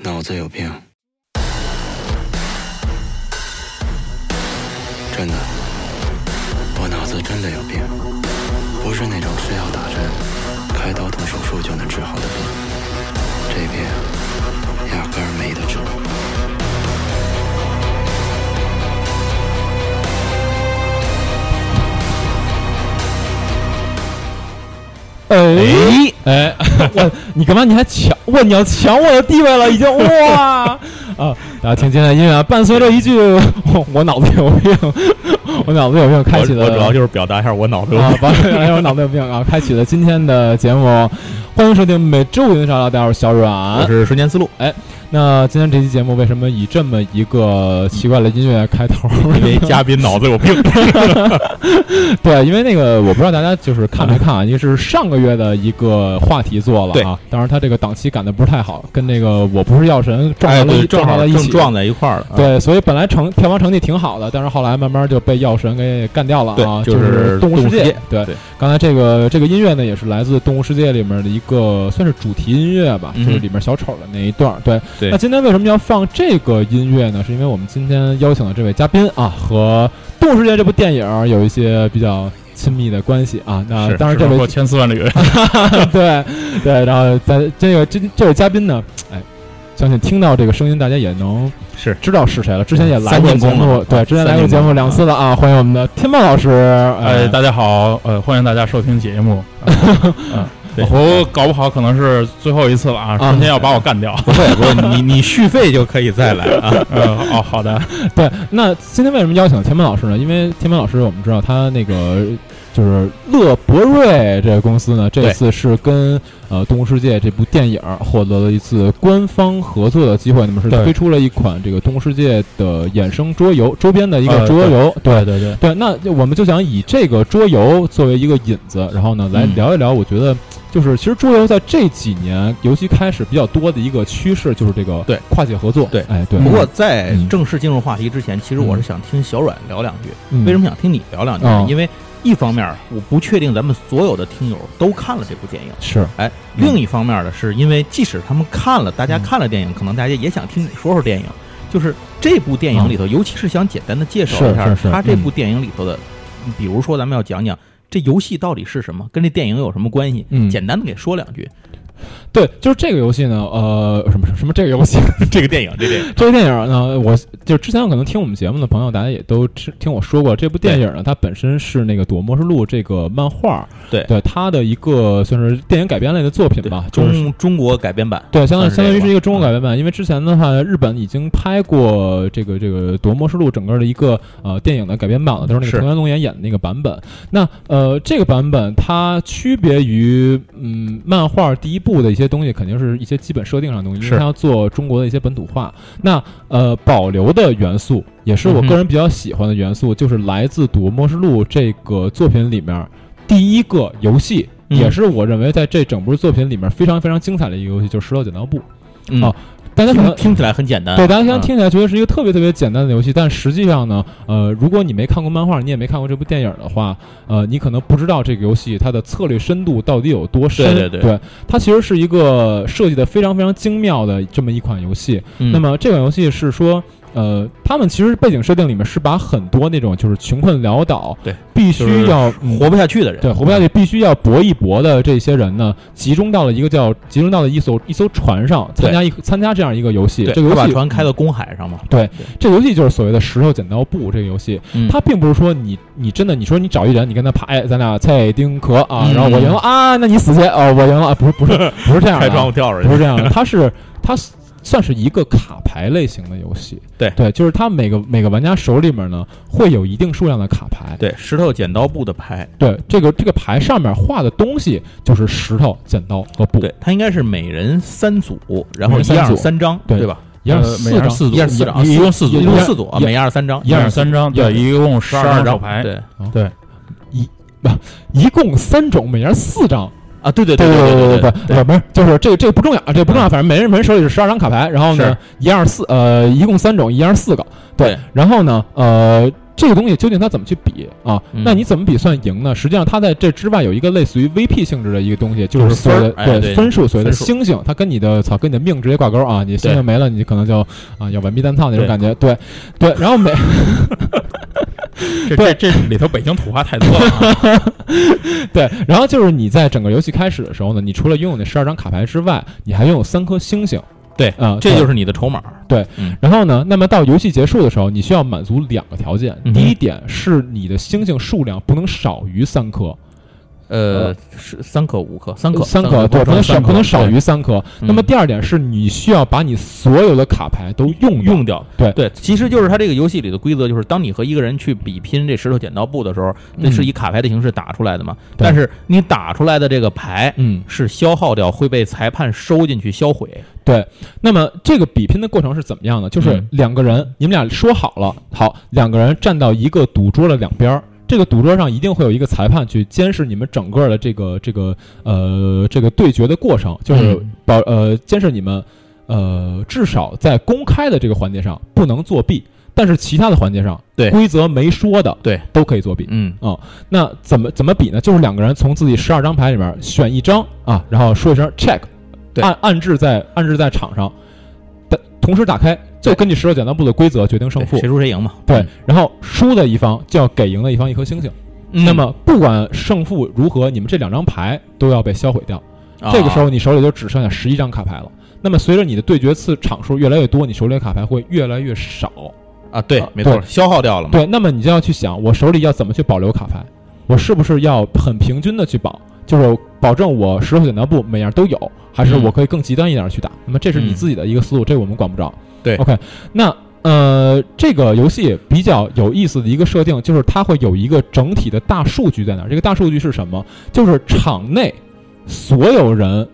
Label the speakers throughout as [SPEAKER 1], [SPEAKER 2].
[SPEAKER 1] 脑子有病。真的，我脑子真的有病，不是那种吃药打针、开刀动手术就能治好的病，这病压根儿没得治。
[SPEAKER 2] 哎
[SPEAKER 3] 哎，
[SPEAKER 2] 哎， 我你干嘛？你还抢哇？你要抢我的地位了，已经 哇啊！大家听今天的音乐，啊，伴随着一句 我我脑子有病， 我脑子有病，开
[SPEAKER 3] 我
[SPEAKER 2] 启了
[SPEAKER 3] 我主要就是表达一下我脑子有
[SPEAKER 2] 啊
[SPEAKER 3] 病，，
[SPEAKER 2] 完了， 哎呦，脑子有病啊！开启了今天的节目，欢迎收听每周五的沙拉，大家好，我是小
[SPEAKER 3] 我
[SPEAKER 2] 阮。
[SPEAKER 3] 是瞬间思路，
[SPEAKER 2] 那今天这期节目为什么以这么一个奇怪的音乐开头？
[SPEAKER 3] 因为嘉宾脑子有 病。
[SPEAKER 2] 对，因为那个我不知道大家就是看没看啊，因为是上个月的一个话题做了
[SPEAKER 3] 对
[SPEAKER 2] 啊，当然他这个档期赶的不是太好，跟那个我不是药神撞
[SPEAKER 3] 哎，
[SPEAKER 2] 到了 一
[SPEAKER 3] 对，正
[SPEAKER 2] 撞到
[SPEAKER 3] 好
[SPEAKER 2] 了一
[SPEAKER 3] 正
[SPEAKER 2] 起。
[SPEAKER 3] 撞在一块儿了。啊，
[SPEAKER 2] 对，所以本来成票房成绩挺好的，但是后来慢慢就被药神给干掉了啊，就
[SPEAKER 3] 对就是
[SPEAKER 2] 《动物
[SPEAKER 3] 动
[SPEAKER 2] 世
[SPEAKER 3] 物世
[SPEAKER 2] 界
[SPEAKER 3] 界》。
[SPEAKER 2] 对
[SPEAKER 3] 对，
[SPEAKER 2] 刚才这个这个音乐呢，也是来自《动物世界》里面的一个算是主题音乐吧，
[SPEAKER 3] 嗯哼
[SPEAKER 2] 就是里面小丑的那一段儿。对，
[SPEAKER 3] 对
[SPEAKER 2] 那今天为什么要放这个音乐呢？是因为我们今天邀请的这位嘉宾啊，和《动物世界》这部电影儿有一些比较。亲密的关系啊，那
[SPEAKER 4] 是，
[SPEAKER 2] 当然
[SPEAKER 4] 是
[SPEAKER 2] 这
[SPEAKER 4] 包
[SPEAKER 2] 位
[SPEAKER 4] 括千丝 万缕，
[SPEAKER 2] 对对，然后咱这个这这位嘉宾呢，哎，相信听到这个声音，大家也能
[SPEAKER 3] 是
[SPEAKER 2] 知道是谁了。之前也来过节
[SPEAKER 3] 三进宫
[SPEAKER 2] 目，
[SPEAKER 3] 了
[SPEAKER 2] 对，之前来
[SPEAKER 3] 三
[SPEAKER 2] 过
[SPEAKER 3] 进
[SPEAKER 2] 节目
[SPEAKER 3] 宫
[SPEAKER 2] 两次了啊！欢迎我们的天霸老师，呃
[SPEAKER 4] 哎，大家好，呃，欢迎大家收听节目。 啊，
[SPEAKER 3] 对
[SPEAKER 4] 老胡搞不好可能是最后一次了啊，春天要把我干掉。
[SPEAKER 3] 不会不会， 你你续费就可以再来啊。
[SPEAKER 4] 嗯，哦，好的，
[SPEAKER 2] 对，那今天为什么邀请天霸老师呢？因为天霸老师，我们知道他那个就是乐博瑞这个公司呢，这
[SPEAKER 3] 对
[SPEAKER 2] 次是跟呃《动物世界》这部电影儿获得了一次官方合作的机会，那么是
[SPEAKER 4] 对
[SPEAKER 2] 推出了一款这个《动物世界》的衍生桌游周边的一个
[SPEAKER 4] 呃
[SPEAKER 2] 桌游，对
[SPEAKER 4] 对对，
[SPEAKER 2] 对，那我们就想以这个桌游作为一个引子，然后呢，来
[SPEAKER 4] 嗯
[SPEAKER 2] 聊一聊。我觉得，就是其实桌游在这几年，尤其开始比较多的一个趋势，就是这个
[SPEAKER 3] 对
[SPEAKER 2] 跨界合作。
[SPEAKER 3] 对
[SPEAKER 2] 哎，对。
[SPEAKER 3] 不过在
[SPEAKER 2] 嗯
[SPEAKER 3] 正式进入话题之前，其实我是想听小阮聊两句。
[SPEAKER 2] 嗯
[SPEAKER 3] 为什么想听你聊两句
[SPEAKER 2] 哦
[SPEAKER 3] 呢？因为一方面我不确定咱们所有的听友都看了这部电影，
[SPEAKER 2] 是
[SPEAKER 3] 哎，
[SPEAKER 2] 嗯
[SPEAKER 3] 另一方面呢，是因为即使他们看了，大家看了电影，可能大家也想听你说说电影。就是这部电影里头，尤其是想简单的介绍一下
[SPEAKER 2] 嗯是是是嗯
[SPEAKER 3] 他这部电影里头的，比如说咱们要讲讲这游戏到底是什么，跟这电影有什么关系
[SPEAKER 2] 嗯，
[SPEAKER 3] 简单的给说两句。
[SPEAKER 2] 对，就是这个游戏呢，呃，什么什 么这个游戏，
[SPEAKER 3] 这个电影，这电影，
[SPEAKER 2] 这个电影呢，我就之前可能听我们节目的朋友，大家也都知听我说过，这部电影呢，它本身是那个《躲魔之路》这个漫画，
[SPEAKER 3] 对
[SPEAKER 2] 对，它的一个算是电影改编类的作品吧，就是
[SPEAKER 3] 中中国改编版，
[SPEAKER 2] 对，相当于相
[SPEAKER 3] 算
[SPEAKER 2] 当
[SPEAKER 3] 是这个啊
[SPEAKER 2] 于是一个
[SPEAKER 3] 吧
[SPEAKER 2] 中国改编版，因为之前的话，日本已经拍过这个这个《夺魔之路》整个的一个呃电影的改编版了，都是那个
[SPEAKER 3] 是
[SPEAKER 2] 藤原龙也演的那个版本。那呃，这个版本它区别于嗯漫画第一部的一些东西，肯定是一些基本设定上的东西，因为
[SPEAKER 4] 是
[SPEAKER 2] 它要做中国的一些本土化。那呃，保留的元素也是我
[SPEAKER 3] 嗯哼
[SPEAKER 2] 个人比较喜欢的元素，就是来自《夺魔之路》这个作品里面第一个游戏。
[SPEAKER 3] 嗯
[SPEAKER 2] 也是我认为在这整部作品里面非常非常精彩的一个游戏，就是《石头剪刀布》。
[SPEAKER 3] 嗯
[SPEAKER 2] 哦，大家可能
[SPEAKER 3] 听听起来很简单，
[SPEAKER 2] 对大家刚
[SPEAKER 3] 嗯
[SPEAKER 2] 听起来觉得是一个特别特别简单的游戏，但实际上呢，呃，如果你没看过漫画，你也没看过这部电影的话，呃，你可能不知道这个游戏它的策略深度到底有多深。
[SPEAKER 3] 对对对
[SPEAKER 2] 它其实是一个设计的非常非常精妙的这么一款游戏。
[SPEAKER 3] 嗯
[SPEAKER 2] 那么这款游戏是说。呃，他们其实背景设定里面是把很多那种就是穷困潦倒，
[SPEAKER 3] 对，
[SPEAKER 2] 必
[SPEAKER 3] 就
[SPEAKER 2] 须
[SPEAKER 3] 是
[SPEAKER 2] 要
[SPEAKER 3] 活不下去的人，
[SPEAKER 2] 对，活不下去必须要搏一搏的这些人呢，集中到了一个叫集中到了一艘一艘船上，参加一参加这样一个游戏。
[SPEAKER 3] 对，
[SPEAKER 2] 这个游
[SPEAKER 3] 他把
[SPEAKER 2] 戏嗯
[SPEAKER 3] 船开到公海上嘛，
[SPEAKER 2] 这游戏就是所谓的石头剪刀布这个游戏，
[SPEAKER 3] 嗯
[SPEAKER 2] 它并不是说你你真的你说你找一人，你跟他啪，哎，咱俩菜丁壳啊，
[SPEAKER 3] 嗯
[SPEAKER 2] 然后我赢了啊，那你死去哦，我赢了啊，不是不是 不是这样
[SPEAKER 3] 开
[SPEAKER 2] 的
[SPEAKER 3] 窗
[SPEAKER 2] 啊，
[SPEAKER 3] 户跳出
[SPEAKER 2] 不
[SPEAKER 3] 去
[SPEAKER 2] 是，这样的，它是它算是一个卡牌类型的游戏，
[SPEAKER 3] 对
[SPEAKER 2] 对，就是它每个每个玩家手里面呢会有一定数量的卡牌，
[SPEAKER 3] 对，石头剪刀布的拍，
[SPEAKER 2] 对，这个这个牌上面画的东西就是石头、剪刀和布，
[SPEAKER 3] 对，它应该是每人三组，然后
[SPEAKER 2] 每人
[SPEAKER 3] 一
[SPEAKER 2] 三
[SPEAKER 3] 样
[SPEAKER 2] 组
[SPEAKER 3] 三张，
[SPEAKER 2] 对啊
[SPEAKER 3] 对吧？
[SPEAKER 2] 一样
[SPEAKER 4] 呃
[SPEAKER 2] 四
[SPEAKER 4] 每
[SPEAKER 2] 张
[SPEAKER 4] 样，四组，
[SPEAKER 3] 一样四张，
[SPEAKER 4] 一一共四组
[SPEAKER 3] 一，共
[SPEAKER 2] 样
[SPEAKER 3] 四组，啊
[SPEAKER 2] 一样
[SPEAKER 3] 每样三张，
[SPEAKER 4] 一二三张，对，一共十
[SPEAKER 3] 十
[SPEAKER 4] 二
[SPEAKER 3] 二
[SPEAKER 4] 手
[SPEAKER 3] 张
[SPEAKER 4] 牌。
[SPEAKER 3] 对
[SPEAKER 2] 一共三种，每人四张。
[SPEAKER 3] 啊，对对
[SPEAKER 2] 对
[SPEAKER 3] 对嗯
[SPEAKER 2] 对对，呃不是，就是这个这个不重要，啊这个不重要，反正每人每人手里是十二张卡牌，然后呢
[SPEAKER 3] 是，
[SPEAKER 2] 一二四，呃，一共三种，一样四个，对
[SPEAKER 3] 对，
[SPEAKER 2] 然后呢，呃，这个东西究竟它怎么去比啊？
[SPEAKER 3] 嗯
[SPEAKER 2] 那你怎么比算赢呢？实际上，它在这之外有一个类似于 VP 性质的一个东西，就
[SPEAKER 3] 就是是
[SPEAKER 2] 所谓的
[SPEAKER 3] 分儿哎
[SPEAKER 2] 对
[SPEAKER 3] 对
[SPEAKER 2] 分数，所谓的
[SPEAKER 3] 分数
[SPEAKER 2] 星星，它跟你的操跟你的命直接挂钩啊！你星星
[SPEAKER 3] 对
[SPEAKER 2] 没了，你可能就啊要文笔单操那种
[SPEAKER 3] 对
[SPEAKER 2] 感觉。对对，然后每
[SPEAKER 4] 这
[SPEAKER 2] 对
[SPEAKER 4] 这这里头北京土话太 多了 啊。
[SPEAKER 2] 对，然后就是你在整个游戏开始的时候呢，你除了拥有那十二张卡牌之外，你还拥有三颗星星。
[SPEAKER 3] 对
[SPEAKER 2] 啊，
[SPEAKER 3] 这
[SPEAKER 2] 对
[SPEAKER 3] 就是你 的筹码。
[SPEAKER 2] 然后呢，那么到游戏结束的时候，你需要满足两个条件。
[SPEAKER 3] 嗯哼
[SPEAKER 2] 第一点是你的星星数量不能少于三颗，
[SPEAKER 3] 呃，是三颗、五颗、三颗、
[SPEAKER 2] 三
[SPEAKER 3] 颗，
[SPEAKER 2] 颗对，不能少
[SPEAKER 4] 三颗
[SPEAKER 2] 不能少
[SPEAKER 4] 对
[SPEAKER 2] 于三颗。
[SPEAKER 3] 嗯
[SPEAKER 2] 那么第二点是你需要把你所有的卡牌都用掉
[SPEAKER 3] 用掉。
[SPEAKER 2] 对
[SPEAKER 3] 对，其实就是它这个游戏里的规则，就是当你和一个人去比拼这石头剪刀布的时候，那
[SPEAKER 2] 嗯
[SPEAKER 3] 是以卡牌的形式打出来的嘛。
[SPEAKER 2] 对
[SPEAKER 3] 但是你打出来的这个牌
[SPEAKER 2] 嗯，
[SPEAKER 3] 是消耗掉，会被裁判收进去销毁。
[SPEAKER 2] 对。那么这个比拼的过程是怎么样的？就是
[SPEAKER 3] 嗯
[SPEAKER 2] 两个人，你们俩说好了，好，两个人站到一个赌桌的两边儿。这个赌桌上一定会有一个裁判去监视你们整个的这个这个呃这个对决的过程，就是
[SPEAKER 3] 嗯
[SPEAKER 2] 保呃监视你们呃至少在公开的这个环节上不能作弊，但是其他的环节上
[SPEAKER 3] 对
[SPEAKER 2] 规则没说的
[SPEAKER 3] 对
[SPEAKER 2] 都可以作弊。
[SPEAKER 3] 嗯
[SPEAKER 2] 那怎么怎么比呢？就是两个人从自己十二张牌里面选一张啊，然后说一声 check，
[SPEAKER 3] 对
[SPEAKER 2] 按暗置在暗置在场上，但同时打开，就根据石头剪刀布的规则决定胜
[SPEAKER 3] 对嗯
[SPEAKER 2] 负。
[SPEAKER 3] 谁输谁赢嘛。
[SPEAKER 2] 对，然后输的一方就要给赢的一方一颗星星。
[SPEAKER 3] 嗯，
[SPEAKER 2] 那么不管胜负如何，你们这两张牌都要被销毁掉。
[SPEAKER 3] 啊
[SPEAKER 2] 这个时候你手里就只剩下十一张卡牌了。那么随着你的对决次场数越来越多，你手里的卡牌会越来越少。
[SPEAKER 3] 啊，对
[SPEAKER 2] 啊，
[SPEAKER 3] 没错，
[SPEAKER 2] 对
[SPEAKER 3] 消耗掉了嘛。
[SPEAKER 2] 对，那么你就要去想，我手里要怎么去保留卡牌？我是不是要很平均的去保？就是保证我石头剪刀布每样都有，还是
[SPEAKER 3] 嗯
[SPEAKER 2] 我可以更极端一点地去打？那么这是你
[SPEAKER 3] 嗯
[SPEAKER 2] 自己的一个思路，这个我们管不着。
[SPEAKER 3] 对
[SPEAKER 2] ，OK，那呃，这个游戏比较有意思的一个设定就是它会有一个整体的大数据在哪儿？这个大数据是什么？就是场内所有人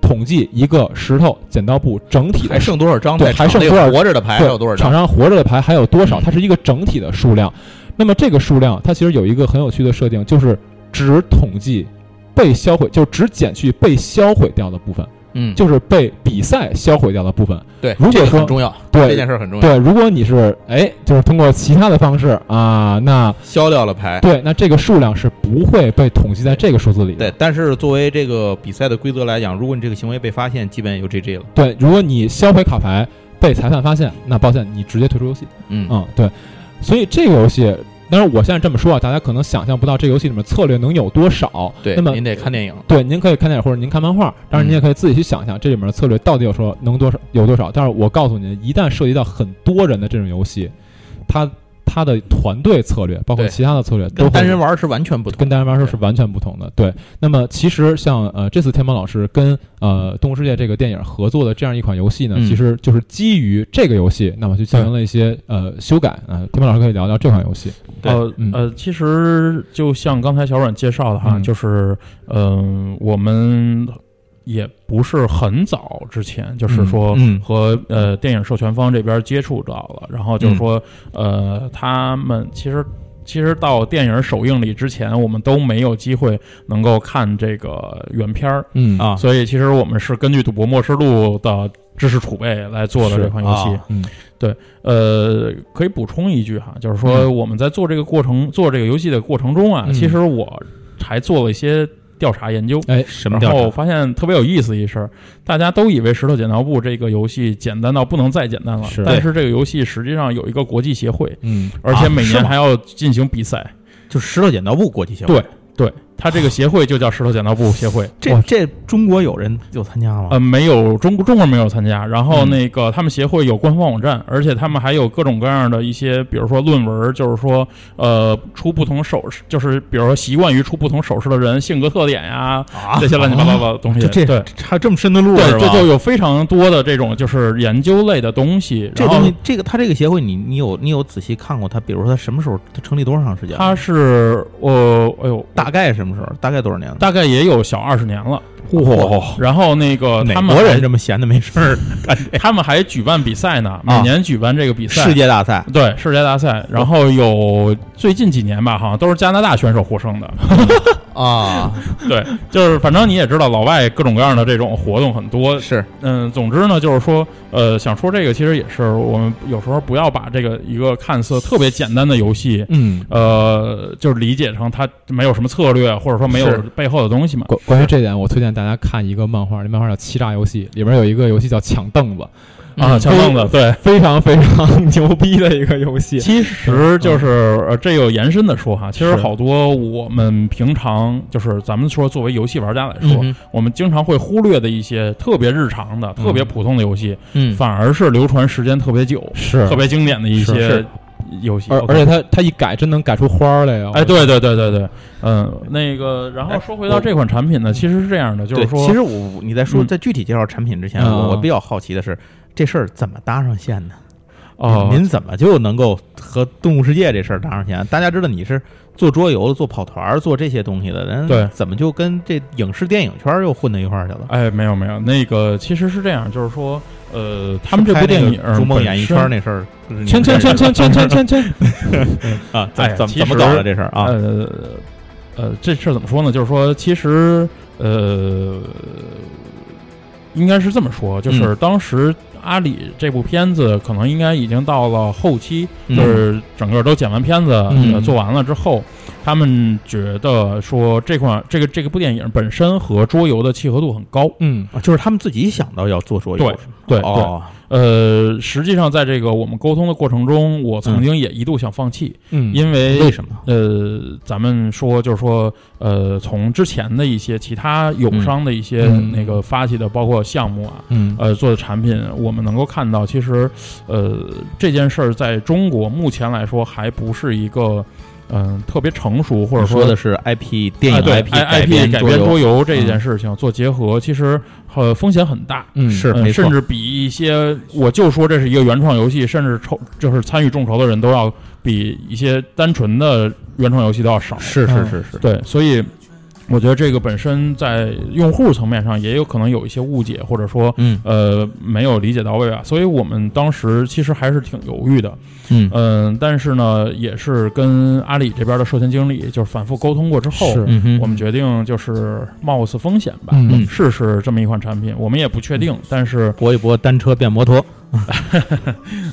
[SPEAKER 2] 统计一个石头剪刀布整体的
[SPEAKER 3] 还剩多少张
[SPEAKER 2] 对还
[SPEAKER 3] 牌？
[SPEAKER 2] 剩
[SPEAKER 3] 场内
[SPEAKER 2] 多少
[SPEAKER 3] 活着的牌还
[SPEAKER 2] 对，
[SPEAKER 3] 有多少张
[SPEAKER 2] 场？上活着的牌还有多少？
[SPEAKER 3] 嗯
[SPEAKER 2] 它是一个整体的数量。那么这个数量，它其实有一个很有趣的设定，就是只统计被销毁，就是只减去被销毁掉的部分，
[SPEAKER 3] 嗯，
[SPEAKER 2] 就是被比赛销毁掉的部分。
[SPEAKER 3] 对，
[SPEAKER 2] 如果
[SPEAKER 3] 这个
[SPEAKER 2] 说
[SPEAKER 3] 很重要，这件
[SPEAKER 2] 对
[SPEAKER 3] 事儿很重要，
[SPEAKER 2] 对，如果你是哎，就是通过其他的方式啊，那
[SPEAKER 3] 消掉了牌。
[SPEAKER 2] 对，那这个数量是不会被统计在这个数字里的
[SPEAKER 3] 对，。但是作为这个比赛的规则来讲，如果你这个行为被发现，基本有 GG 了。
[SPEAKER 2] 对，如果你销毁卡牌被裁判发现，那抱歉，你直接退出游戏。
[SPEAKER 3] 嗯
[SPEAKER 2] 嗯，对，所以这个游戏，但是我现在这么说啊，大家可能想象不到这个游戏里面策略能有多少。
[SPEAKER 3] 对，
[SPEAKER 2] 那么
[SPEAKER 3] 您得看电影。
[SPEAKER 2] 对，您可以看电影或者您看漫画，当然
[SPEAKER 3] 嗯
[SPEAKER 2] 您也可以自己去想象这里面的策略到底有说能多少有多少。但是我告诉您，一旦涉及到很多人的这种游戏，它它的团队策略，包括
[SPEAKER 3] 对
[SPEAKER 2] 其他的策略，都
[SPEAKER 3] 跟
[SPEAKER 2] 会
[SPEAKER 3] 单人玩儿是完全不同
[SPEAKER 2] 跟单人玩儿是完全不同的。对，那么其实像呃这次天猫老师跟呃《动物世界》这个电影合作的这样一款游戏呢，
[SPEAKER 3] 嗯
[SPEAKER 2] 其实就是基于这个游戏，那么就进行了一些呃修改啊、呃。天猫老师可以聊聊这款游戏。
[SPEAKER 3] 对
[SPEAKER 4] 呃
[SPEAKER 2] 嗯
[SPEAKER 4] 呃，其实就像刚才小阮介绍的哈，
[SPEAKER 2] 嗯
[SPEAKER 4] 就是嗯、我们也不是很早之前，就是说
[SPEAKER 3] 嗯嗯
[SPEAKER 4] 和、呃电影授权方这边接触到了，然后就是说、呃他们其实。其实到电影首映礼之前，我们都没有机会能够看这个原片儿，
[SPEAKER 2] 嗯
[SPEAKER 3] 啊，
[SPEAKER 4] 所以其实我们是根据《赌博默示录》的知识储备来做的
[SPEAKER 2] 是
[SPEAKER 4] 这款游戏。
[SPEAKER 3] 啊
[SPEAKER 2] 嗯
[SPEAKER 4] 呃，可以补充一句哈，就是说
[SPEAKER 2] 嗯
[SPEAKER 4] 我们在做这个过程、做这个游戏的过程中啊，
[SPEAKER 2] 嗯
[SPEAKER 4] 其实我还做了一些调查研究。
[SPEAKER 2] 哎
[SPEAKER 3] 什么
[SPEAKER 4] 然
[SPEAKER 3] 调
[SPEAKER 4] 后
[SPEAKER 3] 查？
[SPEAKER 4] 发现特别有意思一事儿，大家都以为《石头剪刀布》这个游戏简单到不能再简单了，
[SPEAKER 2] 是
[SPEAKER 4] 但是这个游戏实际上有一个国际协会，
[SPEAKER 2] 嗯
[SPEAKER 4] 而且
[SPEAKER 3] 啊
[SPEAKER 4] 每
[SPEAKER 3] 是
[SPEAKER 4] 年
[SPEAKER 3] 吗
[SPEAKER 4] 还要进行比赛。
[SPEAKER 3] 就石头剪刀布国际协会。
[SPEAKER 4] 对对，它这个协会就叫石头剪刀布协会。
[SPEAKER 2] 哇
[SPEAKER 3] 这这中国有人有参加吗？
[SPEAKER 4] 呃，没有中中国没有参加，然后
[SPEAKER 3] 嗯
[SPEAKER 4] 那个他们协会有官方网站，而且他们还有各种各样的一些，比如说论文，就是说呃出不同手势，就是比如说习惯于出不同手势的人性格特点呀、
[SPEAKER 3] 啊
[SPEAKER 4] 这些乱七八糟的东西，
[SPEAKER 3] 就这
[SPEAKER 4] 对。
[SPEAKER 3] 还有这么深的路
[SPEAKER 4] 对，
[SPEAKER 3] 是
[SPEAKER 4] 就
[SPEAKER 3] 吧？
[SPEAKER 4] 就有非常多的这种就是研究类的东西，
[SPEAKER 3] 这
[SPEAKER 4] 然后
[SPEAKER 3] 东西，这个他这个协会你，你有你有仔细看过他？比如说他什么时候他成立多长时间？
[SPEAKER 4] 它是呃，哎呦，
[SPEAKER 3] 大概什么时候？大概多少年了？哦
[SPEAKER 4] 大概也有小二十年了。
[SPEAKER 3] 嚯
[SPEAKER 4] 然后那个
[SPEAKER 3] 美
[SPEAKER 4] 他们
[SPEAKER 3] 国人
[SPEAKER 4] 还
[SPEAKER 3] 这么闲的没事儿，
[SPEAKER 4] 他们还举办比赛呢，每
[SPEAKER 3] 啊
[SPEAKER 4] 年举办这个比赛，
[SPEAKER 3] 世界大赛
[SPEAKER 4] 对 世界大赛，然后有最近几年吧，好像都是加拿大选手获胜的，
[SPEAKER 3] 啊，
[SPEAKER 4] 对，就是反正你也知道，老外各种各样的这种活动很多。
[SPEAKER 3] 是
[SPEAKER 4] 嗯，总之呢，就是说，呃，想说这个其实也是我们有时候不要把这个一个看似特别简单的游戏，
[SPEAKER 2] 嗯，
[SPEAKER 4] 呃，就是理解成它没有什么策略，或者说没有
[SPEAKER 3] 是
[SPEAKER 4] 背后的东西嘛。
[SPEAKER 2] 关关于这点，我推荐大家看一个漫画，那漫画叫《欺诈游戏》，里面有一个游戏叫抢凳子，
[SPEAKER 4] 啊，
[SPEAKER 3] 嗯
[SPEAKER 4] 抢凳子，对，
[SPEAKER 2] 非常非常 牛逼的一个游戏。
[SPEAKER 4] 其
[SPEAKER 3] 嗯
[SPEAKER 4] 实就是呃，这有延伸的说哈，其实好多我们平常就是咱们说作为游戏玩家来说，
[SPEAKER 3] 嗯哼
[SPEAKER 4] 我们经常会忽略的一些特别日常的、特别普通的游戏，
[SPEAKER 3] 嗯，
[SPEAKER 4] 反而是流传时间特别久、
[SPEAKER 2] 是
[SPEAKER 4] 特别经典的一
[SPEAKER 2] 是
[SPEAKER 4] 些
[SPEAKER 2] 是
[SPEAKER 4] 游戏。
[SPEAKER 3] 啊
[SPEAKER 2] 而
[SPEAKER 4] OK
[SPEAKER 2] 而且它它一改真能改出花儿来啊呀！
[SPEAKER 4] 哎，对对对对对，嗯，那个，然后说回到这款产品呢，其实是这样的，就是
[SPEAKER 3] 哎对，
[SPEAKER 4] 说，
[SPEAKER 3] 其实我你在说
[SPEAKER 4] 嗯
[SPEAKER 3] 在具体介绍产品之前，
[SPEAKER 2] 嗯
[SPEAKER 3] 我我比较好奇的是这事儿怎么搭上线的？
[SPEAKER 4] 哦，
[SPEAKER 3] 您怎么就能够和动物世界这事儿搭上线？大家知道你是做桌游的、做跑团儿、做这些东西的人，
[SPEAKER 4] 对
[SPEAKER 3] 怎么就跟这影视电影圈儿又混到一块儿去了？
[SPEAKER 4] 哎，没有没有，那个其实是这样，就是说，呃，他们这部电影
[SPEAKER 3] 拍那个逐梦演艺圈儿那
[SPEAKER 4] 本身
[SPEAKER 3] 事儿，就是
[SPEAKER 2] 圈圈圈圈圈圈圈圈，
[SPEAKER 3] 啊，
[SPEAKER 4] 哎
[SPEAKER 3] 怎怎
[SPEAKER 4] 其
[SPEAKER 3] 怎么
[SPEAKER 4] 实
[SPEAKER 3] 搞的这事儿啊？
[SPEAKER 4] 呃呃，这事儿怎么说呢？就是说，其实呃，应该是这么说，就是
[SPEAKER 3] 嗯
[SPEAKER 4] 当时阿里这部片子可能应该已经到了后期，
[SPEAKER 3] 嗯
[SPEAKER 4] 就是整个都剪完片子、
[SPEAKER 2] 嗯
[SPEAKER 4] 呃做完了之后，他们觉得说这款这个这个部电影本身和桌游的契合度很高。
[SPEAKER 2] 嗯，
[SPEAKER 3] 啊就是他们自己想到要做桌游，
[SPEAKER 4] 对对对，
[SPEAKER 3] 哦，
[SPEAKER 4] 呃，实际上在这个我们沟通的过程中，我曾经也一度想放弃，
[SPEAKER 2] 嗯，
[SPEAKER 4] 因为
[SPEAKER 3] 嗯为什么？
[SPEAKER 4] 呃，咱们说就是说，呃，从之前的一些其他友商的一些
[SPEAKER 2] 嗯
[SPEAKER 4] 那个发起的，包括项目啊，
[SPEAKER 2] 嗯
[SPEAKER 4] 呃，做的产品，我们能够看到，其实，呃，这件事儿在中国目前来说还不是一个，嗯、特别成熟或者
[SPEAKER 3] 你说
[SPEAKER 4] 说
[SPEAKER 3] 的是 IP 电影
[SPEAKER 4] 哎对
[SPEAKER 3] IP 改
[SPEAKER 4] IP 改编
[SPEAKER 3] 桌嗯
[SPEAKER 4] 桌游这件事情做结合，其实呃风险很大。
[SPEAKER 2] 嗯
[SPEAKER 3] 是
[SPEAKER 4] 嗯
[SPEAKER 3] 没错
[SPEAKER 4] 甚至比一些我就说这是一个原创游戏，甚至抽就是参与众筹的人都要比一些单纯的原创游戏都要少。
[SPEAKER 3] 是是是是，
[SPEAKER 4] 对，所以我觉得这个本身在用户层面上也有可能有一些误解，或者说
[SPEAKER 3] 嗯
[SPEAKER 4] 呃没有理解到位吧。所以我们当时其实还是挺犹豫的，
[SPEAKER 3] 嗯
[SPEAKER 4] 嗯、但是呢，也是跟阿里这边的授权经理就是反复沟通过之后，
[SPEAKER 2] 是
[SPEAKER 3] 嗯哼，
[SPEAKER 4] 我们决定就是冒次风险吧。
[SPEAKER 2] 嗯
[SPEAKER 4] 试试这么一款产品，我们也不确定，但是
[SPEAKER 3] 搏一搏，单车变摩托，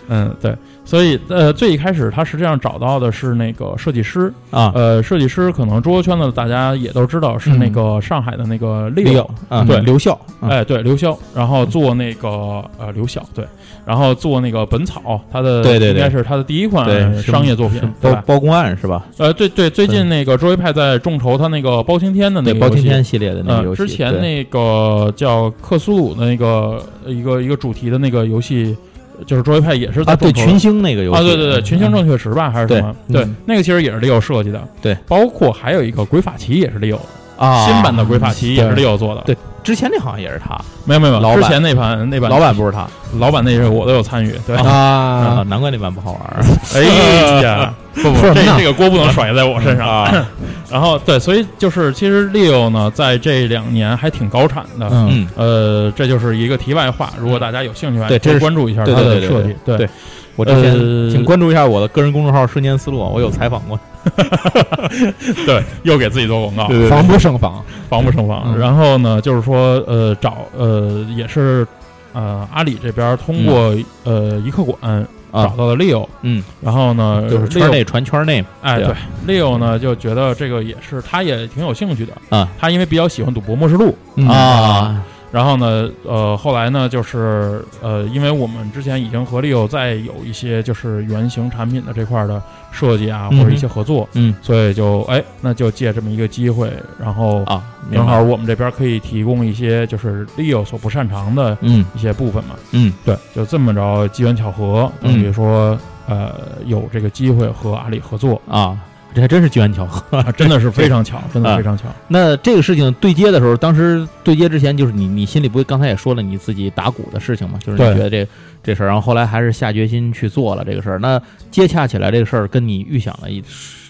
[SPEAKER 4] 嗯，对，所以呃，最一开始他实际上找到的是那个设计师，
[SPEAKER 3] 啊，
[SPEAKER 4] 呃，设计师可能桌游圈子大家也都知道是那个上海的那个 Leo，、
[SPEAKER 3] 六啊，
[SPEAKER 4] 哎对
[SPEAKER 3] 刘笑，嗯啊
[SPEAKER 4] 哎，对，刘潇，然后做那个呃刘晓，对，然后做那个《本草》，他的
[SPEAKER 3] 对对对
[SPEAKER 4] 应该是他的第一款
[SPEAKER 3] 对是
[SPEAKER 4] 商业作品，对
[SPEAKER 3] 包
[SPEAKER 4] 吧？
[SPEAKER 3] 包公案是吧？
[SPEAKER 4] 呃，对对，最近那个桌游派在众筹他那个包青天的那
[SPEAKER 3] 对，
[SPEAKER 4] 个
[SPEAKER 3] 包
[SPEAKER 4] 游
[SPEAKER 3] 青
[SPEAKER 4] 戏
[SPEAKER 3] 天系列的那个
[SPEAKER 4] 呃，
[SPEAKER 3] 游戏，
[SPEAKER 4] 之前
[SPEAKER 3] 对
[SPEAKER 4] 那个叫克苏鲁的那个一个一个主题的那个游戏，就是桌游派也是在
[SPEAKER 3] 啊，对
[SPEAKER 4] 众筹的
[SPEAKER 3] 群星那个游戏
[SPEAKER 4] 啊，对对对，群星正确池吧还是什么？
[SPEAKER 2] 对
[SPEAKER 4] 对
[SPEAKER 2] 嗯，
[SPEAKER 4] 那个其实也是 Leo 设计的，
[SPEAKER 3] 对，
[SPEAKER 4] 包括还有一个鬼法奇也是 Leo，
[SPEAKER 3] 啊，
[SPEAKER 4] 新版的鬼法奇也是
[SPEAKER 2] 对
[SPEAKER 4] Leo 做的，
[SPEAKER 3] 对之前那好像也是他，
[SPEAKER 4] 没有没有没
[SPEAKER 3] 老
[SPEAKER 4] 有，
[SPEAKER 3] 版
[SPEAKER 4] 之前那版那版
[SPEAKER 3] 老版不是他
[SPEAKER 4] 老版那是我都有参与，对，
[SPEAKER 3] 啊，
[SPEAKER 2] 啊，
[SPEAKER 3] 难怪那版不好玩儿
[SPEAKER 4] 哎 呀，不不，
[SPEAKER 2] 说什么
[SPEAKER 4] 这
[SPEAKER 2] 呢
[SPEAKER 4] 这个锅不能甩在我身 上。
[SPEAKER 3] 啊，
[SPEAKER 4] 然后对，所以就是其实 Leo 呢，在这两年还挺高产的，
[SPEAKER 2] 嗯
[SPEAKER 3] 嗯，呃，
[SPEAKER 4] 呃，这就是一个题外话，如果大家有兴趣，还
[SPEAKER 3] 对这
[SPEAKER 4] 多
[SPEAKER 3] 是
[SPEAKER 4] 关注一下
[SPEAKER 3] 对
[SPEAKER 4] 它
[SPEAKER 3] 对对
[SPEAKER 4] 的
[SPEAKER 3] 对
[SPEAKER 4] 设计。
[SPEAKER 3] 对
[SPEAKER 4] 对，
[SPEAKER 3] 我之前
[SPEAKER 4] 呃
[SPEAKER 3] 请关注一下我的个人公众号“瞬间思路”，我有采访过，
[SPEAKER 4] 对，又给自己做广告，
[SPEAKER 3] 对
[SPEAKER 2] 防不胜防，
[SPEAKER 4] 防不胜防。
[SPEAKER 2] 嗯
[SPEAKER 4] 然后呢，就是说，呃，找呃，也是呃，阿里这边通过呃一客馆
[SPEAKER 3] 嗯啊
[SPEAKER 4] 找到了 Leo，
[SPEAKER 3] 嗯，
[SPEAKER 4] 然后呢，
[SPEAKER 3] 就是圈
[SPEAKER 4] Leo，
[SPEAKER 3] 内传圈内嘛
[SPEAKER 4] 哎，
[SPEAKER 3] 对
[SPEAKER 4] 对
[SPEAKER 3] 吧
[SPEAKER 4] ，Leo 呢就觉得这个也是，他也挺有兴趣的
[SPEAKER 3] 啊，
[SPEAKER 4] 他因为比较喜欢赌博《末世录》，
[SPEAKER 2] 嗯，
[SPEAKER 3] 啊，
[SPEAKER 4] 然后呢，呃，后来呢，就是呃，因为我们之前已经和利友在有一些就是原型产品的这块儿的设计啊，
[SPEAKER 3] 嗯
[SPEAKER 4] 或者一些合作，
[SPEAKER 3] 嗯
[SPEAKER 4] 所以就哎，那就借这么一个机会，然后
[SPEAKER 3] 啊，明
[SPEAKER 4] 正
[SPEAKER 3] 白
[SPEAKER 4] 好我们这边可以提供一些就是利友所不擅长的
[SPEAKER 3] 嗯
[SPEAKER 4] 一些部分嘛，
[SPEAKER 3] 嗯，
[SPEAKER 4] 对，就这么着机缘巧合，
[SPEAKER 3] 嗯
[SPEAKER 4] 等于说、呃有这个机会和阿里合作，
[SPEAKER 3] 啊，这还真是机缘巧合。
[SPEAKER 4] 啊、真的是非常巧，真的
[SPEAKER 3] 啊
[SPEAKER 4] 非常巧。
[SPEAKER 3] 那这个事情对接的时候，当时对接之前，就是你你心里不会刚才也说了你自己打鼓的事情嘛，就是你
[SPEAKER 4] 对
[SPEAKER 3] 觉得这这事儿，然后后来还是下决心去做了这个事儿。那接洽起来这个事儿，跟你预想的一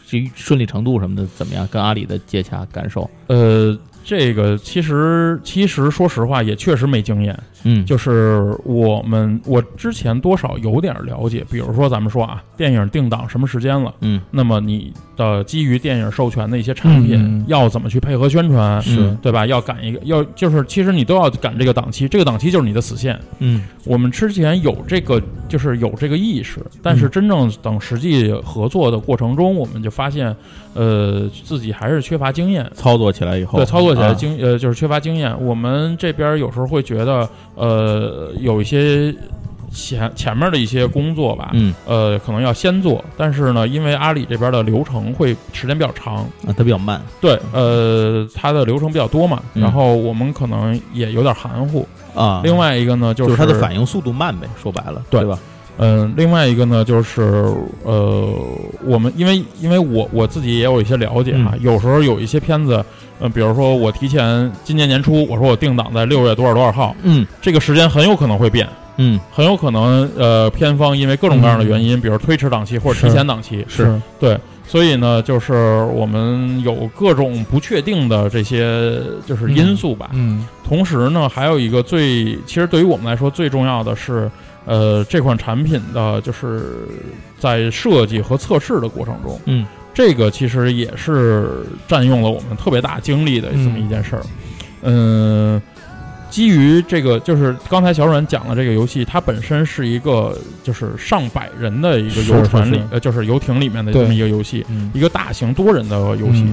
[SPEAKER 3] 这顺利程度什么的怎么样？跟阿里的接洽感受，
[SPEAKER 4] 呃，这个其实其实说实话也确实没经验，
[SPEAKER 3] 嗯，
[SPEAKER 4] 就是我们我之前多少有点了解，比如说咱们说啊，电影定档什么时间了，
[SPEAKER 3] 嗯
[SPEAKER 4] 那么你的基于电影授权的一些产
[SPEAKER 2] 嗯
[SPEAKER 4] 品要怎么去配合宣传，
[SPEAKER 3] 是
[SPEAKER 4] 对吧？要赶一个要就是其实你都要赶这个档期，这个档期就是你的死线。
[SPEAKER 3] 嗯
[SPEAKER 4] 我们之前有这个，就是有这个意识，但是真正等实际合作的过程中，我们就发现，呃，自己还是缺乏经验。
[SPEAKER 3] 操作起来以后，
[SPEAKER 4] 对，操作起来
[SPEAKER 3] 啊
[SPEAKER 4] 经、呃就是缺乏经验。我们这边有时候会觉得，呃，有一些前前面的一些工作吧，
[SPEAKER 3] 嗯，
[SPEAKER 4] 呃，可能要先做，但是呢，因为阿里这边的流程会时间比较长，
[SPEAKER 3] 啊，它比较慢，
[SPEAKER 4] 对，呃，它的流程比较多嘛，
[SPEAKER 3] 嗯
[SPEAKER 4] 然后我们可能也有点含糊。
[SPEAKER 3] 啊，
[SPEAKER 4] 另外一个呢，就
[SPEAKER 3] 就是它的反应速度慢呗，说白了，
[SPEAKER 4] 对
[SPEAKER 3] 对吧？
[SPEAKER 4] 嗯，另外一个呢，就是呃，我们因为因为我我自己也有一些了解
[SPEAKER 2] 嗯
[SPEAKER 4] 啊，有时候有一些片子，嗯、比如说我提前今年年初我说我定档在六月多少多少号，
[SPEAKER 3] 嗯
[SPEAKER 4] 这个时间很有可能会变，
[SPEAKER 3] 嗯，
[SPEAKER 4] 很有可能呃片方因为各种各样的原因，比如推迟档期或
[SPEAKER 2] 嗯
[SPEAKER 4] 者
[SPEAKER 2] 是
[SPEAKER 4] 提前档期，
[SPEAKER 3] 是
[SPEAKER 4] 对，所以呢，就是我们有各种不确定的这些就是因素吧，
[SPEAKER 2] 嗯
[SPEAKER 4] 同时呢，还有一个最，其实对于我们来说最重要的是，呃，这款产品的就是在设计和测试的过程中，
[SPEAKER 3] 嗯，
[SPEAKER 4] 这个其实也是占用了我们特别大精力的这么一件事儿。嗯、基于这个，就是刚才小阮讲的这个游戏，它本身是一个就是上百人的一个游
[SPEAKER 2] 是是
[SPEAKER 4] 船里
[SPEAKER 2] 是
[SPEAKER 4] 呃，就是游艇里面的这
[SPEAKER 2] 对
[SPEAKER 4] 么一个游戏，
[SPEAKER 2] 嗯，
[SPEAKER 4] 一个大型多人的游戏。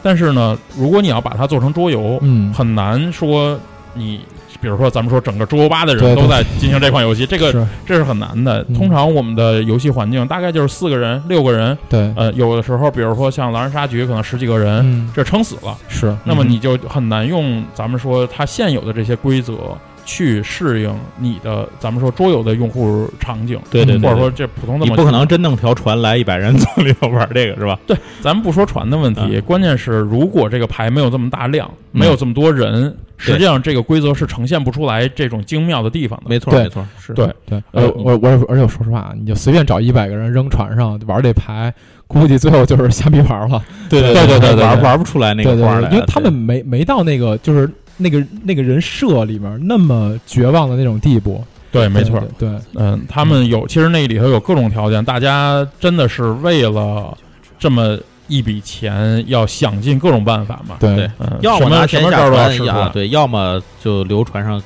[SPEAKER 4] 但是呢，如果你要把它做成桌游，
[SPEAKER 2] 嗯，
[SPEAKER 4] 很难说你，比如说咱们说整个桌游吧的
[SPEAKER 2] 对
[SPEAKER 4] 人
[SPEAKER 2] 对
[SPEAKER 4] 都在进行这款游戏，这个
[SPEAKER 2] 是
[SPEAKER 4] 这是很难的。
[SPEAKER 2] 嗯
[SPEAKER 4] 通常我们的游戏环境大概就是四个人、六个人，
[SPEAKER 2] 对，
[SPEAKER 3] 嗯
[SPEAKER 4] 呃，有的时候比如说像狼人杀局可能十几个人，
[SPEAKER 2] 嗯
[SPEAKER 4] 这撑死了，
[SPEAKER 2] 是，
[SPEAKER 4] 那么你就很难用咱们说它现有的这些规则。去适应你的，咱们说桌游的用户场景，
[SPEAKER 3] 对对对
[SPEAKER 4] 或者说这普通的
[SPEAKER 3] 你不可能真弄条船来一百人 坐里头玩这个是吧？
[SPEAKER 4] 对，咱们不说船的问题，关键是如果这个牌没有这么大量，没有这么多人，实际上这个规则是呈现不出来这种精妙的地方的。
[SPEAKER 3] 没错
[SPEAKER 2] 对
[SPEAKER 3] 没错，是
[SPEAKER 4] 对
[SPEAKER 2] 对，
[SPEAKER 4] 呃
[SPEAKER 2] 呃，我我而且我说实话，你就随便找一百个人扔船上玩这牌，估计最后就是瞎逼玩了。
[SPEAKER 3] 对
[SPEAKER 2] 对对对对
[SPEAKER 3] 玩
[SPEAKER 2] 对
[SPEAKER 3] 玩不出来那
[SPEAKER 2] 对
[SPEAKER 3] 个
[SPEAKER 2] 对
[SPEAKER 3] 花来
[SPEAKER 2] 对，
[SPEAKER 3] 了，
[SPEAKER 2] 因为他们没没到那个就是那个那个人设里面那么绝望的那种地步。
[SPEAKER 4] 对，没错。
[SPEAKER 2] 对，对
[SPEAKER 4] 嗯，他们有，其实那里头有各种条件，大家真的是为了这么一笔钱，要想尽各种办法嘛。
[SPEAKER 2] 对
[SPEAKER 3] 对
[SPEAKER 4] 嗯，
[SPEAKER 3] 要
[SPEAKER 4] 什
[SPEAKER 3] 么
[SPEAKER 4] 么
[SPEAKER 3] 拿
[SPEAKER 4] 什
[SPEAKER 3] 钱
[SPEAKER 4] 么招
[SPEAKER 3] 下
[SPEAKER 4] 儿都要
[SPEAKER 3] 船
[SPEAKER 4] 试出
[SPEAKER 3] 呀，
[SPEAKER 4] 来，
[SPEAKER 3] 对，要么就留船上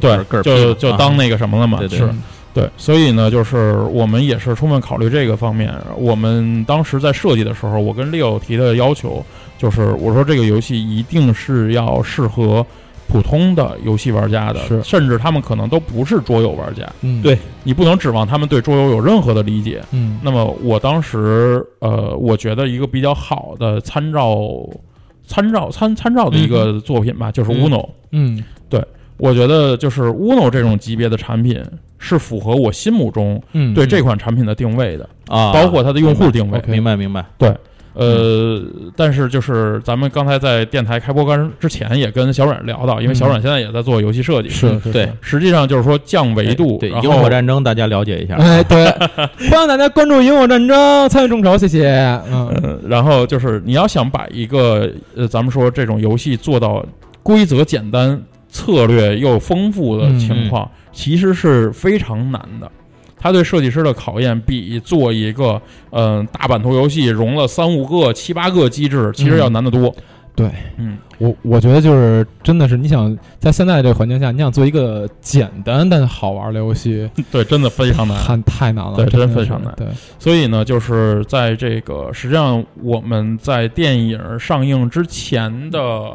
[SPEAKER 4] 对
[SPEAKER 3] 个儿，屁
[SPEAKER 4] 啊就
[SPEAKER 3] 嘛
[SPEAKER 4] 就
[SPEAKER 3] 啊
[SPEAKER 4] 当那个什么了嘛，
[SPEAKER 2] 嗯
[SPEAKER 3] 对对
[SPEAKER 4] 是。对，所以呢，就是我们也是充分考虑这个方面。我们当时在设计的时候，我跟 Leo 提的要求就是，我说这个游戏一定是要适合普通的游戏玩家的，
[SPEAKER 2] 是
[SPEAKER 4] 甚至他们可能都不是桌游玩家，
[SPEAKER 2] 嗯，
[SPEAKER 3] 对
[SPEAKER 4] 你不能指望他们对桌游有任何的理解。
[SPEAKER 2] 嗯，
[SPEAKER 4] 那么我当时，呃，我觉得一个比较好的参照、参照、参参照的一个作品吧，就是
[SPEAKER 3] 嗯
[SPEAKER 4] Uno。
[SPEAKER 2] 嗯
[SPEAKER 4] 我觉得就是 Uno 这种级别的产品是符合我心目中
[SPEAKER 2] 嗯，
[SPEAKER 4] 对这款产品的定位的，
[SPEAKER 3] 啊，
[SPEAKER 4] 包括它的用户定位。
[SPEAKER 2] OK
[SPEAKER 3] 明白明白，
[SPEAKER 4] 呃，但是就是咱们刚才在电台开播刚之前也跟小阮聊到，因为小阮现在也在做游戏设计，嗯
[SPEAKER 2] 是，是
[SPEAKER 3] 对
[SPEAKER 2] 是
[SPEAKER 4] 实际上就是说降维度，
[SPEAKER 3] 对，
[SPEAKER 4] 然
[SPEAKER 3] 萤火
[SPEAKER 4] 后
[SPEAKER 3] 战争大家了解一下，
[SPEAKER 4] 啊
[SPEAKER 2] 哎，对， 欢迎大家关注《萤火战争》，参与众筹，谢谢。嗯，
[SPEAKER 4] 呃，然后就是你要想把一个呃，咱们说这种游戏做到规则简单、策略又丰富的情况，其实是非常难的。它对设计师的考验比做一个嗯、呃大版图游戏融了三五个、七八个机制，其实要难得多。
[SPEAKER 2] 对，
[SPEAKER 4] 嗯，
[SPEAKER 2] 我我觉得就是真的是你想在现在这个环境下，你想做一个简单但好玩的游戏，
[SPEAKER 4] 对，真的非常难。
[SPEAKER 2] 太太难了，
[SPEAKER 4] 嗯对
[SPEAKER 2] 真
[SPEAKER 4] 真
[SPEAKER 2] 的
[SPEAKER 4] 非
[SPEAKER 2] 是
[SPEAKER 4] 常难
[SPEAKER 2] 对，
[SPEAKER 4] 所以呢，就是在这个实际上我们在电影上映之前的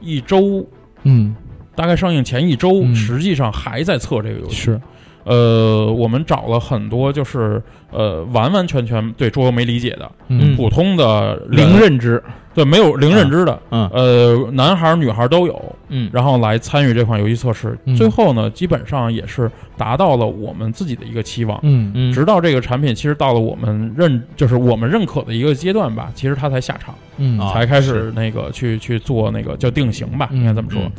[SPEAKER 4] 一周，
[SPEAKER 2] 嗯，
[SPEAKER 4] 大概上映前一周，
[SPEAKER 2] 嗯
[SPEAKER 4] 实际上还在测这个游戏。
[SPEAKER 2] 是，
[SPEAKER 4] 呃，我们找了很多就是呃完完全全对桌游没理解的、
[SPEAKER 2] 嗯
[SPEAKER 3] 嗯
[SPEAKER 4] 普通的人
[SPEAKER 3] 零认知，
[SPEAKER 4] 对没有零认知的，
[SPEAKER 3] 嗯
[SPEAKER 4] 呃，男孩儿女孩儿都有，
[SPEAKER 3] 嗯，
[SPEAKER 4] 然后来参与这款游戏测试。
[SPEAKER 2] 嗯
[SPEAKER 4] 最后呢，基本上也是达到了我们自己的一个期望。
[SPEAKER 2] 嗯
[SPEAKER 3] 嗯，
[SPEAKER 4] 直到这个产品其实到了我们认，就是我们认可的一个阶段吧，其实它才下场，
[SPEAKER 2] 嗯
[SPEAKER 3] 啊
[SPEAKER 4] 才开始
[SPEAKER 3] 是
[SPEAKER 4] 那个去去做那个叫定型吧，
[SPEAKER 2] 嗯
[SPEAKER 4] 应该这么说。
[SPEAKER 3] 嗯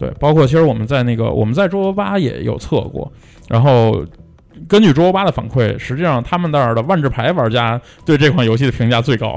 [SPEAKER 4] 对，包括其实我们在那个我们在桌游吧也有测过，然后根据桌游吧的反馈，实际上他们那儿的万智牌玩家对这款游戏的评价最高。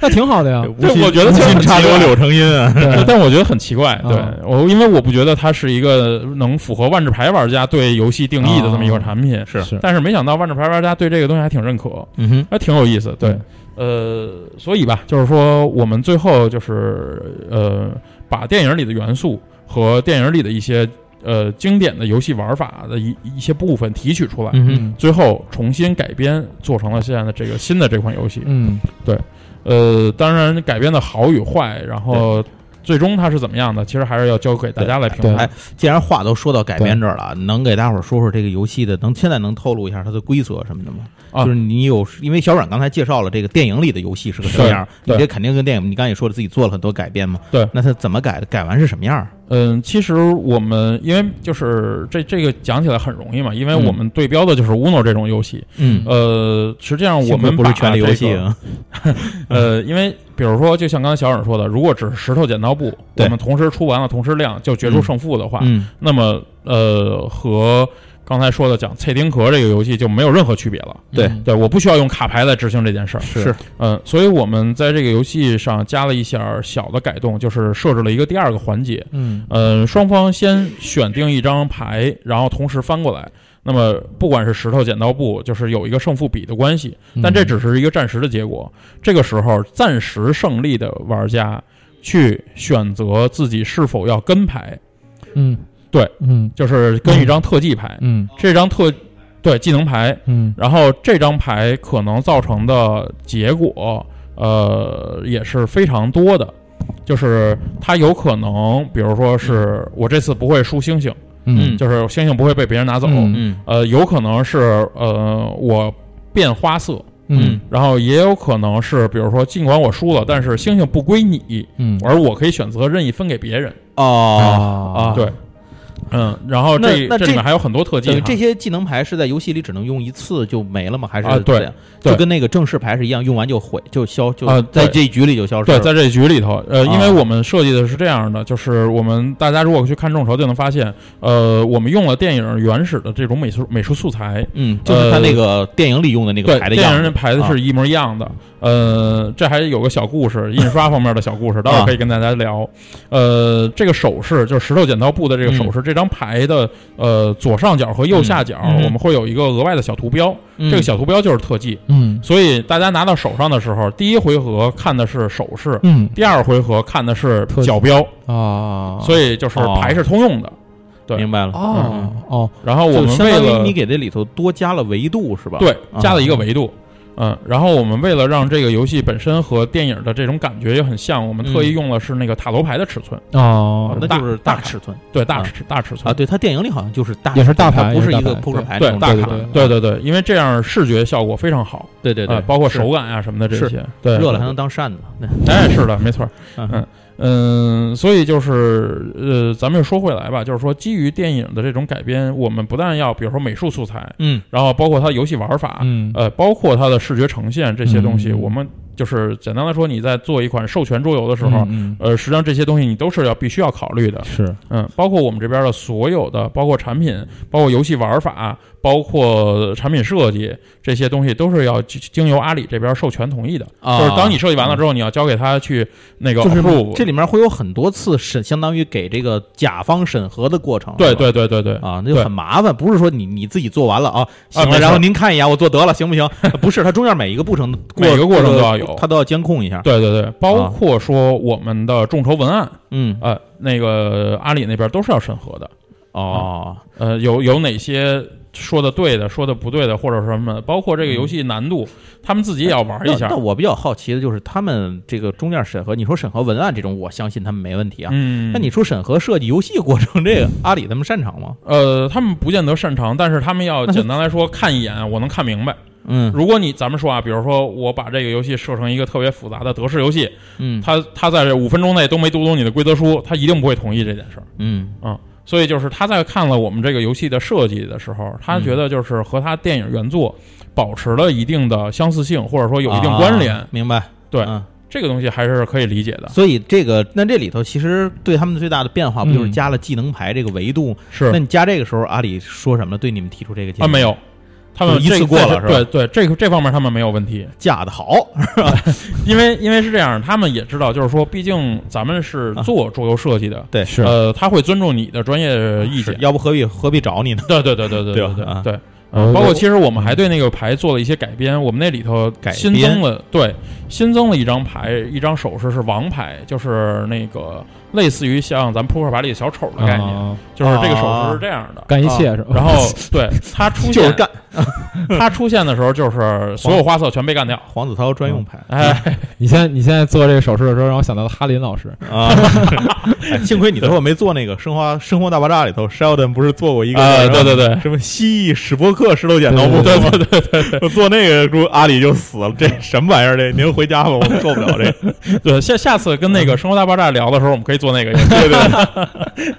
[SPEAKER 2] 那挺好的呀。
[SPEAKER 4] 这我觉
[SPEAKER 3] 啊
[SPEAKER 4] 得
[SPEAKER 3] 无
[SPEAKER 4] 这
[SPEAKER 3] 心
[SPEAKER 4] 很
[SPEAKER 3] 嗯插
[SPEAKER 4] 奇
[SPEAKER 3] 柳
[SPEAKER 4] 怪
[SPEAKER 3] 柳成荫啊，
[SPEAKER 2] 对
[SPEAKER 4] 但我觉得很奇怪，对
[SPEAKER 2] 啊
[SPEAKER 4] 我，因为我不觉得它是一个能符合万智牌玩家对游戏定义的这么一款产品。
[SPEAKER 3] 啊是
[SPEAKER 2] 是
[SPEAKER 4] 但是没想到万智牌玩家对这个东西还挺认可，
[SPEAKER 3] 嗯哼，
[SPEAKER 4] 还挺有意思。对，呃，所以吧，就是说我们最后就是呃，把电影里的元素和电影里的一些呃经典的游戏玩法的一一些部分提取出来，
[SPEAKER 3] 嗯哼，
[SPEAKER 4] 最后重新改编，做成了现在的这个新的这款游戏。
[SPEAKER 2] 嗯，
[SPEAKER 4] 呃，当然改编的好与坏，然后最终它是怎么样的，其实还是要交给大家来评
[SPEAKER 2] 对
[SPEAKER 4] 判。
[SPEAKER 3] 哎，既然话都说到改编这儿了，能给大伙儿说说这个游戏的，能现在能透露一下它的规则什么的吗？
[SPEAKER 4] 啊
[SPEAKER 3] 就是你有，因为小阮刚才介绍了这个电影里的游戏是个什么样儿，
[SPEAKER 4] 对
[SPEAKER 3] 你这肯定跟电影，你刚才也说了自己做了很多改编嘛，
[SPEAKER 4] 对
[SPEAKER 3] 那它怎么改的？改完是什么样儿？
[SPEAKER 4] 嗯，其实我们因为就是这这个讲起来很容易嘛，因为
[SPEAKER 3] 嗯
[SPEAKER 4] 我们对标的就是 Uno 这种游戏。
[SPEAKER 3] 嗯，
[SPEAKER 4] 呃，实际上我
[SPEAKER 3] 幸亏
[SPEAKER 4] 们
[SPEAKER 3] 不是
[SPEAKER 4] 把
[SPEAKER 3] 权力游
[SPEAKER 4] 这
[SPEAKER 3] 戏
[SPEAKER 4] 个
[SPEAKER 3] 啊，
[SPEAKER 4] 呃，因为比如说，就像刚才小冉说的，如果只是石头剪刀布，
[SPEAKER 3] 对
[SPEAKER 4] 我们同时出完了，同时亮就决出
[SPEAKER 3] 嗯
[SPEAKER 4] 胜负的话，
[SPEAKER 3] 嗯
[SPEAKER 4] 那么呃和刚才说的讲蔡丁壳这个游戏就没有任何区别了。
[SPEAKER 3] 对
[SPEAKER 2] 嗯
[SPEAKER 4] 对，我不需要用卡牌来执行这件事儿。
[SPEAKER 3] 是
[SPEAKER 4] 嗯，所以我们在这个游戏上加了一下小的改动，就是设置了一个第二个环节。
[SPEAKER 2] 嗯
[SPEAKER 4] 呃，双方先选定一张牌，然后同时翻过来。那么，不管是石头剪刀布，就是有一个胜负比的关系，
[SPEAKER 2] 嗯
[SPEAKER 4] 但这只是一个暂时的结果。这个时候，暂时胜利的玩家去选择自己是否要跟牌，
[SPEAKER 2] 嗯，
[SPEAKER 4] 对，
[SPEAKER 2] 嗯
[SPEAKER 4] 就是跟一张特技牌。
[SPEAKER 2] 嗯
[SPEAKER 4] 这张特对技能牌
[SPEAKER 2] 嗯
[SPEAKER 4] 然后这张牌可能造成的结果，呃，也是非常多的，就是它有可能，比如说是我这次不会输星星，
[SPEAKER 2] 嗯
[SPEAKER 4] 就是星星不会被别人拿走，
[SPEAKER 2] 嗯
[SPEAKER 3] 嗯
[SPEAKER 4] 呃，有可能是呃我变花色，
[SPEAKER 2] 嗯
[SPEAKER 4] 然后也有可能是，比如说尽管我输了，但是星星不归你，
[SPEAKER 2] 嗯
[SPEAKER 4] 而我可以选择任意分给别人，
[SPEAKER 3] 哦。
[SPEAKER 2] 啊
[SPEAKER 4] 对，嗯，然后这
[SPEAKER 3] 那那这
[SPEAKER 4] 这里面还有很多特技
[SPEAKER 3] 等于
[SPEAKER 4] 哈，
[SPEAKER 3] 这些技能牌是在游戏里只能用一次就没了吗？还是
[SPEAKER 4] 啊对
[SPEAKER 3] 怎样
[SPEAKER 4] 对
[SPEAKER 3] 就跟那个正式牌是一样，用完就毁就消就
[SPEAKER 4] 啊对
[SPEAKER 3] 在这一局里就消失
[SPEAKER 4] 对，
[SPEAKER 3] 了。
[SPEAKER 4] 在这局里头，呃，
[SPEAKER 3] 啊
[SPEAKER 4] 因为我们设计的是这样的，就是我们大家如果去看众筹，就能发现，呃，我们用了电影原始的这种美术美术素材，
[SPEAKER 3] 嗯，就是他那个电影里用的那个
[SPEAKER 4] 对
[SPEAKER 3] 牌，的
[SPEAKER 4] 电
[SPEAKER 3] 样
[SPEAKER 4] 影
[SPEAKER 3] 子啊
[SPEAKER 4] 那。牌子是一模一样的。呃，这还有个小故事，印刷方面的小故事，待
[SPEAKER 3] 啊
[SPEAKER 4] 会儿可以跟大家聊。呃，这个手势就是石头剪刀布的这个手势，这张牌的呃左上角和右下角，
[SPEAKER 3] 嗯嗯嗯
[SPEAKER 4] 我们会有一个额外的小图标，
[SPEAKER 3] 嗯
[SPEAKER 4] 这个小图标就是特技。
[SPEAKER 2] 嗯
[SPEAKER 4] 所以大家拿到手上的时候，第一回合看的是手势，
[SPEAKER 2] 嗯
[SPEAKER 4] 第二回合看的是
[SPEAKER 2] 特技
[SPEAKER 4] 角标，
[SPEAKER 2] 啊，
[SPEAKER 4] 所以就是
[SPEAKER 3] 哦
[SPEAKER 4] 牌是通用的。对
[SPEAKER 3] 明白了
[SPEAKER 2] 哦哦，
[SPEAKER 4] 然
[SPEAKER 3] 嗯
[SPEAKER 4] 后嗯我
[SPEAKER 3] 就
[SPEAKER 4] 们
[SPEAKER 3] 相
[SPEAKER 4] 为
[SPEAKER 3] 当于
[SPEAKER 4] 了
[SPEAKER 3] 你给这里头多加了维度是吧？
[SPEAKER 4] 对
[SPEAKER 3] 啊
[SPEAKER 4] 加了一个维度，嗯，然后我们为了让这个游戏本身和电影的这种感觉也很像，我们特
[SPEAKER 3] 嗯
[SPEAKER 4] 意用了是那个塔罗牌的尺寸，
[SPEAKER 2] 哦，
[SPEAKER 3] 那就是大尺寸
[SPEAKER 4] 对大尺大尺
[SPEAKER 3] 啊。
[SPEAKER 4] 寸。
[SPEAKER 3] 对，他电影里好像就是大，
[SPEAKER 2] 也是大牌
[SPEAKER 3] 它不是
[SPEAKER 2] 也
[SPEAKER 3] 一
[SPEAKER 2] 是大
[SPEAKER 3] 个
[SPEAKER 2] 牌
[SPEAKER 3] 扑克牌
[SPEAKER 4] 对
[SPEAKER 3] 那种
[SPEAKER 4] 大
[SPEAKER 3] 大
[SPEAKER 4] 卡
[SPEAKER 2] 对，
[SPEAKER 4] 对对对，因为这样视觉效果非常好，
[SPEAKER 3] 对对
[SPEAKER 4] 呃
[SPEAKER 3] 对，
[SPEAKER 4] 包括手
[SPEAKER 3] 是
[SPEAKER 4] 感啊什么的这些，对，
[SPEAKER 3] 热了还能当扇子。 对
[SPEAKER 4] 哎，是的，没错儿。
[SPEAKER 3] 嗯
[SPEAKER 4] 嗯，所以就是呃，咱们又说回来吧，就是说基于电影的这种改编，我们不但要比如说美术素材，
[SPEAKER 3] 嗯
[SPEAKER 4] 然后包括它游戏玩法，
[SPEAKER 2] 嗯
[SPEAKER 4] 呃，包括它的视觉呈现这些东西，
[SPEAKER 2] 嗯
[SPEAKER 4] 我们就是简单来说，你在做一款授权桌游的时候，
[SPEAKER 2] 嗯
[SPEAKER 4] 呃，实际上这些东西你都是要必须要考虑的，
[SPEAKER 2] 是
[SPEAKER 4] 嗯，包括我们这边的所有的，包括产品，包括游戏玩法，包括产品设计这些东西，都是要经经由阿里这边授权同意的。
[SPEAKER 3] 啊，
[SPEAKER 4] 就是当你设计完了之后，你要交给他去那个哦
[SPEAKER 3] 就是
[SPEAKER 4] approve，
[SPEAKER 3] 这里面会有很多次审，相当于给这个甲方审核的过程。
[SPEAKER 4] 对
[SPEAKER 3] 是吧
[SPEAKER 4] 对对对对
[SPEAKER 3] 啊，那就很麻烦，不是说你你自己做完了啊，行
[SPEAKER 4] 没
[SPEAKER 3] 了，
[SPEAKER 4] 错
[SPEAKER 3] 然后您看一眼，我做得了，行不 行？不是，它中间每一个步程，
[SPEAKER 4] 每个过程都
[SPEAKER 3] 这
[SPEAKER 4] 要有
[SPEAKER 3] 它都要监控一下。
[SPEAKER 4] 对对对，包
[SPEAKER 3] 啊
[SPEAKER 4] 括说我们的众筹文案，
[SPEAKER 3] 嗯，
[SPEAKER 4] 呃，那个阿里那边都是要审核的。
[SPEAKER 3] 哦，
[SPEAKER 4] 呃，有有哪些说的对的，说的不对的，或者什么，包括这个游戏难度，他们自己也要玩一下
[SPEAKER 3] 嗯那。那我比较好奇的就是，他们这个中间审核，你说审核文案这种，我相信他们没问题啊。
[SPEAKER 4] 嗯，
[SPEAKER 3] 那你说审核设计游戏过程这个，阿里他们擅长吗？
[SPEAKER 4] 呃，他们不见得擅长，但是他们要
[SPEAKER 3] 那是
[SPEAKER 4] 简单来说看一眼，我能看明白。
[SPEAKER 3] 嗯
[SPEAKER 4] 如果你咱们说啊，比如说我把这个游戏设成一个特别复杂的德式游戏，
[SPEAKER 3] 嗯
[SPEAKER 4] 他他在这五分钟内都没读懂你的规则书，他一定不会同意这件事儿。
[SPEAKER 3] 嗯
[SPEAKER 4] 所以就是他在看了我们这个游戏的设计的时候，他
[SPEAKER 3] 嗯
[SPEAKER 4] 觉得就是和他电影原作保持了一定的相似性，或者说有一定关联，
[SPEAKER 3] 啊明白？
[SPEAKER 4] 对
[SPEAKER 3] 嗯
[SPEAKER 4] 这个东西还是可以理解的。
[SPEAKER 3] 所以这个那这里头其实对他们的最大的变化，不就是
[SPEAKER 2] 嗯
[SPEAKER 3] 加了技能牌这个维度？
[SPEAKER 4] 是
[SPEAKER 3] 那你加这个时候，阿里说什么了？对你们提出这个建议
[SPEAKER 4] 啊，没有，他们
[SPEAKER 3] 就一次
[SPEAKER 4] 这
[SPEAKER 3] 过了
[SPEAKER 4] 这
[SPEAKER 3] 是吧
[SPEAKER 4] 对对，这个这方面他们没有问题，
[SPEAKER 3] 架的好，
[SPEAKER 4] 因为因为是这样，他们也知道，就是说，毕竟咱们是做桌游设计的，
[SPEAKER 3] 啊对，
[SPEAKER 2] 是
[SPEAKER 4] 呃，他会尊重你的专业意
[SPEAKER 3] 是
[SPEAKER 4] 见，
[SPEAKER 3] 要不何必何必找你呢？
[SPEAKER 4] 对对对对
[SPEAKER 3] 对
[SPEAKER 4] 对对
[SPEAKER 3] 吧
[SPEAKER 4] 对
[SPEAKER 3] 啊
[SPEAKER 4] 对。
[SPEAKER 2] 我
[SPEAKER 4] 呃，包
[SPEAKER 2] 我
[SPEAKER 4] 括其实我们还对那个牌做了一些改编，我们那里头
[SPEAKER 3] 改
[SPEAKER 4] 新
[SPEAKER 3] 编
[SPEAKER 4] 增了对新增了一张牌，一张手势是王牌，就是那个类似于像咱们扑克牌里的小丑的概念，
[SPEAKER 2] 啊
[SPEAKER 4] 就是这个手势是这样的。
[SPEAKER 2] 干一切是吧？
[SPEAKER 4] 然后对它出
[SPEAKER 3] 就是
[SPEAKER 4] 现
[SPEAKER 3] 干
[SPEAKER 4] 它出现的时候，就是所有花色全被干掉。
[SPEAKER 3] 黄子韬专用牌
[SPEAKER 4] 哎，
[SPEAKER 2] 你现在你现在做这个手势的时候，让我想到了哈林老师，
[SPEAKER 3] 啊！ 哎幸亏你最后没做那个《生活生活大爆炸》里头，Sheldon 不是做过一个
[SPEAKER 4] 啊，对对对，
[SPEAKER 3] 什么蜥蜴史波克石头剪刀布，
[SPEAKER 2] 对
[SPEAKER 3] 对对 对对，做那个猪阿里就死了，这什么玩意儿？这您回家吧，我受不了这。
[SPEAKER 4] 对，下下次跟那个《生活大爆炸》聊的时候，我们可以做那个。
[SPEAKER 3] 对对。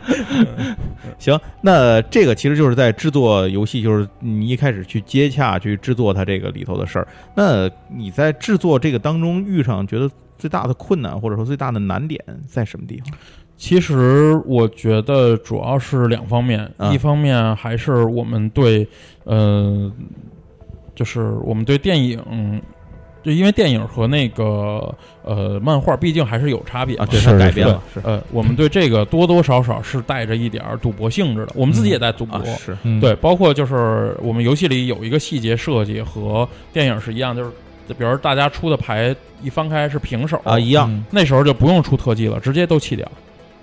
[SPEAKER 3] 行，那这个其实就是在制作游戏，就是你一开始去接洽、去制作它这个里头的事儿。那你在制作这个当中遇上觉得最大的困难，或者说最大的难点在什么地方？
[SPEAKER 4] 其实我觉得主要是两方面，
[SPEAKER 3] 嗯
[SPEAKER 4] 一方面还是我们对，呃，就是我们对电影，就因为电影和那个呃漫画毕竟还是有差别
[SPEAKER 3] 啊，
[SPEAKER 4] 嘛
[SPEAKER 3] 对，
[SPEAKER 2] 是
[SPEAKER 3] 它改
[SPEAKER 2] 是
[SPEAKER 3] 变了，是
[SPEAKER 4] 呃，我们对这个多多少少是带着一点儿赌博性质的，我们自己也在赌博。
[SPEAKER 3] 啊，是
[SPEAKER 2] 嗯，
[SPEAKER 4] 对，包括就是我们游戏里有一个细节设计和电影是一样，就是比如大家出的牌一翻开是平手
[SPEAKER 3] 啊，一
[SPEAKER 2] 一
[SPEAKER 3] 样
[SPEAKER 4] 那时候就不用出特技了，直接都弃掉。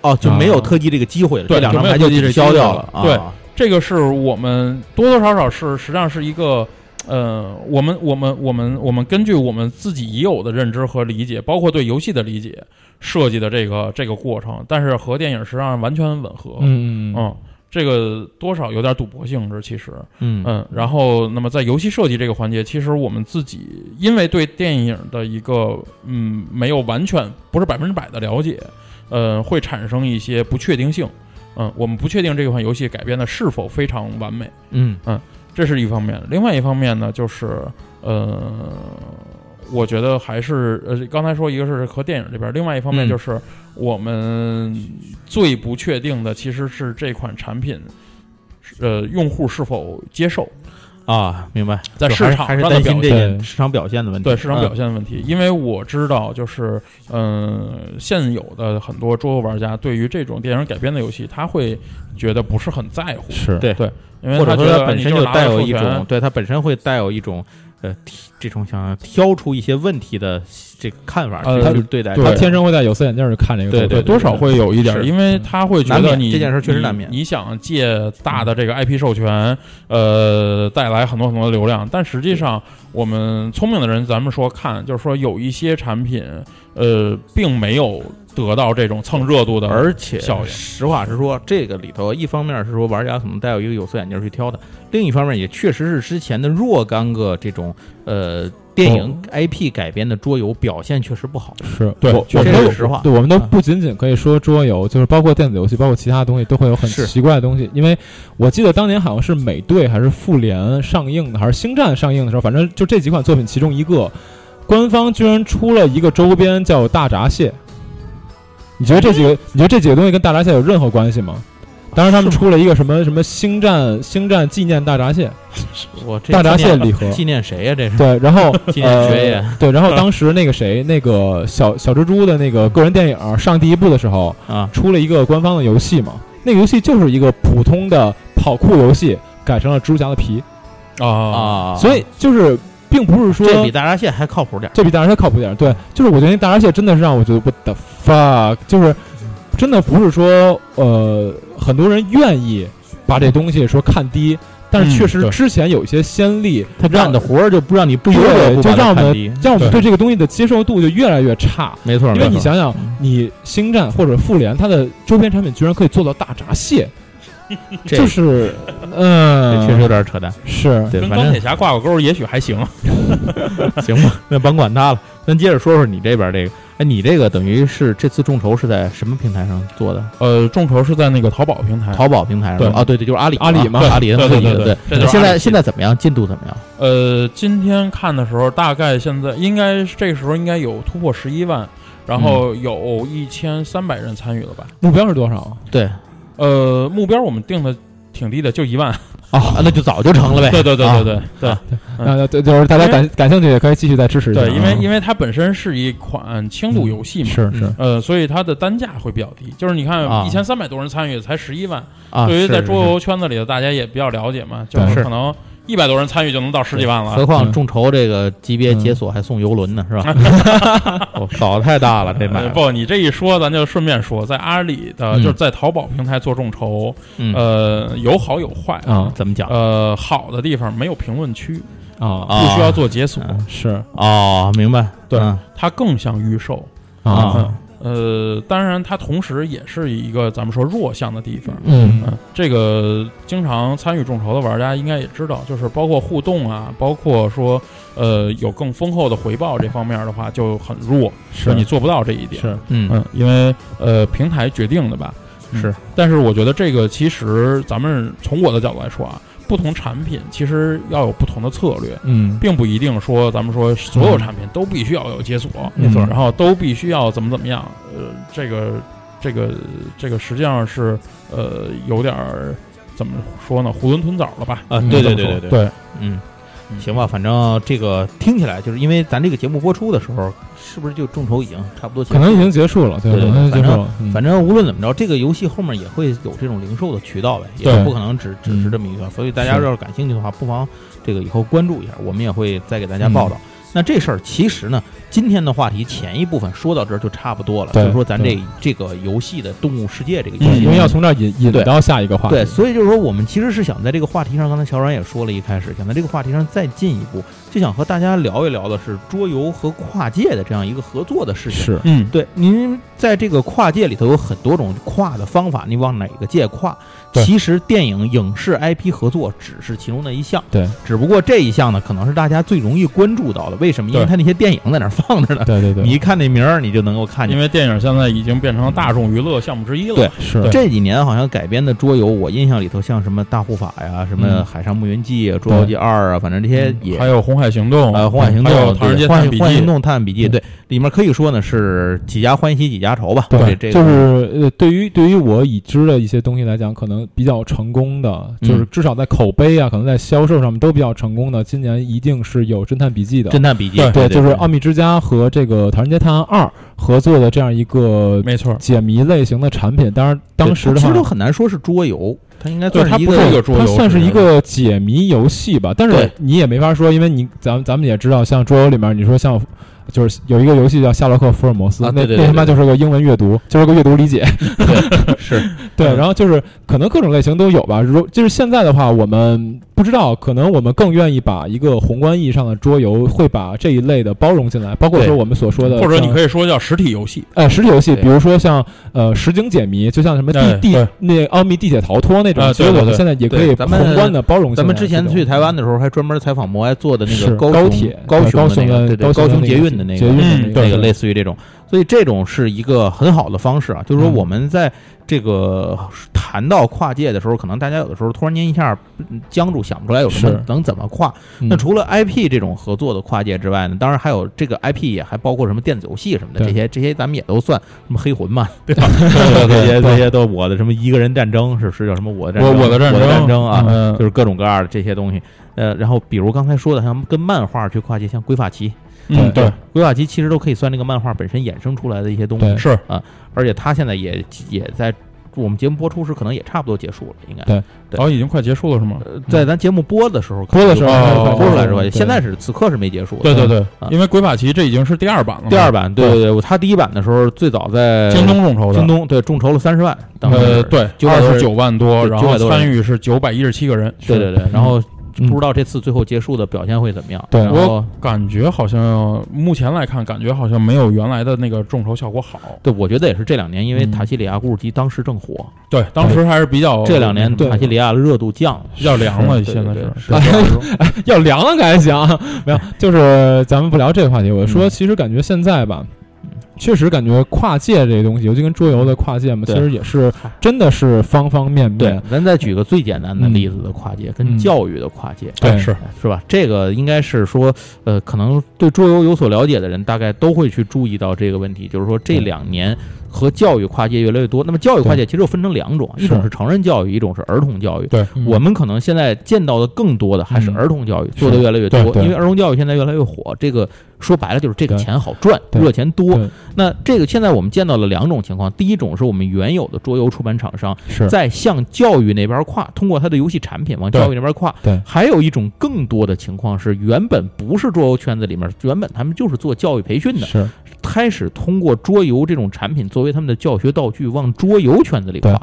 [SPEAKER 3] 哦，就没有特技这个机会了，这
[SPEAKER 4] 对
[SPEAKER 3] 两张
[SPEAKER 4] 就没有
[SPEAKER 3] 牌就
[SPEAKER 4] 特技
[SPEAKER 3] 取
[SPEAKER 4] 这个
[SPEAKER 3] 消
[SPEAKER 4] 机会
[SPEAKER 3] 掉
[SPEAKER 4] 了
[SPEAKER 3] 啊
[SPEAKER 4] 对这个是我们多多少少是实际上是一个。呃，我们我们我们我们根据我们自己已有的认知和理解，包括对游戏的理解设计的这个这个过程，但是和电影实际上完全吻合。
[SPEAKER 2] 嗯嗯嗯，
[SPEAKER 4] 嗯这个多少有点赌博性质，其实。
[SPEAKER 3] 嗯
[SPEAKER 4] 嗯，然后那么在游戏设计这个环节，其实我们自己因为对电影的一个嗯没有完全不是百分之百的了解，呃，会产生一些不确定性。嗯，我们不确定这款游戏改编的是否非常完美，
[SPEAKER 3] 嗯
[SPEAKER 4] 这是一方面。另外一方面呢，就是呃，我觉得还是呃，刚才说一个是和电影这边，另外一方面
[SPEAKER 3] 嗯
[SPEAKER 4] 就是我们最不确定的其实是这款产品，呃，用户是否接受。
[SPEAKER 3] 啊，明白，
[SPEAKER 4] 在
[SPEAKER 3] 就
[SPEAKER 4] 市
[SPEAKER 3] 还是
[SPEAKER 4] 场
[SPEAKER 3] 还是
[SPEAKER 4] 上的
[SPEAKER 3] 担心
[SPEAKER 4] 表
[SPEAKER 3] 这
[SPEAKER 2] 现
[SPEAKER 3] 件市场表现的问题，
[SPEAKER 4] 对市
[SPEAKER 3] 嗯
[SPEAKER 4] 场表现的问题，因为我知道，就是嗯、呃现有的很多桌游玩家对于这种电影改编的游戏，他会觉得不是很在乎，
[SPEAKER 2] 是
[SPEAKER 3] 对
[SPEAKER 4] 因为
[SPEAKER 3] 或者
[SPEAKER 4] 他觉
[SPEAKER 3] 说
[SPEAKER 4] 得
[SPEAKER 3] 它本
[SPEAKER 4] 你
[SPEAKER 3] 身
[SPEAKER 4] 就拿
[SPEAKER 3] 带
[SPEAKER 4] 了
[SPEAKER 3] 有
[SPEAKER 4] 授
[SPEAKER 3] 一
[SPEAKER 4] 权
[SPEAKER 3] 种，对它本身会带有一种呃提这种想要挑出一些问题的这个看法
[SPEAKER 4] 呃
[SPEAKER 3] 去去对待它
[SPEAKER 2] 他
[SPEAKER 3] 的。
[SPEAKER 2] 天生会戴有色眼镜儿去看这个作品，
[SPEAKER 3] 对对
[SPEAKER 4] 多少会有一点儿，
[SPEAKER 3] 是
[SPEAKER 4] 因为他会觉
[SPEAKER 3] 难
[SPEAKER 4] 得
[SPEAKER 3] 免
[SPEAKER 4] 你
[SPEAKER 3] 这件事确实难免
[SPEAKER 4] 你。你想借大的这个 IP 授权，呃，带来很多很多的流量，但实际上我们聪明的人，咱们说看，就是说有一些产品，呃，并没有得到这种蹭热度的，
[SPEAKER 3] 而且
[SPEAKER 4] 效，应
[SPEAKER 3] 实话实说，这个里头一方面是说玩家可能带有一个有色眼镜去挑的，另一方面也确实是之前的若干个这种呃电影 IP 改编的桌游表现确实不好。
[SPEAKER 2] 是
[SPEAKER 4] 哦对
[SPEAKER 2] 我
[SPEAKER 4] 确
[SPEAKER 2] 我
[SPEAKER 4] 实
[SPEAKER 2] 们都
[SPEAKER 3] 是实话
[SPEAKER 2] 对，我们都
[SPEAKER 3] 啊
[SPEAKER 2] 不仅仅可以说桌游，就是包括电子游戏，包括其他东西，都会有很
[SPEAKER 3] 是
[SPEAKER 2] 奇怪的东西。因为我记得当年好像是美队还是复联上映的，还是星战上映的时候，反正就这几款作品其中一个，官方居然出了一个周边叫大闸蟹。你觉得这几个，你觉得这
[SPEAKER 3] 嗯
[SPEAKER 2] 几个东西跟大闸蟹有任何关系吗？当时他们出了一个什么什么星战星战纪念大闸蟹，
[SPEAKER 3] 我这
[SPEAKER 2] 大闸
[SPEAKER 3] 纪念
[SPEAKER 2] 蟹礼盒
[SPEAKER 3] 纪念谁呀、这是
[SPEAKER 2] 对，然后
[SPEAKER 3] 纪念爵爷
[SPEAKER 2] 呃对，然后当时那个谁，那个小小蜘蛛的那个个人电影上第一部的时候，
[SPEAKER 3] 啊
[SPEAKER 2] 出了一个官方的游戏嘛，那个游戏就是一个普通的跑酷游戏，改成了蜘蛛侠的皮，
[SPEAKER 4] 啊
[SPEAKER 3] 啊！
[SPEAKER 2] 所以就是并不是说
[SPEAKER 3] 这比大闸蟹还靠谱点儿。
[SPEAKER 2] 这比大闸蟹靠谱点儿。对，就是我觉得那大闸蟹真的是让我觉得 what the fuck，就是真的不是说呃很多人愿意把这东西说看低，但是
[SPEAKER 4] 嗯
[SPEAKER 2] 确实
[SPEAKER 4] 对
[SPEAKER 2] 之前有一些先例，
[SPEAKER 3] 他干的活儿就不让你不由得
[SPEAKER 2] 对，
[SPEAKER 3] 不
[SPEAKER 2] 就
[SPEAKER 3] 把
[SPEAKER 2] 让我
[SPEAKER 3] 它看
[SPEAKER 2] 们
[SPEAKER 3] 低。
[SPEAKER 2] 让我们
[SPEAKER 4] 对
[SPEAKER 2] 对这个东西的接受度就越来越差。
[SPEAKER 3] 没错，
[SPEAKER 2] 因为
[SPEAKER 3] 没
[SPEAKER 2] 你
[SPEAKER 3] 错
[SPEAKER 2] 想想，你星战或者复联，它的周边产品居然可以做到大闸 蟹，
[SPEAKER 3] 这
[SPEAKER 2] 就是，嗯，
[SPEAKER 3] 这确实有点扯淡。
[SPEAKER 2] 是，
[SPEAKER 3] 对，
[SPEAKER 4] 嗯跟
[SPEAKER 3] 反
[SPEAKER 4] 钢铁
[SPEAKER 3] 正
[SPEAKER 4] 侠挂个钩，也许还行。
[SPEAKER 3] 行 吧，那甭管他了。咱接着说说你这边这个，哎，你这个等于是这次众筹是在什么平台上做的？
[SPEAKER 4] 呃，众筹是在那个淘宝平台，
[SPEAKER 3] 淘宝平台上
[SPEAKER 4] 对
[SPEAKER 3] 啊，对对，就是阿里
[SPEAKER 2] 阿里嘛
[SPEAKER 3] 啊阿里的
[SPEAKER 4] 对
[SPEAKER 3] 自
[SPEAKER 4] 对
[SPEAKER 3] 己的
[SPEAKER 4] 对
[SPEAKER 3] 对
[SPEAKER 4] 对。这就是
[SPEAKER 3] 那现
[SPEAKER 4] 阿
[SPEAKER 3] 在
[SPEAKER 4] 里
[SPEAKER 3] 现在怎么样？进度怎么样？
[SPEAKER 4] 呃，今天看的时候，大概现在应该是这个时候应该有突破十一万，然后有一千三百人参与了吧？
[SPEAKER 2] 目标是多少？啊
[SPEAKER 3] 对，
[SPEAKER 4] 呃，目标我们定的挺低的，就一万。
[SPEAKER 3] 啊，那就早就成了呗。
[SPEAKER 4] 对对对
[SPEAKER 3] 啊
[SPEAKER 4] 对对对
[SPEAKER 3] 嗯
[SPEAKER 2] 那那对，就是大家感感兴趣也可以继续再支持一下啊。
[SPEAKER 4] 对，因为因为它本身是一款轻度游戏嘛，
[SPEAKER 2] 是是
[SPEAKER 3] 嗯
[SPEAKER 4] 呃，所以它的单价会比较低。就是
[SPEAKER 3] 啊
[SPEAKER 4] 你看一千三百多人参与，才十一万，
[SPEAKER 3] 啊，
[SPEAKER 4] 对于
[SPEAKER 3] 是
[SPEAKER 4] 在
[SPEAKER 3] 是
[SPEAKER 4] 桌
[SPEAKER 3] 是
[SPEAKER 4] 游圈子里的大家也比较了解嘛，就
[SPEAKER 2] 对
[SPEAKER 3] 是
[SPEAKER 4] 可能一百多人参与就能到十几万
[SPEAKER 3] 何
[SPEAKER 4] 了。
[SPEAKER 3] 况
[SPEAKER 2] 嗯
[SPEAKER 3] 众筹这个级别
[SPEAKER 4] 嗯
[SPEAKER 3] 解锁还送游轮呢，是 吧？哦搞得太大了，这买
[SPEAKER 4] 呃
[SPEAKER 3] 了
[SPEAKER 4] 不，你这一说，咱就顺便说，在阿里的、
[SPEAKER 3] 嗯
[SPEAKER 4] 就是在淘宝平台做众筹，
[SPEAKER 3] 嗯
[SPEAKER 4] 呃，有好有坏。
[SPEAKER 2] 啊
[SPEAKER 3] 怎么讲？
[SPEAKER 4] 呃，好的地方没有评论区，
[SPEAKER 2] 啊
[SPEAKER 3] 啊
[SPEAKER 2] 啊
[SPEAKER 4] 不需要做解锁，
[SPEAKER 3] 嗯
[SPEAKER 2] 是
[SPEAKER 3] 哦，明白，
[SPEAKER 4] 对
[SPEAKER 3] 嗯
[SPEAKER 4] 它更像预售。
[SPEAKER 2] 啊
[SPEAKER 4] 呃，当然，它同时也是一个咱们说弱项的地方。
[SPEAKER 2] 嗯
[SPEAKER 4] 嗯，这个经常参与众筹的玩家应该也知道，就是包括互动啊，包括说呃有更丰厚的回报这方面的话就很弱，
[SPEAKER 2] 是
[SPEAKER 4] 就你做不到这一点。
[SPEAKER 2] 是
[SPEAKER 3] 嗯
[SPEAKER 4] 嗯，因为呃平台决定的吧。嗯
[SPEAKER 3] 是，
[SPEAKER 4] 但是我觉得这个其实咱们从我的角度来说啊，不同产品其实要有不同的策略，
[SPEAKER 2] 嗯
[SPEAKER 4] 并不一定说咱们说所有
[SPEAKER 2] 嗯
[SPEAKER 4] 产品都必须要有解锁。
[SPEAKER 3] 嗯
[SPEAKER 2] 没错
[SPEAKER 4] 然后都必须要怎么怎么样，呃，这个这个这个实际上是呃有点儿怎么说呢，囫囵吞枣了吧？
[SPEAKER 3] 啊，
[SPEAKER 2] 嗯
[SPEAKER 3] 对
[SPEAKER 4] 这
[SPEAKER 3] 对对
[SPEAKER 4] 么说
[SPEAKER 3] 对
[SPEAKER 4] 对
[SPEAKER 3] 对，嗯，
[SPEAKER 4] 嗯
[SPEAKER 3] 行吧，反正这个听起来就是因为咱这个节目播出的时候，是不是就众筹已经差不多结
[SPEAKER 2] 可
[SPEAKER 3] 束？
[SPEAKER 2] 能已经结束了，对
[SPEAKER 3] 对
[SPEAKER 2] 可
[SPEAKER 3] 对
[SPEAKER 2] 能已经
[SPEAKER 3] 反
[SPEAKER 2] 结
[SPEAKER 3] 正
[SPEAKER 2] 束了，嗯
[SPEAKER 3] 反正无论怎么着，这个游戏后面也会有这种零售的渠道呗，也
[SPEAKER 2] 对
[SPEAKER 3] 不可能只只是这么一个。所以大家
[SPEAKER 2] 是
[SPEAKER 3] 要是感兴趣的话，不妨这个以后关注一下，我们也会再给大家报道。
[SPEAKER 2] 嗯
[SPEAKER 3] 那这事儿其实呢，今天的话题前一部分说到这儿就差不多了，就
[SPEAKER 2] 对
[SPEAKER 3] 是说咱这
[SPEAKER 2] 对
[SPEAKER 3] 这个游戏的动物世界这个游
[SPEAKER 2] 嗯
[SPEAKER 3] 戏，
[SPEAKER 2] 因为要从这儿引引
[SPEAKER 3] 对
[SPEAKER 2] 到下一个话题，
[SPEAKER 3] 对，所以就是说，我们其实是想在这个话题上，刚才小阮也说了一开始，想在这个话题上再进一步，就想和大家聊一聊的是桌游和跨界的这样一个合作的事情。
[SPEAKER 2] 是
[SPEAKER 4] 嗯，
[SPEAKER 3] 对，您在这个跨界里头有很多种跨的方法，你往哪个界跨？
[SPEAKER 2] 对
[SPEAKER 3] 其实电影、影视 IP 合作只是其中的一项，
[SPEAKER 2] 对
[SPEAKER 3] 只不过这一项呢，可能是大家最容易关注到的。为什么？因为
[SPEAKER 4] 对
[SPEAKER 3] 它那些电影在哪儿放着呢？
[SPEAKER 2] 对对对，
[SPEAKER 3] 你一看那名儿，你就能够看见
[SPEAKER 4] 因。为电影现在已经变成大众娱乐项目之一了。
[SPEAKER 3] 对
[SPEAKER 2] 是
[SPEAKER 3] 这几年好像改编的桌游，我印象里头像什么《大护法》呀，什么《
[SPEAKER 2] 嗯
[SPEAKER 3] 海上牧云记》啊，《捉妖记二》啊，反正这些也
[SPEAKER 4] 嗯还有《红海行动》
[SPEAKER 3] 呃《红海行动
[SPEAKER 4] 还有》《
[SPEAKER 3] 对
[SPEAKER 4] 唐人街
[SPEAKER 3] 荒
[SPEAKER 4] 探
[SPEAKER 3] 野
[SPEAKER 4] 案笔记
[SPEAKER 3] 荒野行》动》《探案笔记》
[SPEAKER 2] 嗯
[SPEAKER 3] 对，里面可以说呢是几家欢喜几家愁吧。
[SPEAKER 2] 对，
[SPEAKER 3] 这这
[SPEAKER 2] 就
[SPEAKER 3] 个
[SPEAKER 2] 是呃，对于对于我已知的一些东西来讲，可能比较成功的，就是
[SPEAKER 3] 嗯
[SPEAKER 2] 至少在口碑啊，可能在销售上面都比较成功的，今年一定是有《侦探笔记》的
[SPEAKER 3] 《侦。探笔记》
[SPEAKER 2] 对，
[SPEAKER 3] 对，
[SPEAKER 2] 就是《奥秘之家》和这个《唐人街探案二》合作的这样一个
[SPEAKER 4] 没错，
[SPEAKER 2] 解谜类型的产品。当然，当时的
[SPEAKER 3] 其
[SPEAKER 2] 话
[SPEAKER 3] 实，都很难说是桌游，它应该
[SPEAKER 4] 对
[SPEAKER 3] 算
[SPEAKER 4] 它
[SPEAKER 3] 一
[SPEAKER 4] 不是一
[SPEAKER 3] 个
[SPEAKER 4] 个桌
[SPEAKER 2] 它
[SPEAKER 4] 游，
[SPEAKER 2] 算是一个解谜游戏吧，但是
[SPEAKER 3] 对
[SPEAKER 2] 你也没法说，因为你咱们咱们也知道，像桌游里面，你说像就是有一个游戏叫《夏洛克·福尔摩斯》，
[SPEAKER 3] 啊
[SPEAKER 2] 那
[SPEAKER 3] 对对
[SPEAKER 2] 那
[SPEAKER 3] 对
[SPEAKER 2] 他妈就是个英文阅读，就是个阅读理解。
[SPEAKER 3] 是
[SPEAKER 2] 对，
[SPEAKER 4] 嗯
[SPEAKER 2] 然后就是可能各种类型都有吧。如就是现在的话，我们不知道，可能我们更愿意把一个宏观意义上的桌游会把这一类的包容进来，包括
[SPEAKER 3] 对
[SPEAKER 2] 说我们所说的，
[SPEAKER 4] 或者你
[SPEAKER 2] 以
[SPEAKER 4] 可以说叫实体游戏。
[SPEAKER 2] 呃实体游戏，
[SPEAKER 3] 对
[SPEAKER 2] 比如说像呃实景解谜，就像什么地
[SPEAKER 4] 哎
[SPEAKER 2] 地
[SPEAKER 4] 对
[SPEAKER 2] 那奥秘地铁逃脱那种，
[SPEAKER 4] 啊
[SPEAKER 2] 其
[SPEAKER 4] 对
[SPEAKER 2] 实我们
[SPEAKER 4] 对对
[SPEAKER 2] 现在也可以
[SPEAKER 3] 对咱们
[SPEAKER 2] 宏观的包容进来这种。
[SPEAKER 3] 咱们之前去台湾的时候，还专门采访摩埃做的那
[SPEAKER 2] 是
[SPEAKER 3] 个高
[SPEAKER 2] 高
[SPEAKER 3] 雄
[SPEAKER 2] 铁
[SPEAKER 3] 高
[SPEAKER 2] 对
[SPEAKER 3] 雄的那个
[SPEAKER 2] 的
[SPEAKER 3] 对对
[SPEAKER 2] 高
[SPEAKER 3] 高
[SPEAKER 2] 雄
[SPEAKER 3] 雄
[SPEAKER 2] 的
[SPEAKER 3] 捷运的
[SPEAKER 2] 那个
[SPEAKER 3] 那个
[SPEAKER 2] 捷运
[SPEAKER 4] 嗯
[SPEAKER 2] 的
[SPEAKER 3] 那
[SPEAKER 2] 那
[SPEAKER 3] 个
[SPEAKER 2] 个
[SPEAKER 3] 类似于这种，所以这种是一个很好的方式啊。就是说，
[SPEAKER 2] 嗯
[SPEAKER 3] 我们在这个谈到跨界的时候，可能大家有的时候突然间一下嗯僵住，想不出来有什么
[SPEAKER 2] 是
[SPEAKER 3] 能怎么跨。
[SPEAKER 2] 嗯
[SPEAKER 3] 那除了 IP 这种合作的跨界之外呢，当然还有这个 IP 也还包括什么电子游戏什么的，
[SPEAKER 2] 对
[SPEAKER 3] 这些这些咱们也都算什么黑魂嘛，对吧？
[SPEAKER 2] 对
[SPEAKER 3] 这些
[SPEAKER 2] 对
[SPEAKER 3] 这些都我的什么一个人战争是是叫什么我的
[SPEAKER 4] 我
[SPEAKER 3] 我
[SPEAKER 4] 我的战
[SPEAKER 3] 战
[SPEAKER 4] 争
[SPEAKER 3] 战争啊，
[SPEAKER 4] 嗯
[SPEAKER 3] 就是各种各样的这些东西。呃，然后比如刚才说的，像跟漫画去跨界，像《鬼法奇》，
[SPEAKER 4] 嗯，对，
[SPEAKER 3] 鬼法奇其实都可以算这个漫画本身衍生出来的一些东
[SPEAKER 2] 对
[SPEAKER 3] 西，
[SPEAKER 4] 是
[SPEAKER 3] 而且它现在也也在我们节目播出时，可能也差不多结束了，应该
[SPEAKER 2] 对。
[SPEAKER 3] 对
[SPEAKER 4] 哦，已经快结束了是吗？
[SPEAKER 3] 呃在咱节目播的时候，
[SPEAKER 2] 播的时候
[SPEAKER 3] 哦
[SPEAKER 4] 播
[SPEAKER 3] 播
[SPEAKER 4] 出
[SPEAKER 3] 出
[SPEAKER 4] 来
[SPEAKER 3] 来
[SPEAKER 2] 是
[SPEAKER 3] 是
[SPEAKER 2] 吧
[SPEAKER 3] 吧？
[SPEAKER 2] 对
[SPEAKER 3] 现在是此刻是没结束的。
[SPEAKER 4] 对对对
[SPEAKER 3] 啊，
[SPEAKER 4] 因为《鬼法奇》这已经是第二版了嘛，
[SPEAKER 3] 第二版，对
[SPEAKER 4] 对
[SPEAKER 3] 对对，它第一版的时候最早在
[SPEAKER 4] 京东众筹的
[SPEAKER 3] 京，东对众筹了三十万，当时
[SPEAKER 4] 呃，对，
[SPEAKER 3] 900
[SPEAKER 4] 二
[SPEAKER 3] 多
[SPEAKER 4] 十
[SPEAKER 3] 人
[SPEAKER 4] 九万多，
[SPEAKER 3] 对
[SPEAKER 4] 然后
[SPEAKER 3] 900多人
[SPEAKER 4] 参与是九百一十七个人，
[SPEAKER 3] 对对对，然后
[SPEAKER 2] 嗯
[SPEAKER 3] 不知道这次最后结束的表现会怎么样。
[SPEAKER 2] 对
[SPEAKER 3] 然后
[SPEAKER 4] 我感觉好像目前来看，感觉好像没有原来的那个众筹效果好。
[SPEAKER 3] 对，我觉得也是这两年，因为
[SPEAKER 2] 嗯
[SPEAKER 3] 塔西里亚故事集当时正火，
[SPEAKER 4] 对，当时还是比较
[SPEAKER 3] 这两年
[SPEAKER 2] 对
[SPEAKER 3] 塔西里亚的热度降了。
[SPEAKER 4] 哦比较凉了，现在
[SPEAKER 3] 对
[SPEAKER 4] 是
[SPEAKER 3] 对
[SPEAKER 4] 是这样说
[SPEAKER 2] 要凉了该行，没有，就是咱们不聊这个话题。我说，
[SPEAKER 3] 嗯
[SPEAKER 2] 其实感觉现在吧，确实感觉跨界这东西，尤其跟桌游的跨界嘛，其
[SPEAKER 3] 对
[SPEAKER 2] 实也是真的是方方面
[SPEAKER 3] 对
[SPEAKER 2] 面。，
[SPEAKER 3] 嗯咱再举个最简单的例子的跨界，跟
[SPEAKER 2] 嗯
[SPEAKER 3] 教育的跨界，
[SPEAKER 2] 对
[SPEAKER 4] 哎是
[SPEAKER 3] 是吧？这个应该是说，呃，可能对桌游有所了解的人，大概都会去注意到这个问题，就是说这
[SPEAKER 2] 对
[SPEAKER 3] 两年和教育跨界越来越多。那么教育跨界其实又分成两种，
[SPEAKER 4] 是
[SPEAKER 3] 一种是成人教育，一种是儿童教育。
[SPEAKER 4] 对，
[SPEAKER 2] 嗯
[SPEAKER 3] 我们可能现在见到的更多的还是
[SPEAKER 4] 嗯
[SPEAKER 3] 儿童教育
[SPEAKER 4] 是
[SPEAKER 3] 做的越来越多
[SPEAKER 4] 对，对
[SPEAKER 3] 因为儿童教育现在越来越火。这个说白了就是这个
[SPEAKER 2] 对
[SPEAKER 3] 钱好赚，
[SPEAKER 2] 对
[SPEAKER 3] 热钱多
[SPEAKER 2] 对。
[SPEAKER 3] 那这个现在我们见到了两种情况，第一种是我们原有的桌游出版厂商
[SPEAKER 2] 是
[SPEAKER 3] 在向教育那边跨，通过它的游戏产品往
[SPEAKER 4] 对
[SPEAKER 3] 教育那边跨。
[SPEAKER 2] 对
[SPEAKER 3] 还有一种更多的情况是，原本不是桌游圈子里面，原本他们就是做教育培训的，
[SPEAKER 2] 是
[SPEAKER 3] 开始通过桌游这种产品作为他们的教学道具，往桌游圈子里跨。哎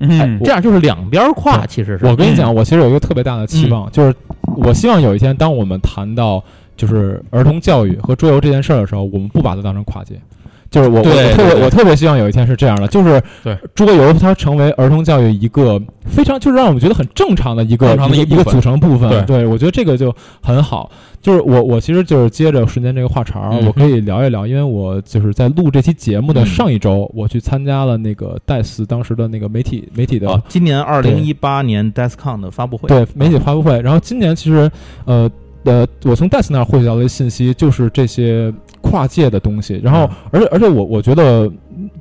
[SPEAKER 4] 嗯，
[SPEAKER 3] 这样就是两边跨，
[SPEAKER 2] 对
[SPEAKER 3] 其实是
[SPEAKER 2] 我跟你讲，我其实有一个特别大的期望，就是我希望有一天，当我们谈到就是儿童教育和桌游这件事儿的时候，我们不把它当成跨界。就是我，我
[SPEAKER 3] 对
[SPEAKER 2] 特
[SPEAKER 3] 对对
[SPEAKER 2] 别，我特别希望有一天是这样的，就是
[SPEAKER 4] 对
[SPEAKER 2] 桌游它成为儿童教育一个非常，就是让我们觉得很正常的一个
[SPEAKER 4] 正常的
[SPEAKER 2] 一
[SPEAKER 4] 一部
[SPEAKER 2] 个一个
[SPEAKER 4] 分
[SPEAKER 2] 组成部分。
[SPEAKER 4] 对
[SPEAKER 2] 我觉得这个就很好。就是我，我其实就是接着瞬间这个话茬儿，
[SPEAKER 3] 嗯
[SPEAKER 2] 我可以聊一聊，因为我就是在录这期节目的
[SPEAKER 3] 嗯
[SPEAKER 2] 上一周，我去参加了那个戴斯当时的那个媒体媒体的
[SPEAKER 3] 啊，今年二零一八年 DESCON 的发布会，
[SPEAKER 2] 对媒体发布会。然后今年其实，呃呃，我从戴斯那儿获取到的信息就是这些跨界的东西。然后，而且而且我我觉得，嗯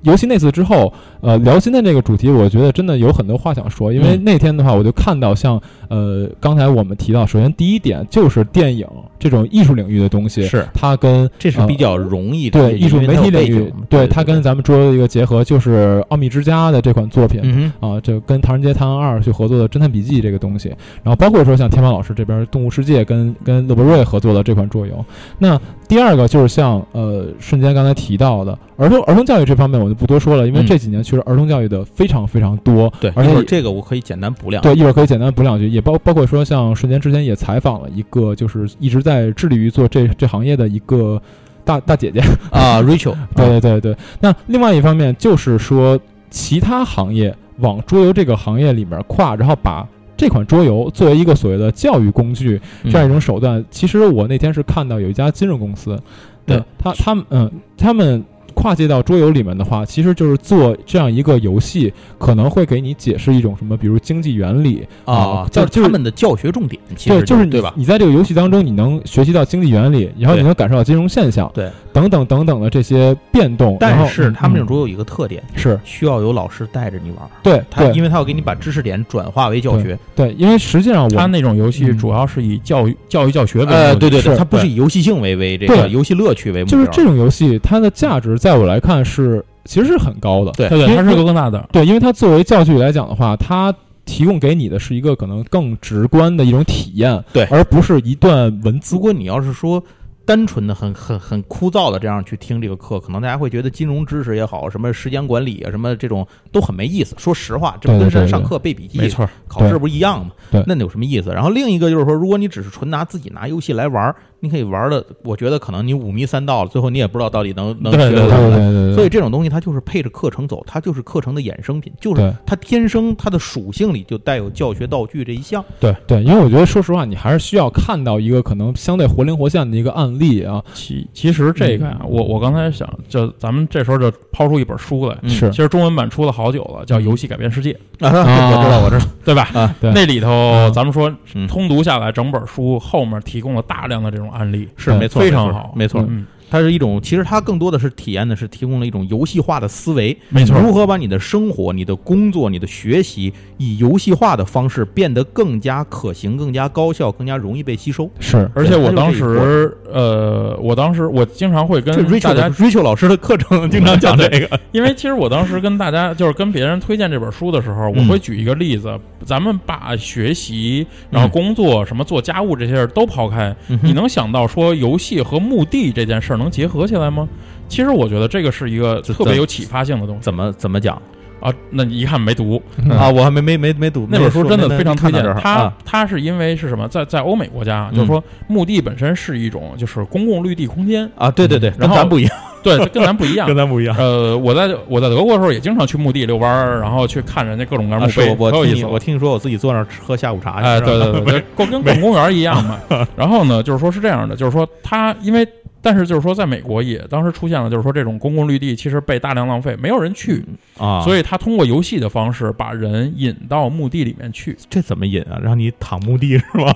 [SPEAKER 2] 尤其那次之后，呃，聊今天这个主题，我觉得真的有很多话想说，因为
[SPEAKER 3] 嗯
[SPEAKER 2] 那天的话，我就看到像呃刚才我们提到，首先第一点就是电影这种艺术领域的东西，
[SPEAKER 3] 是
[SPEAKER 2] 它跟
[SPEAKER 3] 这是比较容易
[SPEAKER 2] 啊对艺术媒体领域
[SPEAKER 3] 域，，
[SPEAKER 2] 对它跟咱们桌游的一个结合，就是《奥秘之家》的这款作品，
[SPEAKER 3] 嗯哼
[SPEAKER 2] 啊，这跟《唐人街探案二》去合作的《侦探笔记》这个东西，然后包括说像天马老师这边《动物世界跟》跟乐博瑞合作的这款桌游。那第二个就是像呃瞬间刚才提到的儿童儿童教育这方面，我就不多说了，因为
[SPEAKER 3] 嗯
[SPEAKER 2] 这几年确实儿童教育的非常非常多，
[SPEAKER 3] 对，
[SPEAKER 2] 而且
[SPEAKER 3] 一会儿这个我可以简单补两句
[SPEAKER 2] 对，一会儿可以简单补两句，也包包括说，像瞬间之前也采访了一个，就是一直在致力于做这这行业的一个大大姐姐。
[SPEAKER 3] 啊，Rachel，
[SPEAKER 2] 对对对对。那另外一方面就是说，其他行业往桌游这个行业里面跨，然后把这款桌游作为一个所谓的教育工具
[SPEAKER 3] 嗯
[SPEAKER 2] 这样一种手段。其实我那天是看到有一家金融公司，
[SPEAKER 3] 对
[SPEAKER 2] 呃他他们嗯他们。跨界到桌游里面的话，其实就是做这样一个游戏，可能会给你解释一种什么，比如经济原理，
[SPEAKER 3] 啊
[SPEAKER 2] 啊，
[SPEAKER 3] 就
[SPEAKER 2] 就是是
[SPEAKER 3] 他们的教学重点，其
[SPEAKER 2] 对，
[SPEAKER 3] 实
[SPEAKER 2] 就是你
[SPEAKER 3] 对吧？
[SPEAKER 2] 你在这个游戏当中，你能学习到经济原理，然后
[SPEAKER 3] 对
[SPEAKER 2] 你能感受到金融现象，
[SPEAKER 3] 对，
[SPEAKER 2] 等等等等的这些变动。然
[SPEAKER 3] 但
[SPEAKER 2] 后
[SPEAKER 3] 是
[SPEAKER 2] 嗯
[SPEAKER 3] 他们这
[SPEAKER 2] 嗯
[SPEAKER 3] 种桌游有一个特点，
[SPEAKER 2] 是
[SPEAKER 3] 需要有老师带着你玩儿，
[SPEAKER 2] 对，
[SPEAKER 3] 他因
[SPEAKER 2] 为
[SPEAKER 3] 为他要给你把知识点转化为教学，
[SPEAKER 2] 对，因为实际上我
[SPEAKER 4] 他那种游戏
[SPEAKER 2] 嗯
[SPEAKER 4] 主要是以教育、教育教学为目的
[SPEAKER 3] 呃，对对对，
[SPEAKER 2] 是
[SPEAKER 3] 它不是以游戏性为为这
[SPEAKER 2] 对
[SPEAKER 3] 个游戏乐趣为目
[SPEAKER 2] 就是
[SPEAKER 3] 标，
[SPEAKER 2] 这种游戏，它的价值在我来看是其实是很高的。
[SPEAKER 3] 对
[SPEAKER 4] 对对，
[SPEAKER 2] 因为
[SPEAKER 4] 它是个更大的，
[SPEAKER 2] 对，因为它作为教具来讲的话，它提供给你的是一个可能更直观的一种体验，
[SPEAKER 3] 对
[SPEAKER 2] 而不是一段文字
[SPEAKER 3] 如。果你要是说单纯的、很很很枯燥的这样去听这个课，可能大家会觉得金融知识也好，什么时间管理啊，什么这种都很没意思。说实话，这不
[SPEAKER 2] 对
[SPEAKER 3] 跟
[SPEAKER 2] 对
[SPEAKER 3] 上
[SPEAKER 2] 对
[SPEAKER 3] 上
[SPEAKER 2] 对
[SPEAKER 3] 课背笔记、
[SPEAKER 4] 没错，
[SPEAKER 3] 考试不是一样吗？
[SPEAKER 2] 对
[SPEAKER 3] 那有什么意思？然后另一个就是说，如果你只是纯拿自己拿游戏来玩儿，你可以玩的，我觉得可能你五迷三道了，最后你也不知道到底能能
[SPEAKER 4] 对
[SPEAKER 3] 学
[SPEAKER 2] 对对
[SPEAKER 3] 出什
[SPEAKER 2] 对
[SPEAKER 3] 么。
[SPEAKER 2] 对对，
[SPEAKER 3] 所以这种东西它就是配着课程走，它就是课程的衍生品，就是
[SPEAKER 2] 对
[SPEAKER 3] 它天生它的属性里就带有教学道具这一项。
[SPEAKER 2] 对对，因为我觉得说实话，你还是需要看到一个可能相对活灵活现的一个案例啊。
[SPEAKER 4] 其其实这个呀、
[SPEAKER 3] 嗯
[SPEAKER 4] 我我刚才想，就咱们这时候就抛出一本书来，
[SPEAKER 3] 嗯
[SPEAKER 2] 是
[SPEAKER 4] 其实中文版出了好久了，叫《游戏改变世界》，
[SPEAKER 3] 啊， 我知道，我知道。
[SPEAKER 4] 对吧？
[SPEAKER 3] 嗯啊
[SPEAKER 2] 对
[SPEAKER 4] 那里头咱们说、
[SPEAKER 3] 嗯
[SPEAKER 4] 通读下来，整本书后面提供了大量的这种案例，嗯
[SPEAKER 3] 是没错，
[SPEAKER 4] 非常
[SPEAKER 3] 没错
[SPEAKER 4] 好
[SPEAKER 3] 没错。
[SPEAKER 4] 嗯，
[SPEAKER 3] 它是一种，其实它更多的是体验的是提供了一种游戏化的思维，
[SPEAKER 4] 没错，
[SPEAKER 3] 如何把你的生活、你的工作、你的学习以游戏化的方式变得更加可行、更加高效、更加容易被吸收。
[SPEAKER 2] 是
[SPEAKER 4] 而且我
[SPEAKER 3] 它
[SPEAKER 4] 当
[SPEAKER 3] 就是一个
[SPEAKER 4] 时，呃，我当时我经常会跟
[SPEAKER 3] 这
[SPEAKER 4] 大
[SPEAKER 3] Rachel
[SPEAKER 4] 家
[SPEAKER 3] 的 Rachel 老师的课程经常讲这个，
[SPEAKER 4] 因为其实我当时跟大家就是跟别人推荐这本书的时候，我
[SPEAKER 3] 嗯
[SPEAKER 4] 会举一个例子，咱们把学习、然后
[SPEAKER 3] 嗯
[SPEAKER 4] 工作、什么做家务这些事儿都抛开，你能想到说游戏和墓地这件事儿能结合起来吗？其实我觉得这个是一个
[SPEAKER 3] 这
[SPEAKER 4] 特别有启发性的东西
[SPEAKER 3] 怎么怎么讲
[SPEAKER 4] 啊。那你一看没读
[SPEAKER 2] 嗯
[SPEAKER 3] 啊？我还没没没没读
[SPEAKER 4] 那本书，真的
[SPEAKER 3] 没
[SPEAKER 4] 非常推
[SPEAKER 3] 看到
[SPEAKER 4] 荐
[SPEAKER 3] 这儿。
[SPEAKER 4] 它
[SPEAKER 3] 啊，
[SPEAKER 4] 它是因为是什么？在在欧美国家啊，
[SPEAKER 3] 嗯
[SPEAKER 4] 就是说墓地本身是一种就是公共绿地空间，
[SPEAKER 3] 啊，对对对，
[SPEAKER 4] 嗯然
[SPEAKER 3] 跟
[SPEAKER 4] 后
[SPEAKER 3] 咱不一样，
[SPEAKER 4] 对，这 跟咱不 一样。
[SPEAKER 3] 咱不一样。
[SPEAKER 4] 呃，我在我在德国的时候也经常去墓地遛弯儿，然后去看人家各种各样的
[SPEAKER 3] 啊，
[SPEAKER 4] 墓
[SPEAKER 3] 是
[SPEAKER 4] 碑，
[SPEAKER 3] 我
[SPEAKER 4] 可有
[SPEAKER 3] 我听
[SPEAKER 4] 意
[SPEAKER 3] 你
[SPEAKER 4] 思
[SPEAKER 3] 我
[SPEAKER 4] 了。
[SPEAKER 3] 听你说我自己坐那儿吃喝下午 茶去，
[SPEAKER 4] 哎，
[SPEAKER 3] 是吧
[SPEAKER 4] 对对对，对，跟跟公园儿一样嘛。 然后呢，就是说是这样的，就是说它因为，但是就是说在美国也当时出现了，就是说这种公共绿地其实被大量浪费，没有人去，
[SPEAKER 3] 啊，
[SPEAKER 4] 所
[SPEAKER 3] 以
[SPEAKER 4] 以他通过游戏的方式把人引到墓地里面去。
[SPEAKER 3] 这怎么引啊？让你躺墓地是吗？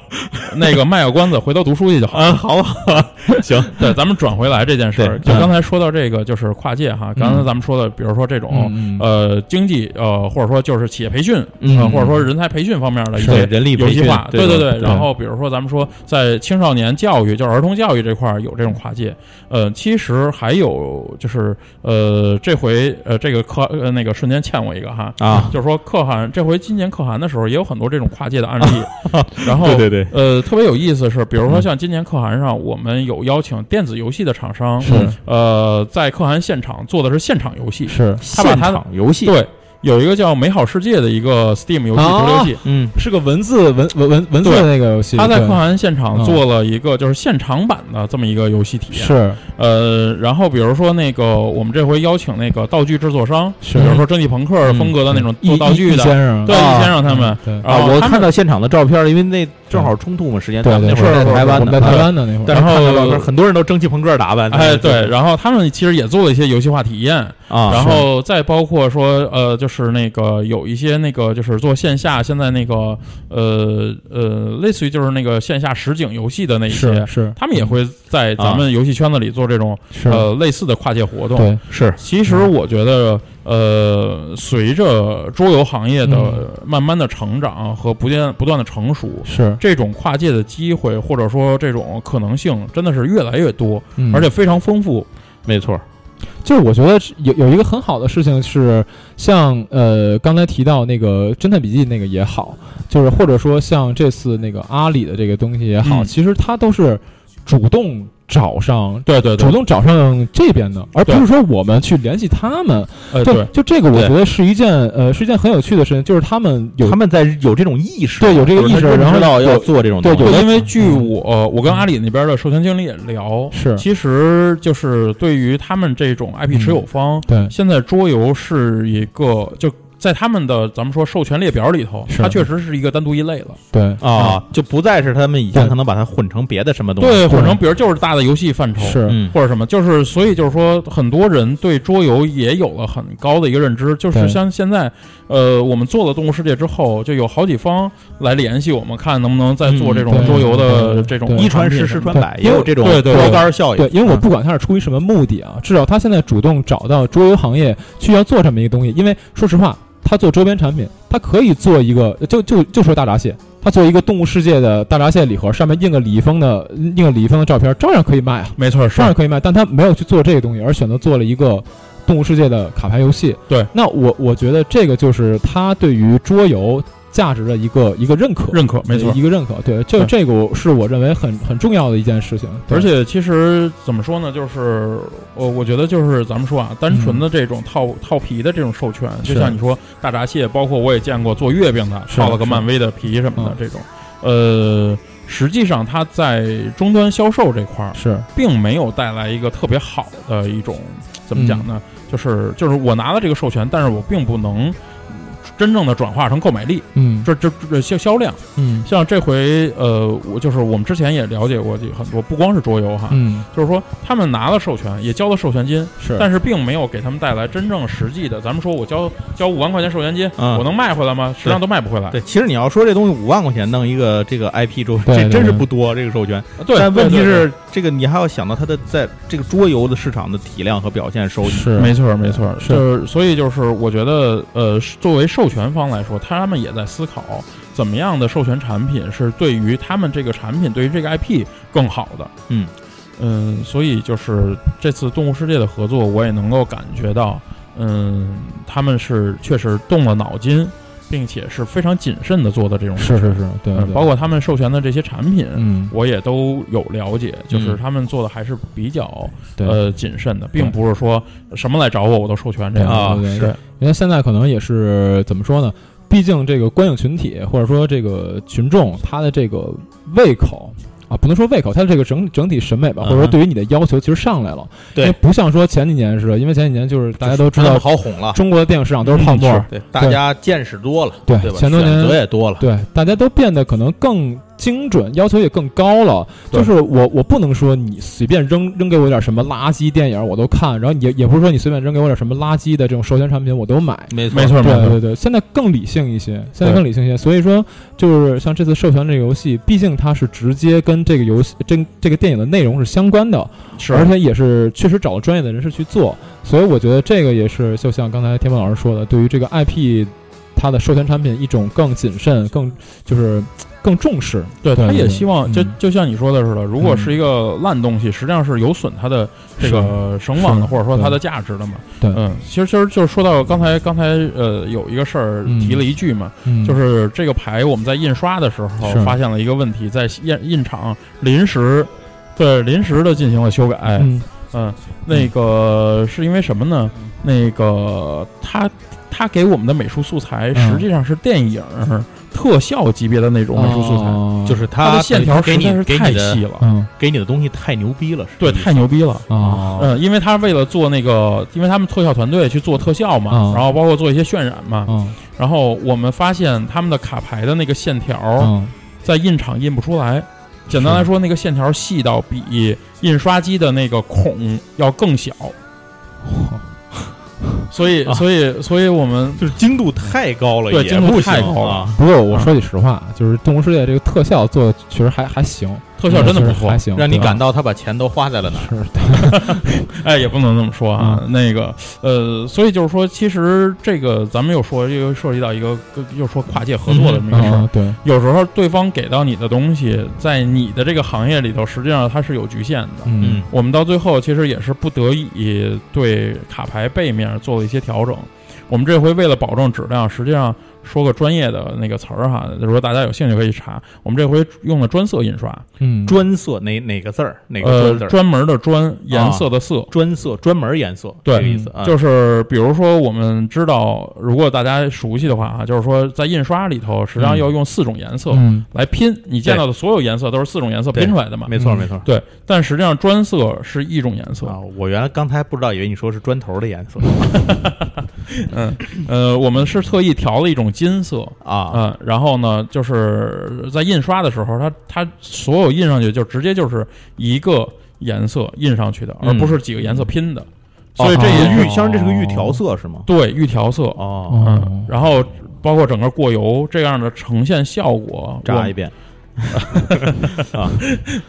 [SPEAKER 4] 那个卖个关子，回头读书去就好。
[SPEAKER 3] 啊，好吧， 行，
[SPEAKER 4] 对，咱们转回来这件事儿，
[SPEAKER 3] 对嗯
[SPEAKER 4] 就刚才说到这个，就是跨界哈。刚才咱们说的，比如说这种
[SPEAKER 2] 嗯嗯
[SPEAKER 4] 呃经济呃，或者说就是企业培训，
[SPEAKER 3] 嗯
[SPEAKER 4] 呃或者说人才培训方面的一
[SPEAKER 3] 对
[SPEAKER 4] 些
[SPEAKER 3] 人力
[SPEAKER 4] 游
[SPEAKER 3] 培
[SPEAKER 4] 戏
[SPEAKER 3] 训
[SPEAKER 4] 化，，对
[SPEAKER 3] 对
[SPEAKER 4] 对。然后比如说咱们说在青少年教育，就是儿童教育这块儿有这种跨界。呃，其实还有就是呃，这回呃这个科呃那个瞬间欠我一个哈。
[SPEAKER 3] 啊，
[SPEAKER 4] 就是说，可汗这回今年可汗的时候也有很多这种跨界的案 例，然后
[SPEAKER 3] 对对对，
[SPEAKER 4] 呃，特别有意思是，比
[SPEAKER 2] 嗯
[SPEAKER 4] 如说像今年可汗上，我们有邀请电子游戏的厂商，
[SPEAKER 2] 是
[SPEAKER 4] 呃，在可汗现场做的是现场游戏，
[SPEAKER 2] 是
[SPEAKER 4] 他把
[SPEAKER 3] 现
[SPEAKER 4] 他
[SPEAKER 3] 场游戏，
[SPEAKER 4] 对有一个叫《美好世界》的一个 Steam 游戏
[SPEAKER 2] 啊
[SPEAKER 4] 独立游戏，
[SPEAKER 3] 嗯
[SPEAKER 2] 是个文字文文文文字的那个游戏，
[SPEAKER 4] 他在
[SPEAKER 2] 对
[SPEAKER 4] 可汗现场
[SPEAKER 2] 嗯
[SPEAKER 4] 做了一个就是现场版的这么一个游戏体验。
[SPEAKER 2] 是
[SPEAKER 4] 呃，然后比如说那个我们这回邀请那个道具制作商，
[SPEAKER 2] 是嗯
[SPEAKER 4] 比如说蒸汽朋克风格的那种
[SPEAKER 2] 易
[SPEAKER 4] 做道具
[SPEAKER 2] 易
[SPEAKER 4] 的，
[SPEAKER 2] 先生，嗯
[SPEAKER 4] 对
[SPEAKER 3] 啊
[SPEAKER 4] 易先生他们，
[SPEAKER 2] 对
[SPEAKER 4] 然
[SPEAKER 3] 啊，
[SPEAKER 4] 后
[SPEAKER 3] 我
[SPEAKER 4] 他们
[SPEAKER 3] 看到现场的照片了，因为那正好冲突嘛，时间
[SPEAKER 2] 对
[SPEAKER 3] 咱们
[SPEAKER 2] 对，
[SPEAKER 3] 那会儿
[SPEAKER 2] 是
[SPEAKER 3] 在台湾
[SPEAKER 2] 我
[SPEAKER 3] 呢，
[SPEAKER 2] 们在台
[SPEAKER 3] 对，
[SPEAKER 2] 湾的那会儿，
[SPEAKER 3] 但是看到
[SPEAKER 4] 然后
[SPEAKER 3] 照片，很多人都蒸汽朋克打扮，
[SPEAKER 4] 哎对，然后他们其实也做了一些游戏化体验，
[SPEAKER 3] 啊，
[SPEAKER 4] 然后再包括说，呃，就是那个有一些那个就是做线下，现在那个呃呃，类似于就是那个线下实景游戏的那一
[SPEAKER 2] 啊是
[SPEAKER 4] 些，
[SPEAKER 2] 是
[SPEAKER 4] 他们也会在咱们游戏圈子里做这种、
[SPEAKER 2] 是，
[SPEAKER 4] 呃类似的跨界活动。
[SPEAKER 2] 对，
[SPEAKER 3] 是
[SPEAKER 4] 其实我觉得，呃，随着桌游行业
[SPEAKER 2] 嗯
[SPEAKER 4] 的慢慢的成长和不断不断的成熟，
[SPEAKER 2] 是，
[SPEAKER 4] 这种跨界的机会或者说这种可能性真的是越来越多，
[SPEAKER 2] 嗯
[SPEAKER 4] 而且非常丰富。
[SPEAKER 3] 没错，
[SPEAKER 2] 就是我觉得是有有一个很好的事情是，像呃刚才提到那个侦探笔记那个也好，就是或者说像这次那个阿里的这个东西也好，
[SPEAKER 4] 嗯
[SPEAKER 2] 其实它都是主动找上。
[SPEAKER 4] 对对
[SPEAKER 2] 主
[SPEAKER 4] 对，
[SPEAKER 2] 动找上这边的，而不
[SPEAKER 4] 对
[SPEAKER 2] 是说我们去联系他们。
[SPEAKER 4] 呃
[SPEAKER 2] 就
[SPEAKER 4] 对。
[SPEAKER 2] 就这个，我
[SPEAKER 3] 对
[SPEAKER 2] 觉得是一件呃，是一件很有趣的事情，就是他们有
[SPEAKER 3] 他们在有这种意识，
[SPEAKER 2] 对有这个意识
[SPEAKER 3] 就是他们
[SPEAKER 2] 然后
[SPEAKER 3] 知道要
[SPEAKER 2] 有
[SPEAKER 3] 做这种
[SPEAKER 2] 对
[SPEAKER 3] 东西
[SPEAKER 2] 有的嗯
[SPEAKER 4] 对，因为据我我跟阿里那边的授权经理也聊，
[SPEAKER 2] 是
[SPEAKER 4] 其实就是对于他们这种 IP 持有
[SPEAKER 2] 嗯
[SPEAKER 4] 方，
[SPEAKER 2] 对
[SPEAKER 4] 现在桌游是一个就在他们的咱们说授权列表里头，
[SPEAKER 2] 是
[SPEAKER 4] 它确实是一个单独一类了。
[SPEAKER 2] 对
[SPEAKER 3] 啊，就不再是他们以前
[SPEAKER 2] 对
[SPEAKER 3] 可能把它混成别的什么东西，
[SPEAKER 4] 对，混成比如就是大的游戏范畴，
[SPEAKER 2] 是
[SPEAKER 3] 嗯
[SPEAKER 4] 或者什么，就是所以就是说，很多人对桌游也有了很高的一个认知，就是
[SPEAKER 2] 对
[SPEAKER 4] 像现在，呃，我们做了《动物世界》之后，就有好几方来联系我们，看能不能再做这种
[SPEAKER 2] 嗯对
[SPEAKER 4] 桌游的
[SPEAKER 2] 对
[SPEAKER 4] 这种
[SPEAKER 2] 对
[SPEAKER 3] 一传
[SPEAKER 4] 产品
[SPEAKER 3] 十，
[SPEAKER 4] 什
[SPEAKER 3] 十
[SPEAKER 4] 么的
[SPEAKER 3] 传百，
[SPEAKER 2] 对
[SPEAKER 3] 也有这种
[SPEAKER 4] 对对对
[SPEAKER 3] 标杆效应。
[SPEAKER 2] 对，因
[SPEAKER 4] 嗯
[SPEAKER 2] 为我不管他是出于什么目的啊，至少他现在主动找到桌游行业去要做这么一个东西。因为说实话，他做周边产品，他可以做一个，就就就说大闸蟹，他做一个动物世界的大闸蟹礼盒，上面印个李易峰的印个李易峰的照片，照样可以卖啊，
[SPEAKER 4] 没错，是
[SPEAKER 2] 照样可以卖。但他没有去做这个东西，而选择做了一个动物世界的卡牌游戏。
[SPEAKER 4] 对，
[SPEAKER 2] 那我我觉得这个就是他对于桌游价值的一个一个认可。
[SPEAKER 4] 认可，没错。
[SPEAKER 2] 一个认可，对，就
[SPEAKER 4] 对
[SPEAKER 2] 这个我是我认为很很重要的一件事情，对
[SPEAKER 4] 而且其实怎么说呢，就是呃我我觉得就是咱们说啊，单纯
[SPEAKER 2] 嗯
[SPEAKER 4] 的这种套、套皮的这种授权，就是像你说大闸蟹，包括我也见过做月饼的，
[SPEAKER 2] 是
[SPEAKER 4] 套了个
[SPEAKER 2] 是
[SPEAKER 4] 漫威的皮什么的
[SPEAKER 2] 嗯
[SPEAKER 4] 这种，呃，实际上它在终端销售这块儿
[SPEAKER 2] 是
[SPEAKER 4] 并没有带来一个特别好的一种怎么讲呢？
[SPEAKER 2] 嗯
[SPEAKER 4] 就是就是我拿了这个授权，但是我并不能真正的转化成购买力，
[SPEAKER 2] 嗯
[SPEAKER 4] 这这这销销量。
[SPEAKER 2] 嗯
[SPEAKER 4] 像这回呃，我就是我们之前也了解过很多，不光是桌
[SPEAKER 3] 啊
[SPEAKER 4] 游哈，
[SPEAKER 2] 嗯
[SPEAKER 4] 就是说他们拿了授权，也交了授权金，
[SPEAKER 2] 是，
[SPEAKER 4] 但是并没有给他们带来真正实际的。咱们说我交交五万块钱授权金，
[SPEAKER 3] 嗯
[SPEAKER 4] 我能卖回来吗？实际上都卖不回来。
[SPEAKER 3] 对，其实你要说这东西五万块钱弄一个这个 IP 周，
[SPEAKER 2] 对
[SPEAKER 3] 这
[SPEAKER 2] 对
[SPEAKER 3] 真
[SPEAKER 2] 对
[SPEAKER 3] 是不多这个授权。
[SPEAKER 4] 对，
[SPEAKER 3] 但问题
[SPEAKER 4] 对对
[SPEAKER 3] 是，这个你还要想到它的在这个桌游的市场的体量和表现收益。
[SPEAKER 2] 是
[SPEAKER 4] 没错，没错，
[SPEAKER 2] 是
[SPEAKER 4] 就是所以就是我觉得，呃，作为授权方来说，他们也在思考怎么样的授权产品是对于他们这个产品、对于这个 IP 更好的。
[SPEAKER 3] 嗯
[SPEAKER 4] 嗯，所以就是这次动物世界的合作，我也能够感觉到，嗯，他们是确实动了脑筋，并且是非常谨慎的做的这种事
[SPEAKER 2] 是是是，
[SPEAKER 3] 呃
[SPEAKER 2] 对，
[SPEAKER 4] 嗯，
[SPEAKER 2] 对
[SPEAKER 4] 包括他们授权的这些产品。
[SPEAKER 2] 嗯，
[SPEAKER 4] 我也都有了解，就是
[SPEAKER 3] 嗯
[SPEAKER 4] 他们做的还是比较
[SPEAKER 2] 对，
[SPEAKER 4] 呃谨慎的，并不是说什么来找我我都授权这样
[SPEAKER 2] 啊
[SPEAKER 4] 对
[SPEAKER 2] 是
[SPEAKER 4] 对
[SPEAKER 2] 因为现在可能也是怎么说呢？毕竟这个观影群体或者说这个群众，他的这个胃口。啊，不能说胃口，他的这个整整体审美吧，或者
[SPEAKER 3] 嗯
[SPEAKER 2] 说
[SPEAKER 3] 哼
[SPEAKER 2] 对于你的要求，其实上来了。
[SPEAKER 3] 对
[SPEAKER 2] 因为不像说前几年似的，因为前几年就是大家都知
[SPEAKER 3] 那么
[SPEAKER 2] 道
[SPEAKER 3] 好哄了，
[SPEAKER 2] 中国的电影市场都是泡沫，
[SPEAKER 3] 对，大家见识多了，
[SPEAKER 2] 对
[SPEAKER 4] 哎
[SPEAKER 3] 对吧？
[SPEAKER 2] 前多
[SPEAKER 3] 选择
[SPEAKER 2] 年
[SPEAKER 3] 也多了，
[SPEAKER 2] 对，大家都变得可能更精准，要求也更高了。
[SPEAKER 4] 对
[SPEAKER 2] 就是我我不能说你随便扔扔给我点什么垃圾电影我都看，然后也也不是说你随便扔给我点什么垃圾的这种授权产品我都买。
[SPEAKER 3] 没
[SPEAKER 4] 没错没
[SPEAKER 2] 对
[SPEAKER 4] 错，
[SPEAKER 2] 对对，现在更理性一些，现在
[SPEAKER 4] 对
[SPEAKER 2] 更理性一些。所以说，就是像这次授权这个游戏，毕竟它是直接跟这个游戏、这这个电影的内容是相关的，
[SPEAKER 4] 是
[SPEAKER 2] 而且也是确实找了专业的人士去做。所以我觉得这个也是，就像刚才天鹏老师说的，对于这个 IP 它的授权产品一种更谨慎、更就是更重视。
[SPEAKER 4] 对，
[SPEAKER 2] 对
[SPEAKER 4] 他
[SPEAKER 2] 对
[SPEAKER 4] 也
[SPEAKER 2] 对
[SPEAKER 4] 希望，就
[SPEAKER 2] 嗯
[SPEAKER 4] 就像你说的似的，如果是一个烂东西，实际上是有损它的这个声望的，
[SPEAKER 2] 是
[SPEAKER 4] 或者说它
[SPEAKER 2] 对
[SPEAKER 4] 的价值的嘛。
[SPEAKER 2] 对
[SPEAKER 4] 嗯，其实其实就是说到刚才刚才呃有一个事儿
[SPEAKER 2] 嗯
[SPEAKER 4] 提了一句嘛，
[SPEAKER 2] 嗯，
[SPEAKER 4] 就是这个牌我们在印刷的时候
[SPEAKER 2] 是
[SPEAKER 4] 发现了一个问题，在印印厂临时对临时的进行了修改。
[SPEAKER 2] 嗯
[SPEAKER 4] 嗯，那个是因为什么呢？那个他他给我们的美术素材
[SPEAKER 2] 嗯
[SPEAKER 4] 实际上是电影特效级别的那种美术哎素
[SPEAKER 3] 哦
[SPEAKER 4] 材，
[SPEAKER 2] 材
[SPEAKER 3] 就是
[SPEAKER 4] 它
[SPEAKER 3] 它
[SPEAKER 4] 的线条
[SPEAKER 3] 给
[SPEAKER 4] 实在
[SPEAKER 3] 你
[SPEAKER 4] 是
[SPEAKER 3] 给
[SPEAKER 4] 太
[SPEAKER 3] 你的
[SPEAKER 4] 细了，
[SPEAKER 2] 哦嗯
[SPEAKER 3] 给你的东西太牛逼了，是
[SPEAKER 4] 对，
[SPEAKER 3] 这意思
[SPEAKER 4] 太牛逼了。
[SPEAKER 3] 哦
[SPEAKER 2] 啊
[SPEAKER 4] 嗯，因为他为了做那个，因为他们特效团队去做特效嘛
[SPEAKER 3] 哦
[SPEAKER 2] 嗯，
[SPEAKER 4] 然后包括做一些渲染嘛，
[SPEAKER 2] 嗯
[SPEAKER 4] 然后我们发现他们的卡牌的那个线条
[SPEAKER 2] 嗯
[SPEAKER 4] 在印厂印不出来。简单来说，那个线条细到比印刷机的那个孔要 更小，所以，
[SPEAKER 3] 啊
[SPEAKER 4] 所以，所以我们
[SPEAKER 3] 就是精度太高了，
[SPEAKER 4] 对
[SPEAKER 3] 也
[SPEAKER 4] 精度
[SPEAKER 3] 不
[SPEAKER 4] 太
[SPEAKER 3] 行
[SPEAKER 4] 高了
[SPEAKER 3] 啊，
[SPEAKER 2] 不过我
[SPEAKER 4] 嗯
[SPEAKER 2] 说句实话，就是《动物世界》这个特效做的确实还还行，
[SPEAKER 4] 特效真
[SPEAKER 2] 嗯
[SPEAKER 4] 的不
[SPEAKER 2] 确实
[SPEAKER 4] 错
[SPEAKER 2] 还，行，
[SPEAKER 3] 让你
[SPEAKER 2] 对吧
[SPEAKER 3] 感到他把钱都花在了哪儿。
[SPEAKER 2] 是
[SPEAKER 4] 哎，也不能这么说啊。
[SPEAKER 2] 嗯
[SPEAKER 4] 那个，呃，所以就是说，其实这个咱们又说又涉及到一个又说跨界合作的这么一个事儿。
[SPEAKER 2] 嗯，对，
[SPEAKER 4] 有时候对方给到你的东西，在你的这个行业里头，实际上它是有局限的。
[SPEAKER 2] 嗯，
[SPEAKER 4] 我们到最后其实也是不得已对卡牌背面做了一些调整。我们这回为了保证质量，实际上说个专业的那个词儿哈，如果大家有兴趣可以查。我们这回用了专色印刷，
[SPEAKER 2] 嗯，
[SPEAKER 3] 专色哪哪个字儿？哪个
[SPEAKER 4] 呃
[SPEAKER 3] 专字，儿？
[SPEAKER 4] 专门的专，颜色的色。
[SPEAKER 3] 专色，专门颜色，
[SPEAKER 4] 对
[SPEAKER 3] 这个意思啊。
[SPEAKER 4] 就是比如说，我们知道，如果大家熟悉的话啊，就是说在印刷里头，实际上要用四种颜色
[SPEAKER 2] 嗯
[SPEAKER 4] 来拼，你见到的所有颜色都是四种颜色
[SPEAKER 3] 对
[SPEAKER 4] 拼出来的嘛。
[SPEAKER 3] 没错
[SPEAKER 2] 嗯
[SPEAKER 3] 没错
[SPEAKER 4] 对，但实际上专色是一种颜色。
[SPEAKER 3] 啊！我原来刚才不知道，以为你说是砖头的颜 色
[SPEAKER 4] 嗯，呃，我们是特意调了一种金色，
[SPEAKER 3] 啊。
[SPEAKER 4] 嗯，然后呢，就是在印刷的时候，它它所有印上去就直接就是一个颜色印上去的，
[SPEAKER 3] 嗯哦
[SPEAKER 4] 而不是几个颜色拼的。
[SPEAKER 3] 所
[SPEAKER 4] 所
[SPEAKER 3] 以
[SPEAKER 4] 以
[SPEAKER 3] 这
[SPEAKER 4] 这
[SPEAKER 2] 哦
[SPEAKER 3] 也
[SPEAKER 4] 也
[SPEAKER 3] 预
[SPEAKER 4] 预、
[SPEAKER 3] 相当于这是个预调色是吗？
[SPEAKER 4] 对预调色，
[SPEAKER 3] 哦，
[SPEAKER 2] 哦
[SPEAKER 4] 嗯，，然后包括整个过油这样的呈现效果，我
[SPEAKER 3] 炸一遍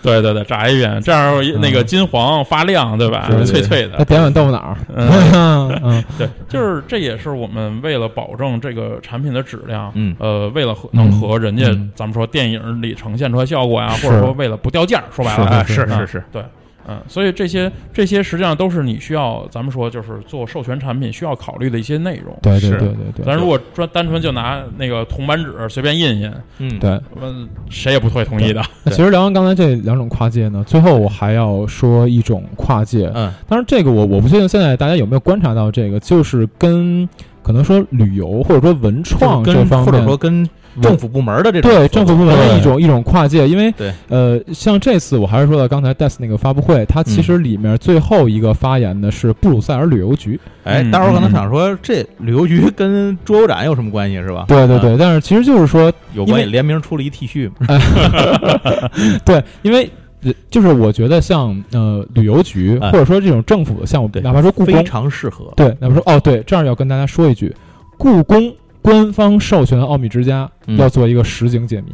[SPEAKER 4] 对对对，炸一遍，这样
[SPEAKER 2] 嗯
[SPEAKER 4] 那个金黄发亮，对吧？
[SPEAKER 2] 是
[SPEAKER 4] 脆脆
[SPEAKER 2] 那
[SPEAKER 4] 的。
[SPEAKER 2] 点碗豆腐脑儿，
[SPEAKER 4] 嗯，
[SPEAKER 2] 嗯
[SPEAKER 4] 对，就是这也是我们为了保证这个产品的质量，
[SPEAKER 3] 嗯
[SPEAKER 4] 呃，为了和能和人家、
[SPEAKER 2] 嗯
[SPEAKER 4] 咱们说电影里呈现出来效果呀，
[SPEAKER 2] 是
[SPEAKER 4] 或者说为了不掉价，说白了，
[SPEAKER 3] 啊！
[SPEAKER 2] 是
[SPEAKER 3] 是
[SPEAKER 4] 嗯
[SPEAKER 3] 是是，
[SPEAKER 4] 对，嗯，所以这些这些实际上都是你需要，咱们说就是做授权产品需要考虑的一些内容。
[SPEAKER 2] 对对
[SPEAKER 3] 是
[SPEAKER 2] 对对对
[SPEAKER 4] 咱如果专单纯就拿那个铜版纸随便印印，
[SPEAKER 3] 嗯，
[SPEAKER 2] 对。
[SPEAKER 4] 嗯，谁也不会同意的。啊
[SPEAKER 2] 那其实聊完刚才这两种跨界呢，最后我还要说一种跨界，
[SPEAKER 3] 嗯
[SPEAKER 2] 当然这个我我不确定现在大家有没有观察到这个，就是跟可能说旅游或者说文创
[SPEAKER 3] 就是
[SPEAKER 2] 这
[SPEAKER 3] 跟
[SPEAKER 2] 方
[SPEAKER 3] 或者
[SPEAKER 2] 面
[SPEAKER 3] 说。跟政府部门的这种
[SPEAKER 2] 对政府部门的
[SPEAKER 3] 对
[SPEAKER 2] 一种一种跨界，因为
[SPEAKER 3] 对
[SPEAKER 2] 呃，像这次我还是说到刚才 DES 那个发布会，它其
[SPEAKER 3] 嗯
[SPEAKER 2] 实里面最后一个发言的是布鲁塞尔旅游局，
[SPEAKER 3] 哎，
[SPEAKER 4] 嗯
[SPEAKER 3] 大伙儿可能想说，这旅游局跟桌游展有什么关系是吧？
[SPEAKER 2] 对对
[SPEAKER 3] 啊，
[SPEAKER 2] 对，但是其实就是说，
[SPEAKER 3] 有关
[SPEAKER 2] 因
[SPEAKER 3] 系，联名出了一 T 恤嘛，
[SPEAKER 2] 对，因为呃就是我觉得像呃旅游局
[SPEAKER 3] 哎
[SPEAKER 2] 或者说这种政府的项目
[SPEAKER 3] 对，
[SPEAKER 2] 哪怕说故
[SPEAKER 3] 非
[SPEAKER 2] 宫，
[SPEAKER 3] 常适合。
[SPEAKER 2] 对，哪怕
[SPEAKER 4] 嗯
[SPEAKER 2] 说哦对，这儿要跟大家说一句，故宫官方授权的奥秘之家
[SPEAKER 3] 嗯
[SPEAKER 2] 要做一个实景解谜，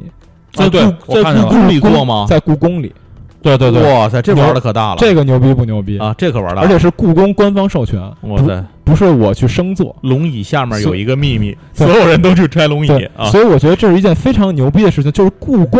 [SPEAKER 3] 在
[SPEAKER 4] 啊对
[SPEAKER 3] 故
[SPEAKER 4] 我
[SPEAKER 3] 在
[SPEAKER 4] 看见
[SPEAKER 3] 故
[SPEAKER 4] 了
[SPEAKER 3] 宫里做吗？
[SPEAKER 2] 在故宫里，
[SPEAKER 4] 啊对对对，
[SPEAKER 3] 哇塞，这玩的可大了，
[SPEAKER 2] 这个牛逼不牛逼？
[SPEAKER 3] 啊，这可玩大
[SPEAKER 2] 而
[SPEAKER 3] 了。
[SPEAKER 2] 且是故宫官方授权，啊
[SPEAKER 3] 哇
[SPEAKER 2] 不
[SPEAKER 3] 塞，
[SPEAKER 2] 不是我去生做。
[SPEAKER 3] 龙椅下面有一个秘密，
[SPEAKER 2] 所
[SPEAKER 3] 所有人都去拆龙椅
[SPEAKER 2] 对，
[SPEAKER 3] 啊。
[SPEAKER 2] 所以我觉得这是一件非常牛逼的事情，就是故宫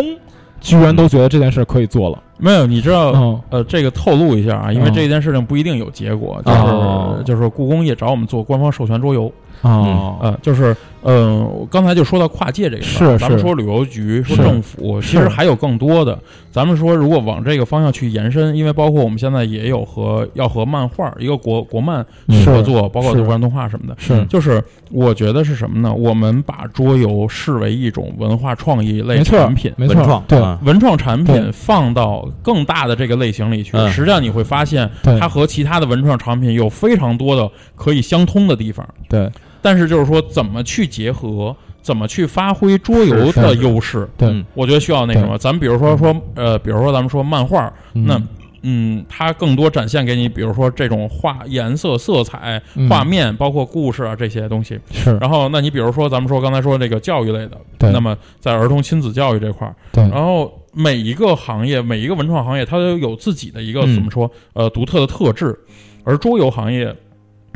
[SPEAKER 2] 居然都觉得这件事可以做了。
[SPEAKER 4] 没有，你知道。
[SPEAKER 2] 嗯，
[SPEAKER 4] 嗯呃，这个透露一下啊，因为
[SPEAKER 2] 嗯
[SPEAKER 4] 这件事情不一定有结果，就是、
[SPEAKER 2] 哦
[SPEAKER 4] 就是故宫也找我们做官方授权桌游，
[SPEAKER 2] 哦，
[SPEAKER 4] 呃，就是呃，我刚才就说到跨界这个事儿，
[SPEAKER 2] 是
[SPEAKER 4] 咱们
[SPEAKER 2] 是
[SPEAKER 4] 说旅游局，说
[SPEAKER 2] 是
[SPEAKER 4] 政府，其
[SPEAKER 2] 是
[SPEAKER 4] 实还有更多的。咱们说，如果往这个方向去延伸，因为包括我们现在也有和要和漫画一个国国漫
[SPEAKER 2] 嗯是
[SPEAKER 4] 合作，嗯包括
[SPEAKER 2] 是
[SPEAKER 4] 图画动画什么的。
[SPEAKER 2] 是
[SPEAKER 4] 就是我觉得是什么呢？我们把桌游视为一种文化创意类
[SPEAKER 2] 没错
[SPEAKER 4] 产品，
[SPEAKER 2] 没
[SPEAKER 3] 文
[SPEAKER 2] 错
[SPEAKER 3] 创，
[SPEAKER 2] 对
[SPEAKER 3] 啊
[SPEAKER 4] 文创产
[SPEAKER 2] 对
[SPEAKER 4] 品放到更大的这个类型里去，
[SPEAKER 3] 嗯
[SPEAKER 4] 实际上你会发现，
[SPEAKER 2] 对
[SPEAKER 4] 它和其他的文创产品有非常多的可以相通的地方。
[SPEAKER 2] 对，
[SPEAKER 4] 但是就是说，怎么去结合，怎么去发挥桌游
[SPEAKER 2] 是
[SPEAKER 4] 的
[SPEAKER 2] 是
[SPEAKER 4] 优势，
[SPEAKER 2] 对
[SPEAKER 3] 嗯
[SPEAKER 4] 我觉得需要那什么。咱们比如说说，呃，比如说咱们说漫画，
[SPEAKER 2] 嗯
[SPEAKER 4] 那嗯，它更多展现给你，比如说这种画颜色、色彩
[SPEAKER 2] 嗯、
[SPEAKER 4] 画面，包括故事啊这些东西。
[SPEAKER 2] 是
[SPEAKER 4] 然后，那你比如说咱们说刚才说这个教育类的，
[SPEAKER 2] 对
[SPEAKER 4] 那么在儿童亲子教育这块儿，
[SPEAKER 2] 对
[SPEAKER 3] 嗯
[SPEAKER 4] 然后每一个行业，每一个文创行业，它都有自己的一个
[SPEAKER 3] 嗯
[SPEAKER 4] 怎么说，呃，独特的特质。而桌游行业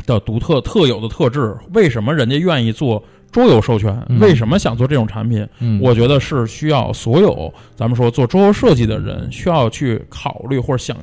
[SPEAKER 4] 的独特特有的特质，为什么人家愿意做桌游授权？
[SPEAKER 2] 嗯
[SPEAKER 4] 为什么想做这种产品？
[SPEAKER 2] 嗯
[SPEAKER 4] 我觉得是需要所有咱们说做桌游设计的人需要去考虑或者想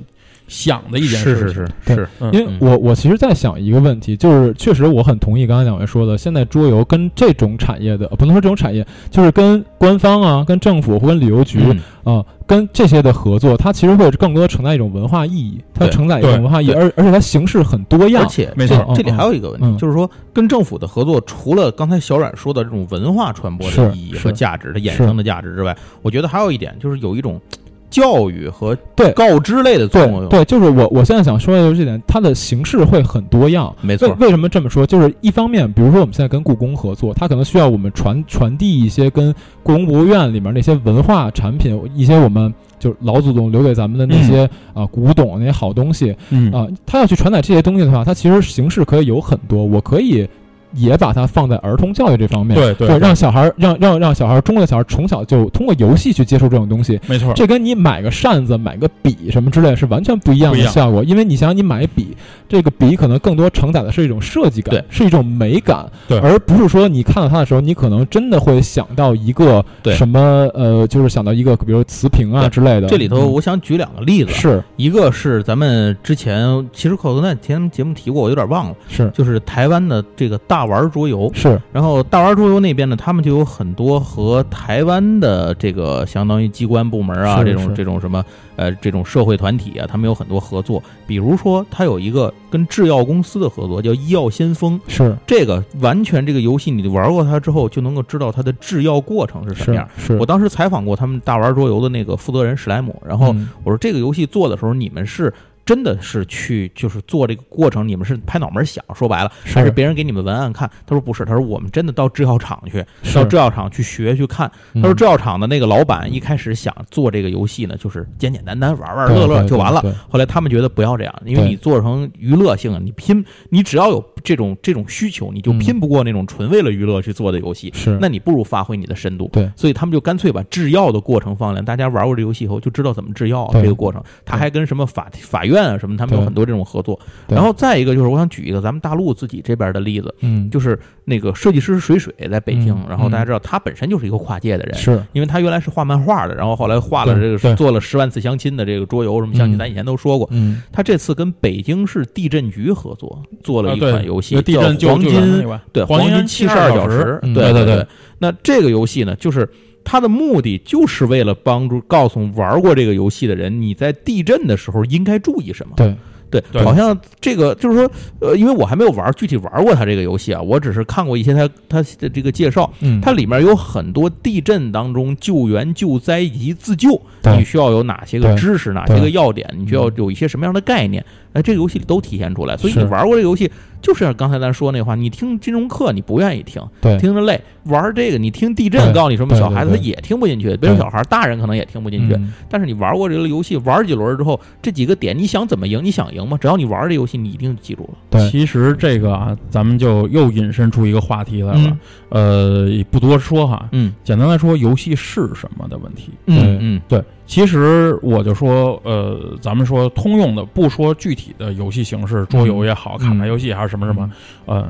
[SPEAKER 4] 想的一件事
[SPEAKER 3] 是是
[SPEAKER 4] 情。
[SPEAKER 3] 是
[SPEAKER 2] 对
[SPEAKER 3] 是，
[SPEAKER 2] 因为我我其实在想一个问题，就是确实我很同意刚才两位说的，现在桌游跟这种产业的，呃不能说这种产业，就是跟官方啊、跟政府或跟旅游局啊、
[SPEAKER 3] 嗯
[SPEAKER 2] 跟这些的合作，它其实会更多地承载一种文化意义，它
[SPEAKER 3] 对
[SPEAKER 2] 承载一种
[SPEAKER 4] 对
[SPEAKER 2] 文化意义，
[SPEAKER 3] 对
[SPEAKER 2] 而而且它形式很多样
[SPEAKER 3] 而，且
[SPEAKER 4] 没
[SPEAKER 3] 这
[SPEAKER 4] 错
[SPEAKER 3] 这里
[SPEAKER 2] 嗯嗯
[SPEAKER 3] 还有一个问题，
[SPEAKER 2] 嗯
[SPEAKER 3] 就是说跟政府的合作，除了刚才小冉说的这种文化传播的
[SPEAKER 2] 是
[SPEAKER 3] 意义
[SPEAKER 2] 是
[SPEAKER 3] 和价值，它衍
[SPEAKER 2] 是
[SPEAKER 3] 生的价值之外，我觉得还有一点就是有一种教育和
[SPEAKER 2] 对
[SPEAKER 3] 告知类的作
[SPEAKER 2] 对
[SPEAKER 3] 用。，
[SPEAKER 2] 对，就是我我现在想说的就是这点，它的形式会很多样。
[SPEAKER 3] 没
[SPEAKER 2] 为
[SPEAKER 3] 错，
[SPEAKER 2] 为什么这么说？就是一方面，比如说我们现在跟故宫合作，它可能需要我们传传递一些跟故宫博物院里面那些文化产品，一些我们就是老祖宗留给咱们的那些啊、古董那些好东西
[SPEAKER 4] 嗯
[SPEAKER 2] 啊、它要去传达这些东西的话，它其实形式可以有很多，我可以也把它放在儿童教育这方面，
[SPEAKER 4] 对对，
[SPEAKER 2] 让小孩儿让让让小孩儿中国的小孩儿从小就通过游戏去接触这种东西，
[SPEAKER 3] 嗯
[SPEAKER 4] 没错，
[SPEAKER 2] 这跟你买个扇子、买个笔什么之类是完全不一样
[SPEAKER 4] 不
[SPEAKER 2] 的
[SPEAKER 4] 一样
[SPEAKER 2] 效果，因为你想想，你买笔，这个笔可能更多承载的是一种设计
[SPEAKER 3] 对
[SPEAKER 2] 感，是一种美感，
[SPEAKER 4] 对
[SPEAKER 2] 而不是说你看到它的时候，你可能真的会想到一个
[SPEAKER 3] 对
[SPEAKER 2] 什么呃，就是想到一个比如瓷瓶啊
[SPEAKER 3] 对
[SPEAKER 2] 之类的。
[SPEAKER 3] 这里头
[SPEAKER 2] 嗯
[SPEAKER 3] 我想举两个例子，
[SPEAKER 2] 是
[SPEAKER 3] 一个是咱们之前其实可能在前节目提过，我有点忘了，
[SPEAKER 2] 是
[SPEAKER 3] 就是台湾的这个大玩桌游。
[SPEAKER 2] 是，
[SPEAKER 3] 然后大玩桌游那边呢，他们就有很多和台湾的这个相当于机关部门啊，
[SPEAKER 2] 是
[SPEAKER 3] 这种
[SPEAKER 2] 是
[SPEAKER 3] 这种什么呃这种社会团体啊，他们有很多合作。比如说，他有一个跟制药公司的合作，叫医药先锋。
[SPEAKER 2] 是
[SPEAKER 3] 这个完全这个游戏，你玩过它之后，就能够知道它的制药过程是什么
[SPEAKER 2] 是
[SPEAKER 3] 样。
[SPEAKER 2] 是，
[SPEAKER 3] 我当时采访过他们大玩桌游的那个负责人史莱姆，然后
[SPEAKER 2] 嗯
[SPEAKER 3] 我说这个游戏做的时候，你们是真的是去就是做这个过程，你们是拍脑门想，说白了。还是
[SPEAKER 2] 是
[SPEAKER 3] 别人给你们文案看？他说不是，他说我们真的到制药厂去，到制药厂去学去看。
[SPEAKER 2] 嗯
[SPEAKER 3] 他说制药厂的那个老板一开始想做这个游戏呢，就是简简单单玩玩乐乐就完了。，
[SPEAKER 2] 嗯对对对
[SPEAKER 3] 后来他们觉得不要这样，因为
[SPEAKER 2] 对
[SPEAKER 3] 你做成娱乐性的，你拼，你只要有这种这种需求，你就
[SPEAKER 2] 嗯
[SPEAKER 3] 拼不过那种纯为了娱乐去做的游戏。
[SPEAKER 2] 是
[SPEAKER 3] 那你不如发挥你的深度。
[SPEAKER 2] 嗯对
[SPEAKER 3] 所以他们就干脆把制药的过程放了。大家玩过这游戏以后就知道怎么制药啊
[SPEAKER 2] 对
[SPEAKER 3] 这个过程。他还跟什么法法院啊什么，他们有
[SPEAKER 2] 对
[SPEAKER 3] 很多这种合作。
[SPEAKER 2] 对
[SPEAKER 3] 然后再一个就是，我想举一个咱们大陆自己这边的例子，
[SPEAKER 2] 嗯
[SPEAKER 3] 就是那个设计师水水在北京，
[SPEAKER 2] 嗯
[SPEAKER 3] 然后大家知道他本身就是一个跨界的人。
[SPEAKER 2] 是
[SPEAKER 3] 因为他原来是画漫画的，然后后来画了
[SPEAKER 4] 对
[SPEAKER 3] 这
[SPEAKER 4] 对
[SPEAKER 3] 个做了十万次相亲的这个桌游什么相亲，
[SPEAKER 2] 嗯
[SPEAKER 3] 咱以前都说过。
[SPEAKER 2] 嗯
[SPEAKER 3] 他这次跟北京市地震局合作，做了一
[SPEAKER 4] 啊
[SPEAKER 3] 款
[SPEAKER 4] 对
[SPEAKER 3] 游戏，
[SPEAKER 4] 有地震
[SPEAKER 3] 叫
[SPEAKER 4] 救
[SPEAKER 3] 黄
[SPEAKER 4] 救
[SPEAKER 3] 金
[SPEAKER 4] 援的那款
[SPEAKER 3] 对，
[SPEAKER 4] 黄
[SPEAKER 3] 金
[SPEAKER 4] 金
[SPEAKER 3] 七
[SPEAKER 4] 72
[SPEAKER 3] 二
[SPEAKER 4] 小
[SPEAKER 3] 小
[SPEAKER 4] 时
[SPEAKER 3] 时，
[SPEAKER 2] 嗯
[SPEAKER 3] 对
[SPEAKER 4] 对对
[SPEAKER 3] 对。那这个游戏呢，就是它的目的就是为了帮助告诉玩过这个游戏的人，你在地震的时候应该注意什么。
[SPEAKER 2] 对
[SPEAKER 3] 对，
[SPEAKER 4] 对
[SPEAKER 3] 好像这个就是说，呃，因为我还没有玩具体玩过它这个游戏啊，我只是看过一些它它的这个介绍，
[SPEAKER 2] 嗯
[SPEAKER 3] 它里面有很多地震当中救援、救灾以及自救，
[SPEAKER 2] 对
[SPEAKER 3] 你需要有哪些个
[SPEAKER 2] 对
[SPEAKER 3] 知识、哪些个
[SPEAKER 2] 对嗯
[SPEAKER 3] 要点，你需要有一些什么样的概念，哎，这个游戏里都体现出来。所以你
[SPEAKER 2] 是
[SPEAKER 3] 玩过这游戏，就是像刚才咱说那话，你听金融课你不愿意听，
[SPEAKER 2] 对
[SPEAKER 3] 听着累；玩这个你听地震，
[SPEAKER 2] 对
[SPEAKER 3] 告诉你什么，
[SPEAKER 2] 对
[SPEAKER 3] 小孩子他
[SPEAKER 2] 对对
[SPEAKER 3] 也听不进去，别说小孩，大人可能也听不进去。
[SPEAKER 2] 嗯
[SPEAKER 3] 但是你玩过这个游戏，玩几轮之后，这几个点你想怎么赢，你想赢吗？只要你玩这游戏，你一定记住了。
[SPEAKER 2] 对
[SPEAKER 4] 其实这个啊，咱们就又引申出一个话题来
[SPEAKER 2] 嗯
[SPEAKER 4] 了。呃，也不多说哈，
[SPEAKER 3] 嗯
[SPEAKER 4] 简单来说，游戏是什么的问题。
[SPEAKER 2] 嗯
[SPEAKER 3] 嗯
[SPEAKER 4] 对，其实我就说，呃，咱们说通用的，不说具体的游戏形式，桌游也好，
[SPEAKER 2] 嗯
[SPEAKER 4] 卡牌游戏还是什么什么，呃，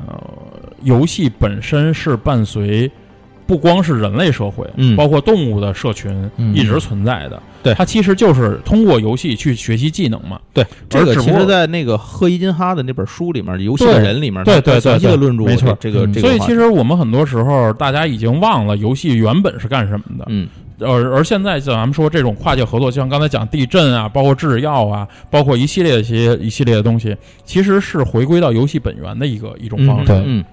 [SPEAKER 4] 游戏本身是伴随不光是人类社会，
[SPEAKER 3] 嗯
[SPEAKER 4] 包括动物的社群、
[SPEAKER 2] 嗯
[SPEAKER 4] 一直存在的。
[SPEAKER 3] 对
[SPEAKER 4] 它其实就是通过游戏去学习技能嘛。
[SPEAKER 3] 对，这
[SPEAKER 4] 而
[SPEAKER 3] 个
[SPEAKER 4] 只不
[SPEAKER 3] 其
[SPEAKER 4] 过
[SPEAKER 3] 实，在那个赫伊金哈的那本书里面，《游戏的
[SPEAKER 4] 对
[SPEAKER 3] 人》里面，
[SPEAKER 4] 对
[SPEAKER 3] 他
[SPEAKER 4] 对对
[SPEAKER 3] 详细
[SPEAKER 4] 对
[SPEAKER 3] 的论述
[SPEAKER 4] 没错
[SPEAKER 3] 这个
[SPEAKER 2] 嗯
[SPEAKER 3] 这个话题。
[SPEAKER 4] 所以其实我们很多时候大家已经忘了游戏原本是干什么的。呃
[SPEAKER 3] 嗯，
[SPEAKER 4] 而而现在咱们说这种跨界合作，就像刚才讲地震啊，包括制药啊，包括一系列的一些一系列的东西，其实是回归到游戏本源的一个一种方式。
[SPEAKER 2] 对
[SPEAKER 3] 嗯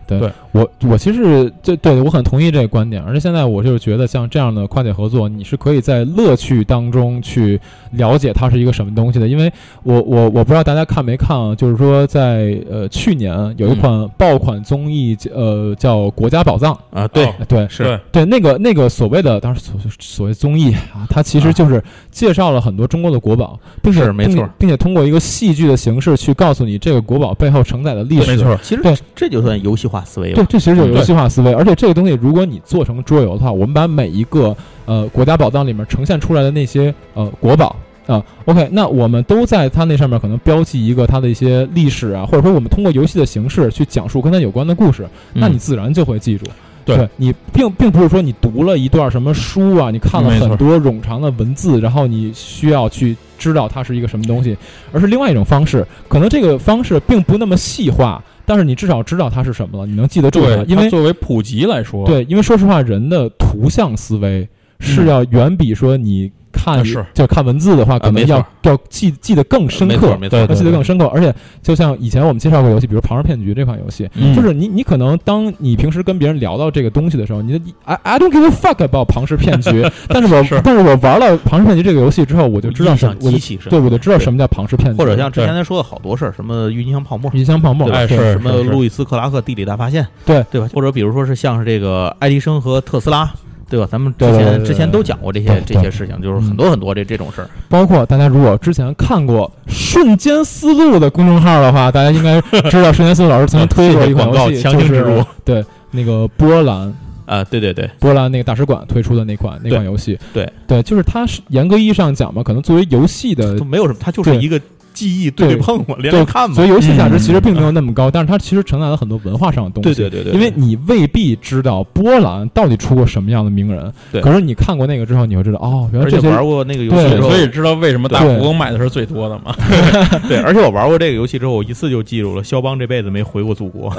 [SPEAKER 2] 我我其实这对我很同意这个观点，而且现在我就是觉得像这样的跨界合作，你是可以在乐趣当中去了解它是一个什么东西的。因为我我我不知道大家看没看，啊，就是说在呃去年有一款爆款综艺，呃叫《国家宝藏》，
[SPEAKER 3] 啊，对，
[SPEAKER 4] 哦
[SPEAKER 2] 对，
[SPEAKER 3] 是
[SPEAKER 4] 对
[SPEAKER 2] 对，那个那个所谓的，当然所所谓综艺啊，它其实就是介绍了很多中国的国宝，并且
[SPEAKER 3] 是没错
[SPEAKER 2] 并且并且通过一个戏剧的形式去告诉你这个国宝背后承载的历史。
[SPEAKER 4] 没错，
[SPEAKER 3] 其实
[SPEAKER 2] 对
[SPEAKER 3] 这就算游戏化思维
[SPEAKER 2] 对
[SPEAKER 3] 了，，
[SPEAKER 2] 这其实就是游
[SPEAKER 4] 嗯对
[SPEAKER 2] 戏化思维，而且这个东西如果你做成桌游的话，我们把每一个呃国家宝藏里面呈现出来的那些呃国宝。啊、o k 那我们都在它那上面可能标记一个它的一些历史啊，或者说我们通过游戏的形式去讲述跟它有关的故事，那你自然就会记住。
[SPEAKER 4] 嗯对
[SPEAKER 2] 你并并不是说你读了一段什么书啊，你看了
[SPEAKER 4] 没错
[SPEAKER 2] 很多冗长的文字，然后你需要去知道它是一个什么东西，而是另外一种方式。可能这个方式并不那么细化，但是你至少知道它是什么了，你能记得住它。
[SPEAKER 4] 对，
[SPEAKER 2] 因
[SPEAKER 4] 它
[SPEAKER 2] 为
[SPEAKER 4] 作为普及来说，
[SPEAKER 2] 对，因为说实话，人的图像思维是
[SPEAKER 4] 嗯
[SPEAKER 2] 要远比说你看、
[SPEAKER 4] 啊是
[SPEAKER 2] 就看文字的话，可能
[SPEAKER 3] 啊没错
[SPEAKER 2] 要、要记记得更深
[SPEAKER 3] 没
[SPEAKER 2] 刻
[SPEAKER 3] 错，没错，
[SPEAKER 2] 要记得更深刻。而且就像以前我们介绍过游戏，比如《庞氏骗局》这款游戏，
[SPEAKER 4] 嗯，
[SPEAKER 2] 就是你，你可能当你平时跟别人聊到这个东西的时候，你的 I I don't give a fuck about 庞氏骗 局，但是我
[SPEAKER 4] 是
[SPEAKER 2] 但是我玩了庞氏骗局这个游戏之后，我就知道
[SPEAKER 3] 印
[SPEAKER 2] 什
[SPEAKER 3] 象
[SPEAKER 2] 么，我
[SPEAKER 3] 极
[SPEAKER 2] 就
[SPEAKER 3] 其深，
[SPEAKER 2] 对我就知道什么叫庞氏骗局，
[SPEAKER 3] 或者像之前
[SPEAKER 4] 对
[SPEAKER 3] 咱说的好多事儿，什么郁金香泡沫，
[SPEAKER 2] 云香泡沫，
[SPEAKER 3] 对吧
[SPEAKER 4] 哎
[SPEAKER 2] 对
[SPEAKER 4] 是
[SPEAKER 3] 什么路易斯·克拉克地理大发现，
[SPEAKER 2] 对
[SPEAKER 3] 对吧？或者比如说是像是这个爱迪生和特斯拉，对吧？咱们之
[SPEAKER 2] 对对对
[SPEAKER 3] 前
[SPEAKER 2] 对
[SPEAKER 3] 之前都讲过这些
[SPEAKER 2] 对对
[SPEAKER 3] 这些事情，就是很多很多这这种事儿。
[SPEAKER 2] 包括大家如果之前看过“瞬间思路”的公众号的话，大家应该知道瞬间思路老师曾经推过一款游戏，
[SPEAKER 3] 谢谢广告 强行
[SPEAKER 2] 就
[SPEAKER 3] 植
[SPEAKER 2] 是
[SPEAKER 3] 入
[SPEAKER 2] 对那个波兰
[SPEAKER 3] 啊，对对对，
[SPEAKER 2] 波兰那个大使馆推出的那款那款游戏，
[SPEAKER 3] 对
[SPEAKER 2] 对，就是它是严格意义上讲嘛，可能作为游戏的
[SPEAKER 3] 就没有什么，它就是
[SPEAKER 2] 对
[SPEAKER 3] 一个记忆对
[SPEAKER 2] 对
[SPEAKER 3] 碰嘛，连
[SPEAKER 2] 对
[SPEAKER 3] 着看嘛
[SPEAKER 2] 所以。游戏价值其实并没有那么高，但是它其实承载了很多文化上的东
[SPEAKER 3] 对
[SPEAKER 2] 西。
[SPEAKER 3] 对对对，
[SPEAKER 2] 因为你未必知道波兰到底出过什么样的名人，
[SPEAKER 3] 对
[SPEAKER 2] 可是你看过那个之后，你会知道哦，原来
[SPEAKER 3] 而
[SPEAKER 2] 这
[SPEAKER 3] 且
[SPEAKER 2] 些
[SPEAKER 3] 玩过那个游
[SPEAKER 2] 对
[SPEAKER 3] 戏之
[SPEAKER 4] 对
[SPEAKER 3] 后
[SPEAKER 4] 所，以知道为什么大
[SPEAKER 2] 对
[SPEAKER 4] 富翁卖的是最多的嘛？
[SPEAKER 3] 对，而且我玩过这个游戏之后，我一次就记住了，肖邦这辈子没回过祖国。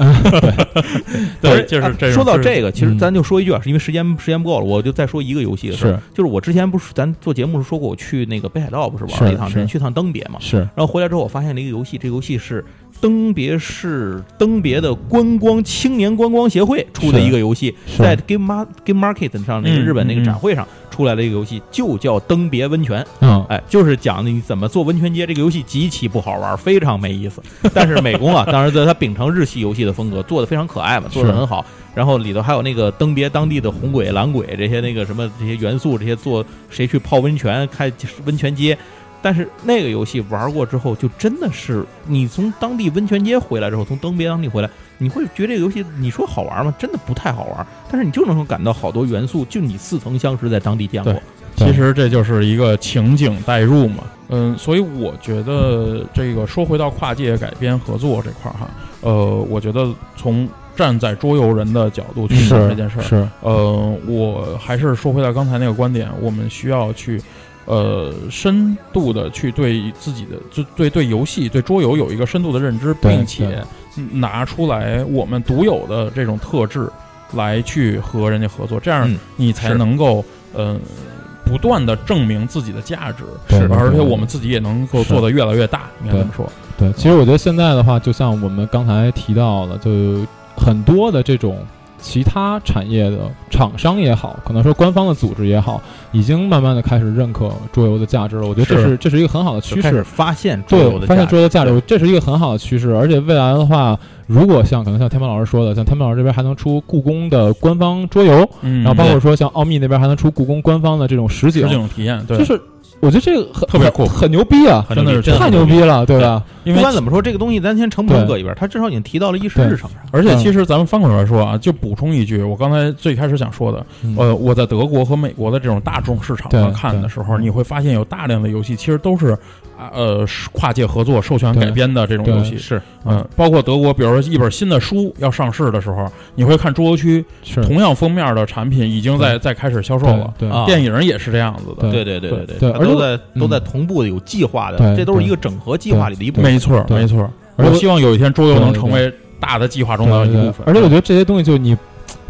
[SPEAKER 4] 对，就是这种。
[SPEAKER 3] 啊说到
[SPEAKER 4] 是
[SPEAKER 3] 这个，其实
[SPEAKER 2] 嗯
[SPEAKER 3] 咱就说一句啊，是因为时间时间不够了，我就再说一个游戏的事儿。
[SPEAKER 2] 是
[SPEAKER 3] 就是我之前不是咱做节目时说过，我去那个北海道不是玩了
[SPEAKER 2] 是
[SPEAKER 3] 一趟，
[SPEAKER 2] 是
[SPEAKER 3] 去趟登别嘛。
[SPEAKER 2] 是
[SPEAKER 3] 然后回来之后，我发现了一个游戏，这个游戏是登别市登别的观光青年观光协会出的
[SPEAKER 2] 是
[SPEAKER 3] 一个游戏，
[SPEAKER 2] 是
[SPEAKER 3] 在 Game Mar- Game Market 上那个
[SPEAKER 4] 嗯
[SPEAKER 3] 日本那个
[SPEAKER 4] 嗯
[SPEAKER 3] 展会上出来了一个游戏，就叫登别温泉。
[SPEAKER 2] 嗯，
[SPEAKER 3] 哎，就是讲的你怎么做温泉街。这个游戏极其不好玩，非常没意思。但是美工 啊，当然在它秉承日系游戏的风格，做的非常可爱嘛，做的
[SPEAKER 2] 是
[SPEAKER 3] 很好。然后里头还有那个登别当地的红鬼、蓝鬼这些那个什么这些元素，这些做谁去泡温泉、开温泉街。但是那个游戏玩过之后，就真的是你从当地温泉街回来之后，从登别当地回来，你会觉得这个游戏你说好玩吗？真的不太好玩。但是你就能够感到好多元素，就你似曾相识，在当地见过
[SPEAKER 4] 对。其实这就是一个情景代入嘛。嗯，所以我觉得这个说回到跨界改编合作这块儿哈，呃，我觉得从站在桌游人的角度去想
[SPEAKER 2] 是
[SPEAKER 4] 这件事儿，
[SPEAKER 2] 是
[SPEAKER 4] 呃，我还是说回到刚才那个观点，我们需要去，呃，深度的去对自己的，就对对游戏、对桌游有一个深度的认知，
[SPEAKER 2] 对
[SPEAKER 4] 并且
[SPEAKER 2] 对
[SPEAKER 4] 拿出来我们独有的这种特质来去和人家合作，这样
[SPEAKER 3] 嗯
[SPEAKER 4] 你才
[SPEAKER 3] 是
[SPEAKER 4] 能够，呃，不断的证明自己的价值，
[SPEAKER 2] 对
[SPEAKER 3] 是
[SPEAKER 2] 对
[SPEAKER 4] 而且
[SPEAKER 2] 对
[SPEAKER 4] 我们自己也能够
[SPEAKER 2] 是
[SPEAKER 4] 做得越来越大，应该这么说。
[SPEAKER 2] 对，其实我觉得现在的话，就像我们刚才提到的，就很多的这种其他产业的厂商也好，可能说官方的组织也好，已经慢慢的开始认可桌游的价值了。我觉得这
[SPEAKER 4] 是
[SPEAKER 2] 是这是一个很好的
[SPEAKER 3] 就
[SPEAKER 2] 趋
[SPEAKER 3] 开始
[SPEAKER 2] 势。
[SPEAKER 3] 发现桌游
[SPEAKER 2] 对，
[SPEAKER 3] 的
[SPEAKER 2] 发现
[SPEAKER 3] 价值
[SPEAKER 2] 桌游的价值，这是一个很好的趋势。而且未来的话，如果像可能像天猫老师说的，像天猫老师这边还能出故宫的官方桌游，
[SPEAKER 4] 嗯，
[SPEAKER 2] 然后包括说像奥秘那边还能出故宫官方的这种实
[SPEAKER 4] 是
[SPEAKER 2] 景
[SPEAKER 4] 这，种体验，对，
[SPEAKER 2] 就是我觉得这个很
[SPEAKER 4] 特别酷
[SPEAKER 2] 很很牛逼啊，
[SPEAKER 4] 真的是
[SPEAKER 3] 真的
[SPEAKER 2] 太
[SPEAKER 3] 很
[SPEAKER 2] 牛逼了，对吧？
[SPEAKER 4] 因
[SPEAKER 3] 不
[SPEAKER 4] 为
[SPEAKER 3] 管怎么说，这个东西咱先成本
[SPEAKER 2] 对
[SPEAKER 3] 搁一边儿，它至少已经提到了议事
[SPEAKER 2] 对
[SPEAKER 3] 日程上。
[SPEAKER 4] 而且
[SPEAKER 2] 嗯
[SPEAKER 4] 其实咱们翻过头来说啊，就补充一句，我刚才最开始想说的，
[SPEAKER 2] 嗯
[SPEAKER 4] 呃，我在德国和美国的这种大众市场上
[SPEAKER 2] 对
[SPEAKER 4] 看的
[SPEAKER 2] 对
[SPEAKER 4] 时候，
[SPEAKER 2] 嗯
[SPEAKER 4] 你会发现有大量的游戏其实都是啊呃是跨界合作、授权
[SPEAKER 2] 对
[SPEAKER 4] 改编的这种游戏。
[SPEAKER 3] 是，
[SPEAKER 4] 嗯、包括德国，比如说一本新的书要上市的时候，你会看桌游区
[SPEAKER 2] 是
[SPEAKER 4] 同样封面的产品已经在在开始销售了，
[SPEAKER 2] 对对
[SPEAKER 3] 啊
[SPEAKER 4] 电影也是这样子的。
[SPEAKER 2] 对
[SPEAKER 3] 对对对
[SPEAKER 4] 对
[SPEAKER 3] 对
[SPEAKER 2] 对
[SPEAKER 3] 它
[SPEAKER 2] 而且
[SPEAKER 3] 都
[SPEAKER 2] 我
[SPEAKER 3] 在
[SPEAKER 2] 嗯
[SPEAKER 3] 都在同步的，有计划的，
[SPEAKER 2] 对
[SPEAKER 3] 这都是
[SPEAKER 2] 对
[SPEAKER 3] 一个整合计划里的一部分。
[SPEAKER 4] 没错，
[SPEAKER 2] 对
[SPEAKER 4] 没错。
[SPEAKER 2] 而且
[SPEAKER 4] 我
[SPEAKER 2] 我
[SPEAKER 4] 希望有一天桌游能
[SPEAKER 2] 对对
[SPEAKER 4] 成为大的计划中
[SPEAKER 2] 对
[SPEAKER 4] 的一
[SPEAKER 2] 对
[SPEAKER 4] 部分。嗯
[SPEAKER 2] 而且我觉得这些东西就你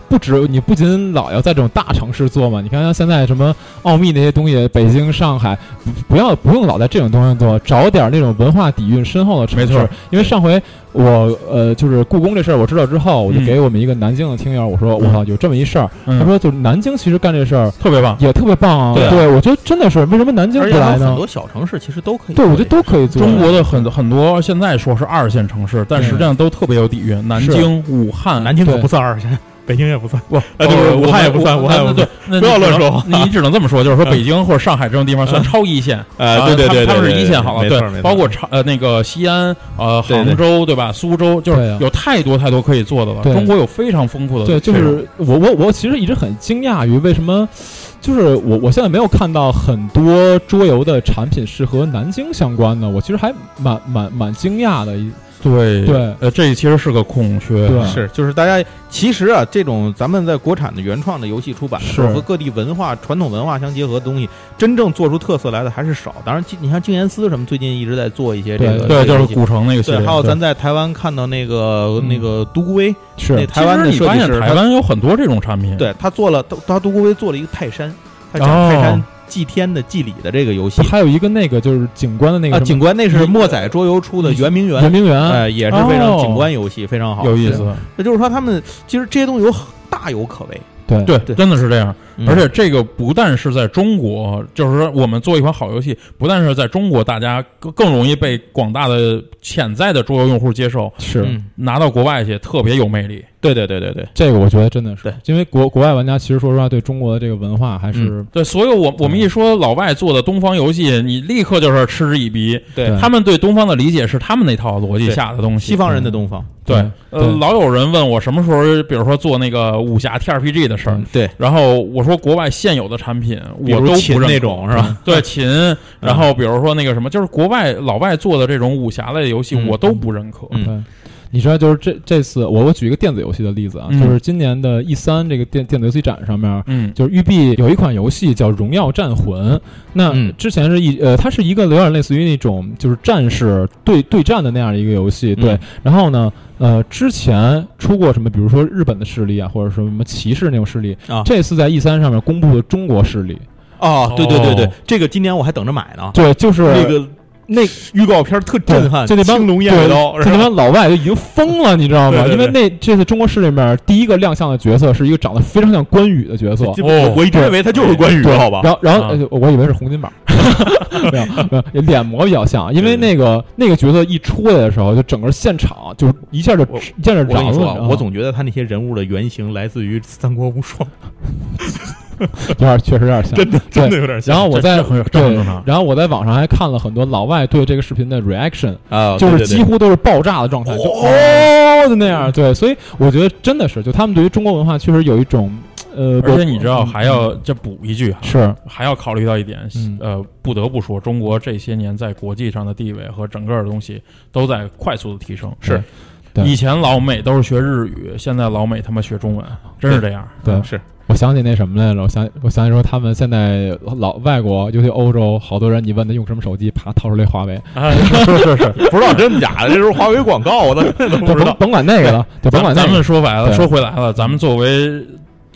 [SPEAKER 2] 不止你不仅老要在这种大城市做嘛，你看像现在什么奥秘那些东西，北京、上海，不不要不用老在这种东西做，找点那种文化底蕴深厚的城市。
[SPEAKER 4] 没错，
[SPEAKER 2] 因为上回我呃就是故宫这事儿我知道之后，我就
[SPEAKER 4] 嗯
[SPEAKER 2] 给我们一个南京的听友，我说我
[SPEAKER 4] 嗯
[SPEAKER 2] 操有这么一事儿，
[SPEAKER 4] 嗯
[SPEAKER 2] 他说就是南京其实干这事儿
[SPEAKER 4] 特别棒，
[SPEAKER 2] 也特别棒啊，
[SPEAKER 4] 对
[SPEAKER 2] 对
[SPEAKER 4] 啊
[SPEAKER 2] 我觉得真的是为什么南京
[SPEAKER 3] 而
[SPEAKER 2] 不
[SPEAKER 3] 且还
[SPEAKER 2] 来
[SPEAKER 3] 有很
[SPEAKER 2] 呢？
[SPEAKER 3] 多小城市其实都可以
[SPEAKER 2] 对，
[SPEAKER 3] 做这
[SPEAKER 2] 我觉
[SPEAKER 3] 个事
[SPEAKER 2] 得
[SPEAKER 3] 儿。
[SPEAKER 2] 都可以做。
[SPEAKER 4] 中国的很很多现在说是二线城市，但
[SPEAKER 2] 对
[SPEAKER 4] 实际上都特别有底蕴，南
[SPEAKER 2] 是
[SPEAKER 4] 京、武汉、
[SPEAKER 3] 南京可
[SPEAKER 2] 对
[SPEAKER 3] 不算二线，北京也不算。
[SPEAKER 4] 不，
[SPEAKER 3] 对不是
[SPEAKER 4] 呃
[SPEAKER 3] 武汉也哦不算
[SPEAKER 4] 我
[SPEAKER 3] 武汉也不
[SPEAKER 4] 对
[SPEAKER 3] 算，
[SPEAKER 4] 那
[SPEAKER 3] 不要
[SPEAKER 4] 你只
[SPEAKER 3] 乱
[SPEAKER 4] 能
[SPEAKER 3] 说话
[SPEAKER 4] 你只能这么说，就是说北京或者上海这种地方算超一线，
[SPEAKER 3] 呃
[SPEAKER 4] 啊
[SPEAKER 3] 对对
[SPEAKER 4] 他
[SPEAKER 3] 对对
[SPEAKER 4] 们他们是
[SPEAKER 3] 对
[SPEAKER 4] 一
[SPEAKER 3] 对
[SPEAKER 4] 线好了，
[SPEAKER 3] 没错没错
[SPEAKER 4] 对，包括长呃那个西安、呃
[SPEAKER 3] 对对
[SPEAKER 4] 杭州对吧？苏州就
[SPEAKER 2] 对
[SPEAKER 4] 是
[SPEAKER 2] 啊
[SPEAKER 4] 有太多太多可以做的了。
[SPEAKER 2] 对
[SPEAKER 4] 中国有非常丰富的
[SPEAKER 2] 对，就
[SPEAKER 4] 这种
[SPEAKER 2] 是我我我其实一直很惊讶于为什么，就是我我现在没有看到很多桌游的产品是和南京相关的，我其实还蛮蛮蛮惊讶的。
[SPEAKER 4] 对
[SPEAKER 2] 对
[SPEAKER 4] 呃，这其实是个空缺，啊
[SPEAKER 2] 对
[SPEAKER 3] 是，就是大家其实啊，这种咱们在国产的原创的游戏出版的时候，
[SPEAKER 2] 是
[SPEAKER 3] 和各地文化、传统文化相结合的东西，真正做出特色来的还是少。当然，今你像静言思什么，最近一直在做一些这个
[SPEAKER 2] 对
[SPEAKER 3] 这
[SPEAKER 4] 对，就
[SPEAKER 3] 个
[SPEAKER 4] 是
[SPEAKER 3] 东西
[SPEAKER 4] 古城那个系列。
[SPEAKER 3] 对，还有
[SPEAKER 4] 对
[SPEAKER 3] 咱在台湾看到那个
[SPEAKER 2] 嗯
[SPEAKER 3] 那个独孤威，那
[SPEAKER 2] 是
[SPEAKER 3] 台湾的
[SPEAKER 4] 其实
[SPEAKER 3] 设
[SPEAKER 4] 你发
[SPEAKER 3] 计
[SPEAKER 4] 现
[SPEAKER 3] 师，
[SPEAKER 4] 台湾有很多这种产品，
[SPEAKER 3] 他，对他做了，他他独孤威做了一个泰山，他讲
[SPEAKER 4] 哦
[SPEAKER 3] 泰山祭天的祭礼的这个游戏
[SPEAKER 2] 还有一个那个就是景观的那个
[SPEAKER 3] 啊，
[SPEAKER 2] 什么
[SPEAKER 3] 景观那是墨仔桌游出的圆明
[SPEAKER 2] 圆
[SPEAKER 3] 园，
[SPEAKER 2] 明园，
[SPEAKER 3] 哎，也是非常
[SPEAKER 4] 哦
[SPEAKER 3] 景观游戏，非常好，
[SPEAKER 4] 有意
[SPEAKER 3] 对。
[SPEAKER 4] 思。
[SPEAKER 3] 那就是说，他们其实这些东西有很大有可为，
[SPEAKER 2] 对
[SPEAKER 4] 对，
[SPEAKER 3] 对
[SPEAKER 4] 真的是这样。
[SPEAKER 3] 嗯
[SPEAKER 4] 而且这个不但是在中国，就是说我们做一款好游戏，不但是在中国大家更更容易被广大的潜在的桌游用户接受，
[SPEAKER 2] 是、
[SPEAKER 3] 嗯
[SPEAKER 4] 拿到国外去特别有魅力。
[SPEAKER 3] 对对对对对，
[SPEAKER 2] 这个，我觉得真的是
[SPEAKER 3] 对，
[SPEAKER 2] 因为国国外玩家其实说实话对中国的这个文化还是、
[SPEAKER 4] 对，所有我
[SPEAKER 3] 嗯
[SPEAKER 4] 我们一说老外做的东方游戏，你立刻就是嗤之以鼻。
[SPEAKER 3] 对
[SPEAKER 2] 对
[SPEAKER 4] 他们对东方的理解是他们那套逻辑
[SPEAKER 3] 对
[SPEAKER 4] 下的东西。
[SPEAKER 3] 西方人的东方，
[SPEAKER 4] 对
[SPEAKER 2] 对，
[SPEAKER 4] 呃，老有人问我什么时候，比如说做那个武侠 TRPG 的事儿，
[SPEAKER 3] 嗯对，
[SPEAKER 4] 然后我说国外现有的产品我
[SPEAKER 3] 比
[SPEAKER 4] 都
[SPEAKER 3] 如
[SPEAKER 4] 不
[SPEAKER 3] 琴
[SPEAKER 4] 认可
[SPEAKER 3] 那种是吧？ 嗯
[SPEAKER 4] 对琴，然后比如说那个什么，就是国外老外做的这种武侠类的游戏，
[SPEAKER 3] 嗯
[SPEAKER 4] 我都不认可。
[SPEAKER 3] 嗯
[SPEAKER 2] 对，你知道，就是这这次我我举一个电子游戏的例子啊，
[SPEAKER 4] 嗯
[SPEAKER 2] 就是今年的 E 三这个电电子游戏展上面，
[SPEAKER 4] 嗯，
[SPEAKER 2] 就是育碧有一款游戏叫《荣耀战魂》，那
[SPEAKER 3] 嗯
[SPEAKER 2] 之前是一呃，它是一个有点类似于那种就是战士对对战的那样的一个游戏，对。
[SPEAKER 3] 嗯
[SPEAKER 2] 然后呢，呃，之前出过什么，比如说日本的势力啊，或者说什么骑士那种势力，
[SPEAKER 3] 啊
[SPEAKER 2] 这次在 E 三上面公布了中国势力，
[SPEAKER 3] 哦，对对对对
[SPEAKER 4] 哦，
[SPEAKER 3] 这个今年我还等着买呢。
[SPEAKER 2] 对，就是
[SPEAKER 3] 那个
[SPEAKER 2] 那
[SPEAKER 3] 预告片特震撼，
[SPEAKER 2] 对就那帮
[SPEAKER 3] 青龙偃
[SPEAKER 2] 对
[SPEAKER 3] 月刀，
[SPEAKER 2] 这
[SPEAKER 3] 是
[SPEAKER 2] 他妈
[SPEAKER 3] 吧
[SPEAKER 2] 老外就已经疯了，你知道吗？
[SPEAKER 3] 对对对
[SPEAKER 2] 因为那这次中国势力里面第一个亮相的角色是一个长得非常像关羽的角色，
[SPEAKER 3] 这
[SPEAKER 4] 哦
[SPEAKER 3] 我一直认为他就是关羽，
[SPEAKER 2] 对
[SPEAKER 3] 好吧？嗯
[SPEAKER 2] 然后，然后、
[SPEAKER 4] 啊
[SPEAKER 2] 呃我以为是洪金宝， 没有，没有，脸模比较像，因为
[SPEAKER 3] 对对
[SPEAKER 2] 那个那个角色一出来的时候，就整个现场就一下就
[SPEAKER 3] 我
[SPEAKER 2] 一下就
[SPEAKER 3] 我
[SPEAKER 2] 燃了
[SPEAKER 3] 跟
[SPEAKER 2] 嗯
[SPEAKER 3] 你
[SPEAKER 2] 你知
[SPEAKER 3] 说
[SPEAKER 2] 道
[SPEAKER 3] 啊，
[SPEAKER 2] 吗，
[SPEAKER 3] 我总觉得他那些人物的原型来自于《三国无双
[SPEAKER 2] 有点确实有点像，》，
[SPEAKER 3] 真的
[SPEAKER 2] 对
[SPEAKER 3] 真的有点像
[SPEAKER 2] 然后我在
[SPEAKER 4] 这这很这很
[SPEAKER 2] 对
[SPEAKER 4] 正
[SPEAKER 3] 啊
[SPEAKER 4] 常，
[SPEAKER 2] 然后我在网上还看了很多老外对这个视频的 reaction，
[SPEAKER 3] 啊
[SPEAKER 2] 就
[SPEAKER 3] 对
[SPEAKER 2] 是
[SPEAKER 3] 对对
[SPEAKER 2] 几乎都是爆炸的状态，就哦就那样，对，所以我觉得真的是，就他们对于中国文化确实有一种呃，
[SPEAKER 4] 嗯而
[SPEAKER 2] 我嗯
[SPEAKER 4] 且你知道，还要这补一句哈，啊
[SPEAKER 2] 是
[SPEAKER 4] 还要考虑到一点
[SPEAKER 2] 嗯，
[SPEAKER 4] 呃，不得不说，中国这些年在国际上的地位和整个的东西都在快速的提升。嗯
[SPEAKER 3] 是
[SPEAKER 2] 对
[SPEAKER 4] 以前老美都是学日语，现在老美他妈学中文，真是这样。
[SPEAKER 2] 对，
[SPEAKER 3] 是
[SPEAKER 2] 我想起那什么来了，我想我想起说他们现在老外国，尤其欧洲，好多人你问他用什么手机，啪掏出来华 为，
[SPEAKER 4] 啊，是是 是，
[SPEAKER 3] 不知道真假的，这是华为广告，我都都不知
[SPEAKER 2] 甭
[SPEAKER 3] 道。
[SPEAKER 2] 甭管那个 了，就甭
[SPEAKER 4] 咱
[SPEAKER 2] 管那
[SPEAKER 4] 咱
[SPEAKER 2] 个
[SPEAKER 4] 们。说白了，
[SPEAKER 2] 对
[SPEAKER 4] 说回来了，咱们作为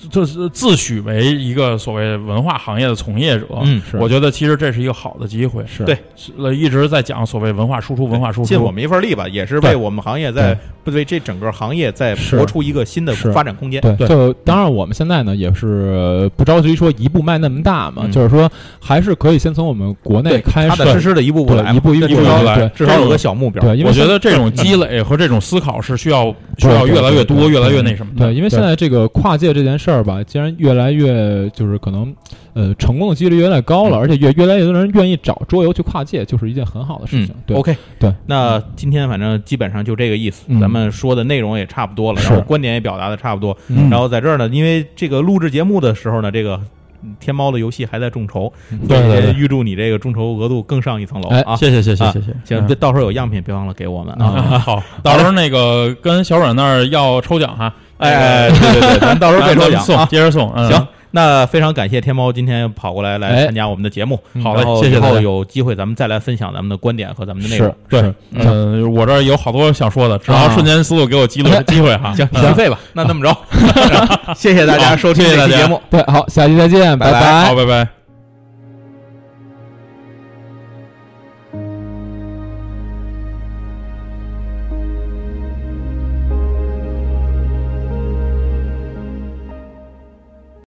[SPEAKER 4] 就是自诩为一个所谓文化行业的从业者，
[SPEAKER 3] 嗯
[SPEAKER 2] 是
[SPEAKER 4] 我觉得其实这是一个好的机会。
[SPEAKER 2] 是
[SPEAKER 3] 对
[SPEAKER 4] 呃，一直在讲所谓文化输出，文化输出，
[SPEAKER 3] 尽我们一份力吧，也是
[SPEAKER 2] 对
[SPEAKER 3] 为我们行业在不对这整个行业在
[SPEAKER 2] 是
[SPEAKER 3] 搏出一个新的
[SPEAKER 2] 是
[SPEAKER 3] 发展空间。
[SPEAKER 2] 对，
[SPEAKER 4] 对
[SPEAKER 2] 就当然我们现在呢也是不着急说一步迈那么大嘛，
[SPEAKER 3] 嗯
[SPEAKER 2] 就是说还是可以先从我们国内
[SPEAKER 3] 对，
[SPEAKER 2] 开
[SPEAKER 3] 踏
[SPEAKER 2] 始
[SPEAKER 3] 踏，实实的一步步
[SPEAKER 2] 对
[SPEAKER 3] 来嘛，
[SPEAKER 2] 一步一步
[SPEAKER 3] 至
[SPEAKER 4] 一步
[SPEAKER 3] 少
[SPEAKER 4] 来
[SPEAKER 2] 对
[SPEAKER 3] 至少有个小目标。
[SPEAKER 2] 对，因为
[SPEAKER 4] 我
[SPEAKER 2] 现
[SPEAKER 4] 觉得这种积累和这种思考是需要需要
[SPEAKER 2] 对对
[SPEAKER 4] 越来越多、
[SPEAKER 2] 对嗯
[SPEAKER 4] 越来越那什么的。
[SPEAKER 2] 对，因为现在这个跨界这件事儿吧，既然越来越就是可能，呃，成功的几率越来越高了，
[SPEAKER 4] 嗯
[SPEAKER 2] 而且越越来越多人愿意找桌游去跨界，就是一件很好的事情。
[SPEAKER 4] 嗯
[SPEAKER 2] 对
[SPEAKER 3] 嗯 OK，
[SPEAKER 2] 对，
[SPEAKER 3] 那今天反正基本上就这个意思，
[SPEAKER 2] 嗯
[SPEAKER 3] 咱们说的内容也差不多了，
[SPEAKER 2] 是
[SPEAKER 3] 然后观点也表达的差不多，
[SPEAKER 2] 嗯
[SPEAKER 3] 然后在这儿呢，因为这个录制节目的时候呢，这个嗯天猫的游戏还在众筹，
[SPEAKER 4] 对对
[SPEAKER 3] 也
[SPEAKER 4] 对
[SPEAKER 3] 预祝你这个众筹额度更上一层楼
[SPEAKER 2] 哎
[SPEAKER 3] 啊！
[SPEAKER 4] 谢谢谢谢
[SPEAKER 3] 啊
[SPEAKER 4] 谢谢，
[SPEAKER 3] 行，别到时候有样品别忘了给我们啊！
[SPEAKER 4] 啊，好，到时候那个跟小阮那儿要抽奖哈，
[SPEAKER 3] 哎，哎对对对，咱到时候
[SPEAKER 4] 咱
[SPEAKER 3] 再
[SPEAKER 4] 们
[SPEAKER 3] 抽奖
[SPEAKER 4] 送，
[SPEAKER 3] 啊！
[SPEAKER 4] 接着送，嗯
[SPEAKER 3] 行，，那非常感谢天猫今天跑过来来
[SPEAKER 2] 哎
[SPEAKER 3] 参加我们的节目。
[SPEAKER 2] 嗯
[SPEAKER 4] 好嘞
[SPEAKER 3] 然后
[SPEAKER 4] 谢谢
[SPEAKER 3] 以
[SPEAKER 4] 大
[SPEAKER 3] 后
[SPEAKER 4] 家
[SPEAKER 3] 有机会咱们再来分享咱们的观点和咱们的内
[SPEAKER 2] 是
[SPEAKER 3] 容。
[SPEAKER 4] 对
[SPEAKER 2] 是，
[SPEAKER 4] 嗯、我这儿有好多想说的，只要
[SPEAKER 3] 啊
[SPEAKER 4] 瞬间思路给我机会机会哈。
[SPEAKER 3] 行，
[SPEAKER 4] 嗯
[SPEAKER 3] 闲费吧， 那这么着，谢谢大家收听
[SPEAKER 4] 谢谢
[SPEAKER 3] 这期
[SPEAKER 4] 大家
[SPEAKER 3] 节目。
[SPEAKER 2] 对，好，下期再见，
[SPEAKER 3] 拜拜
[SPEAKER 2] 拜
[SPEAKER 4] 好，拜拜。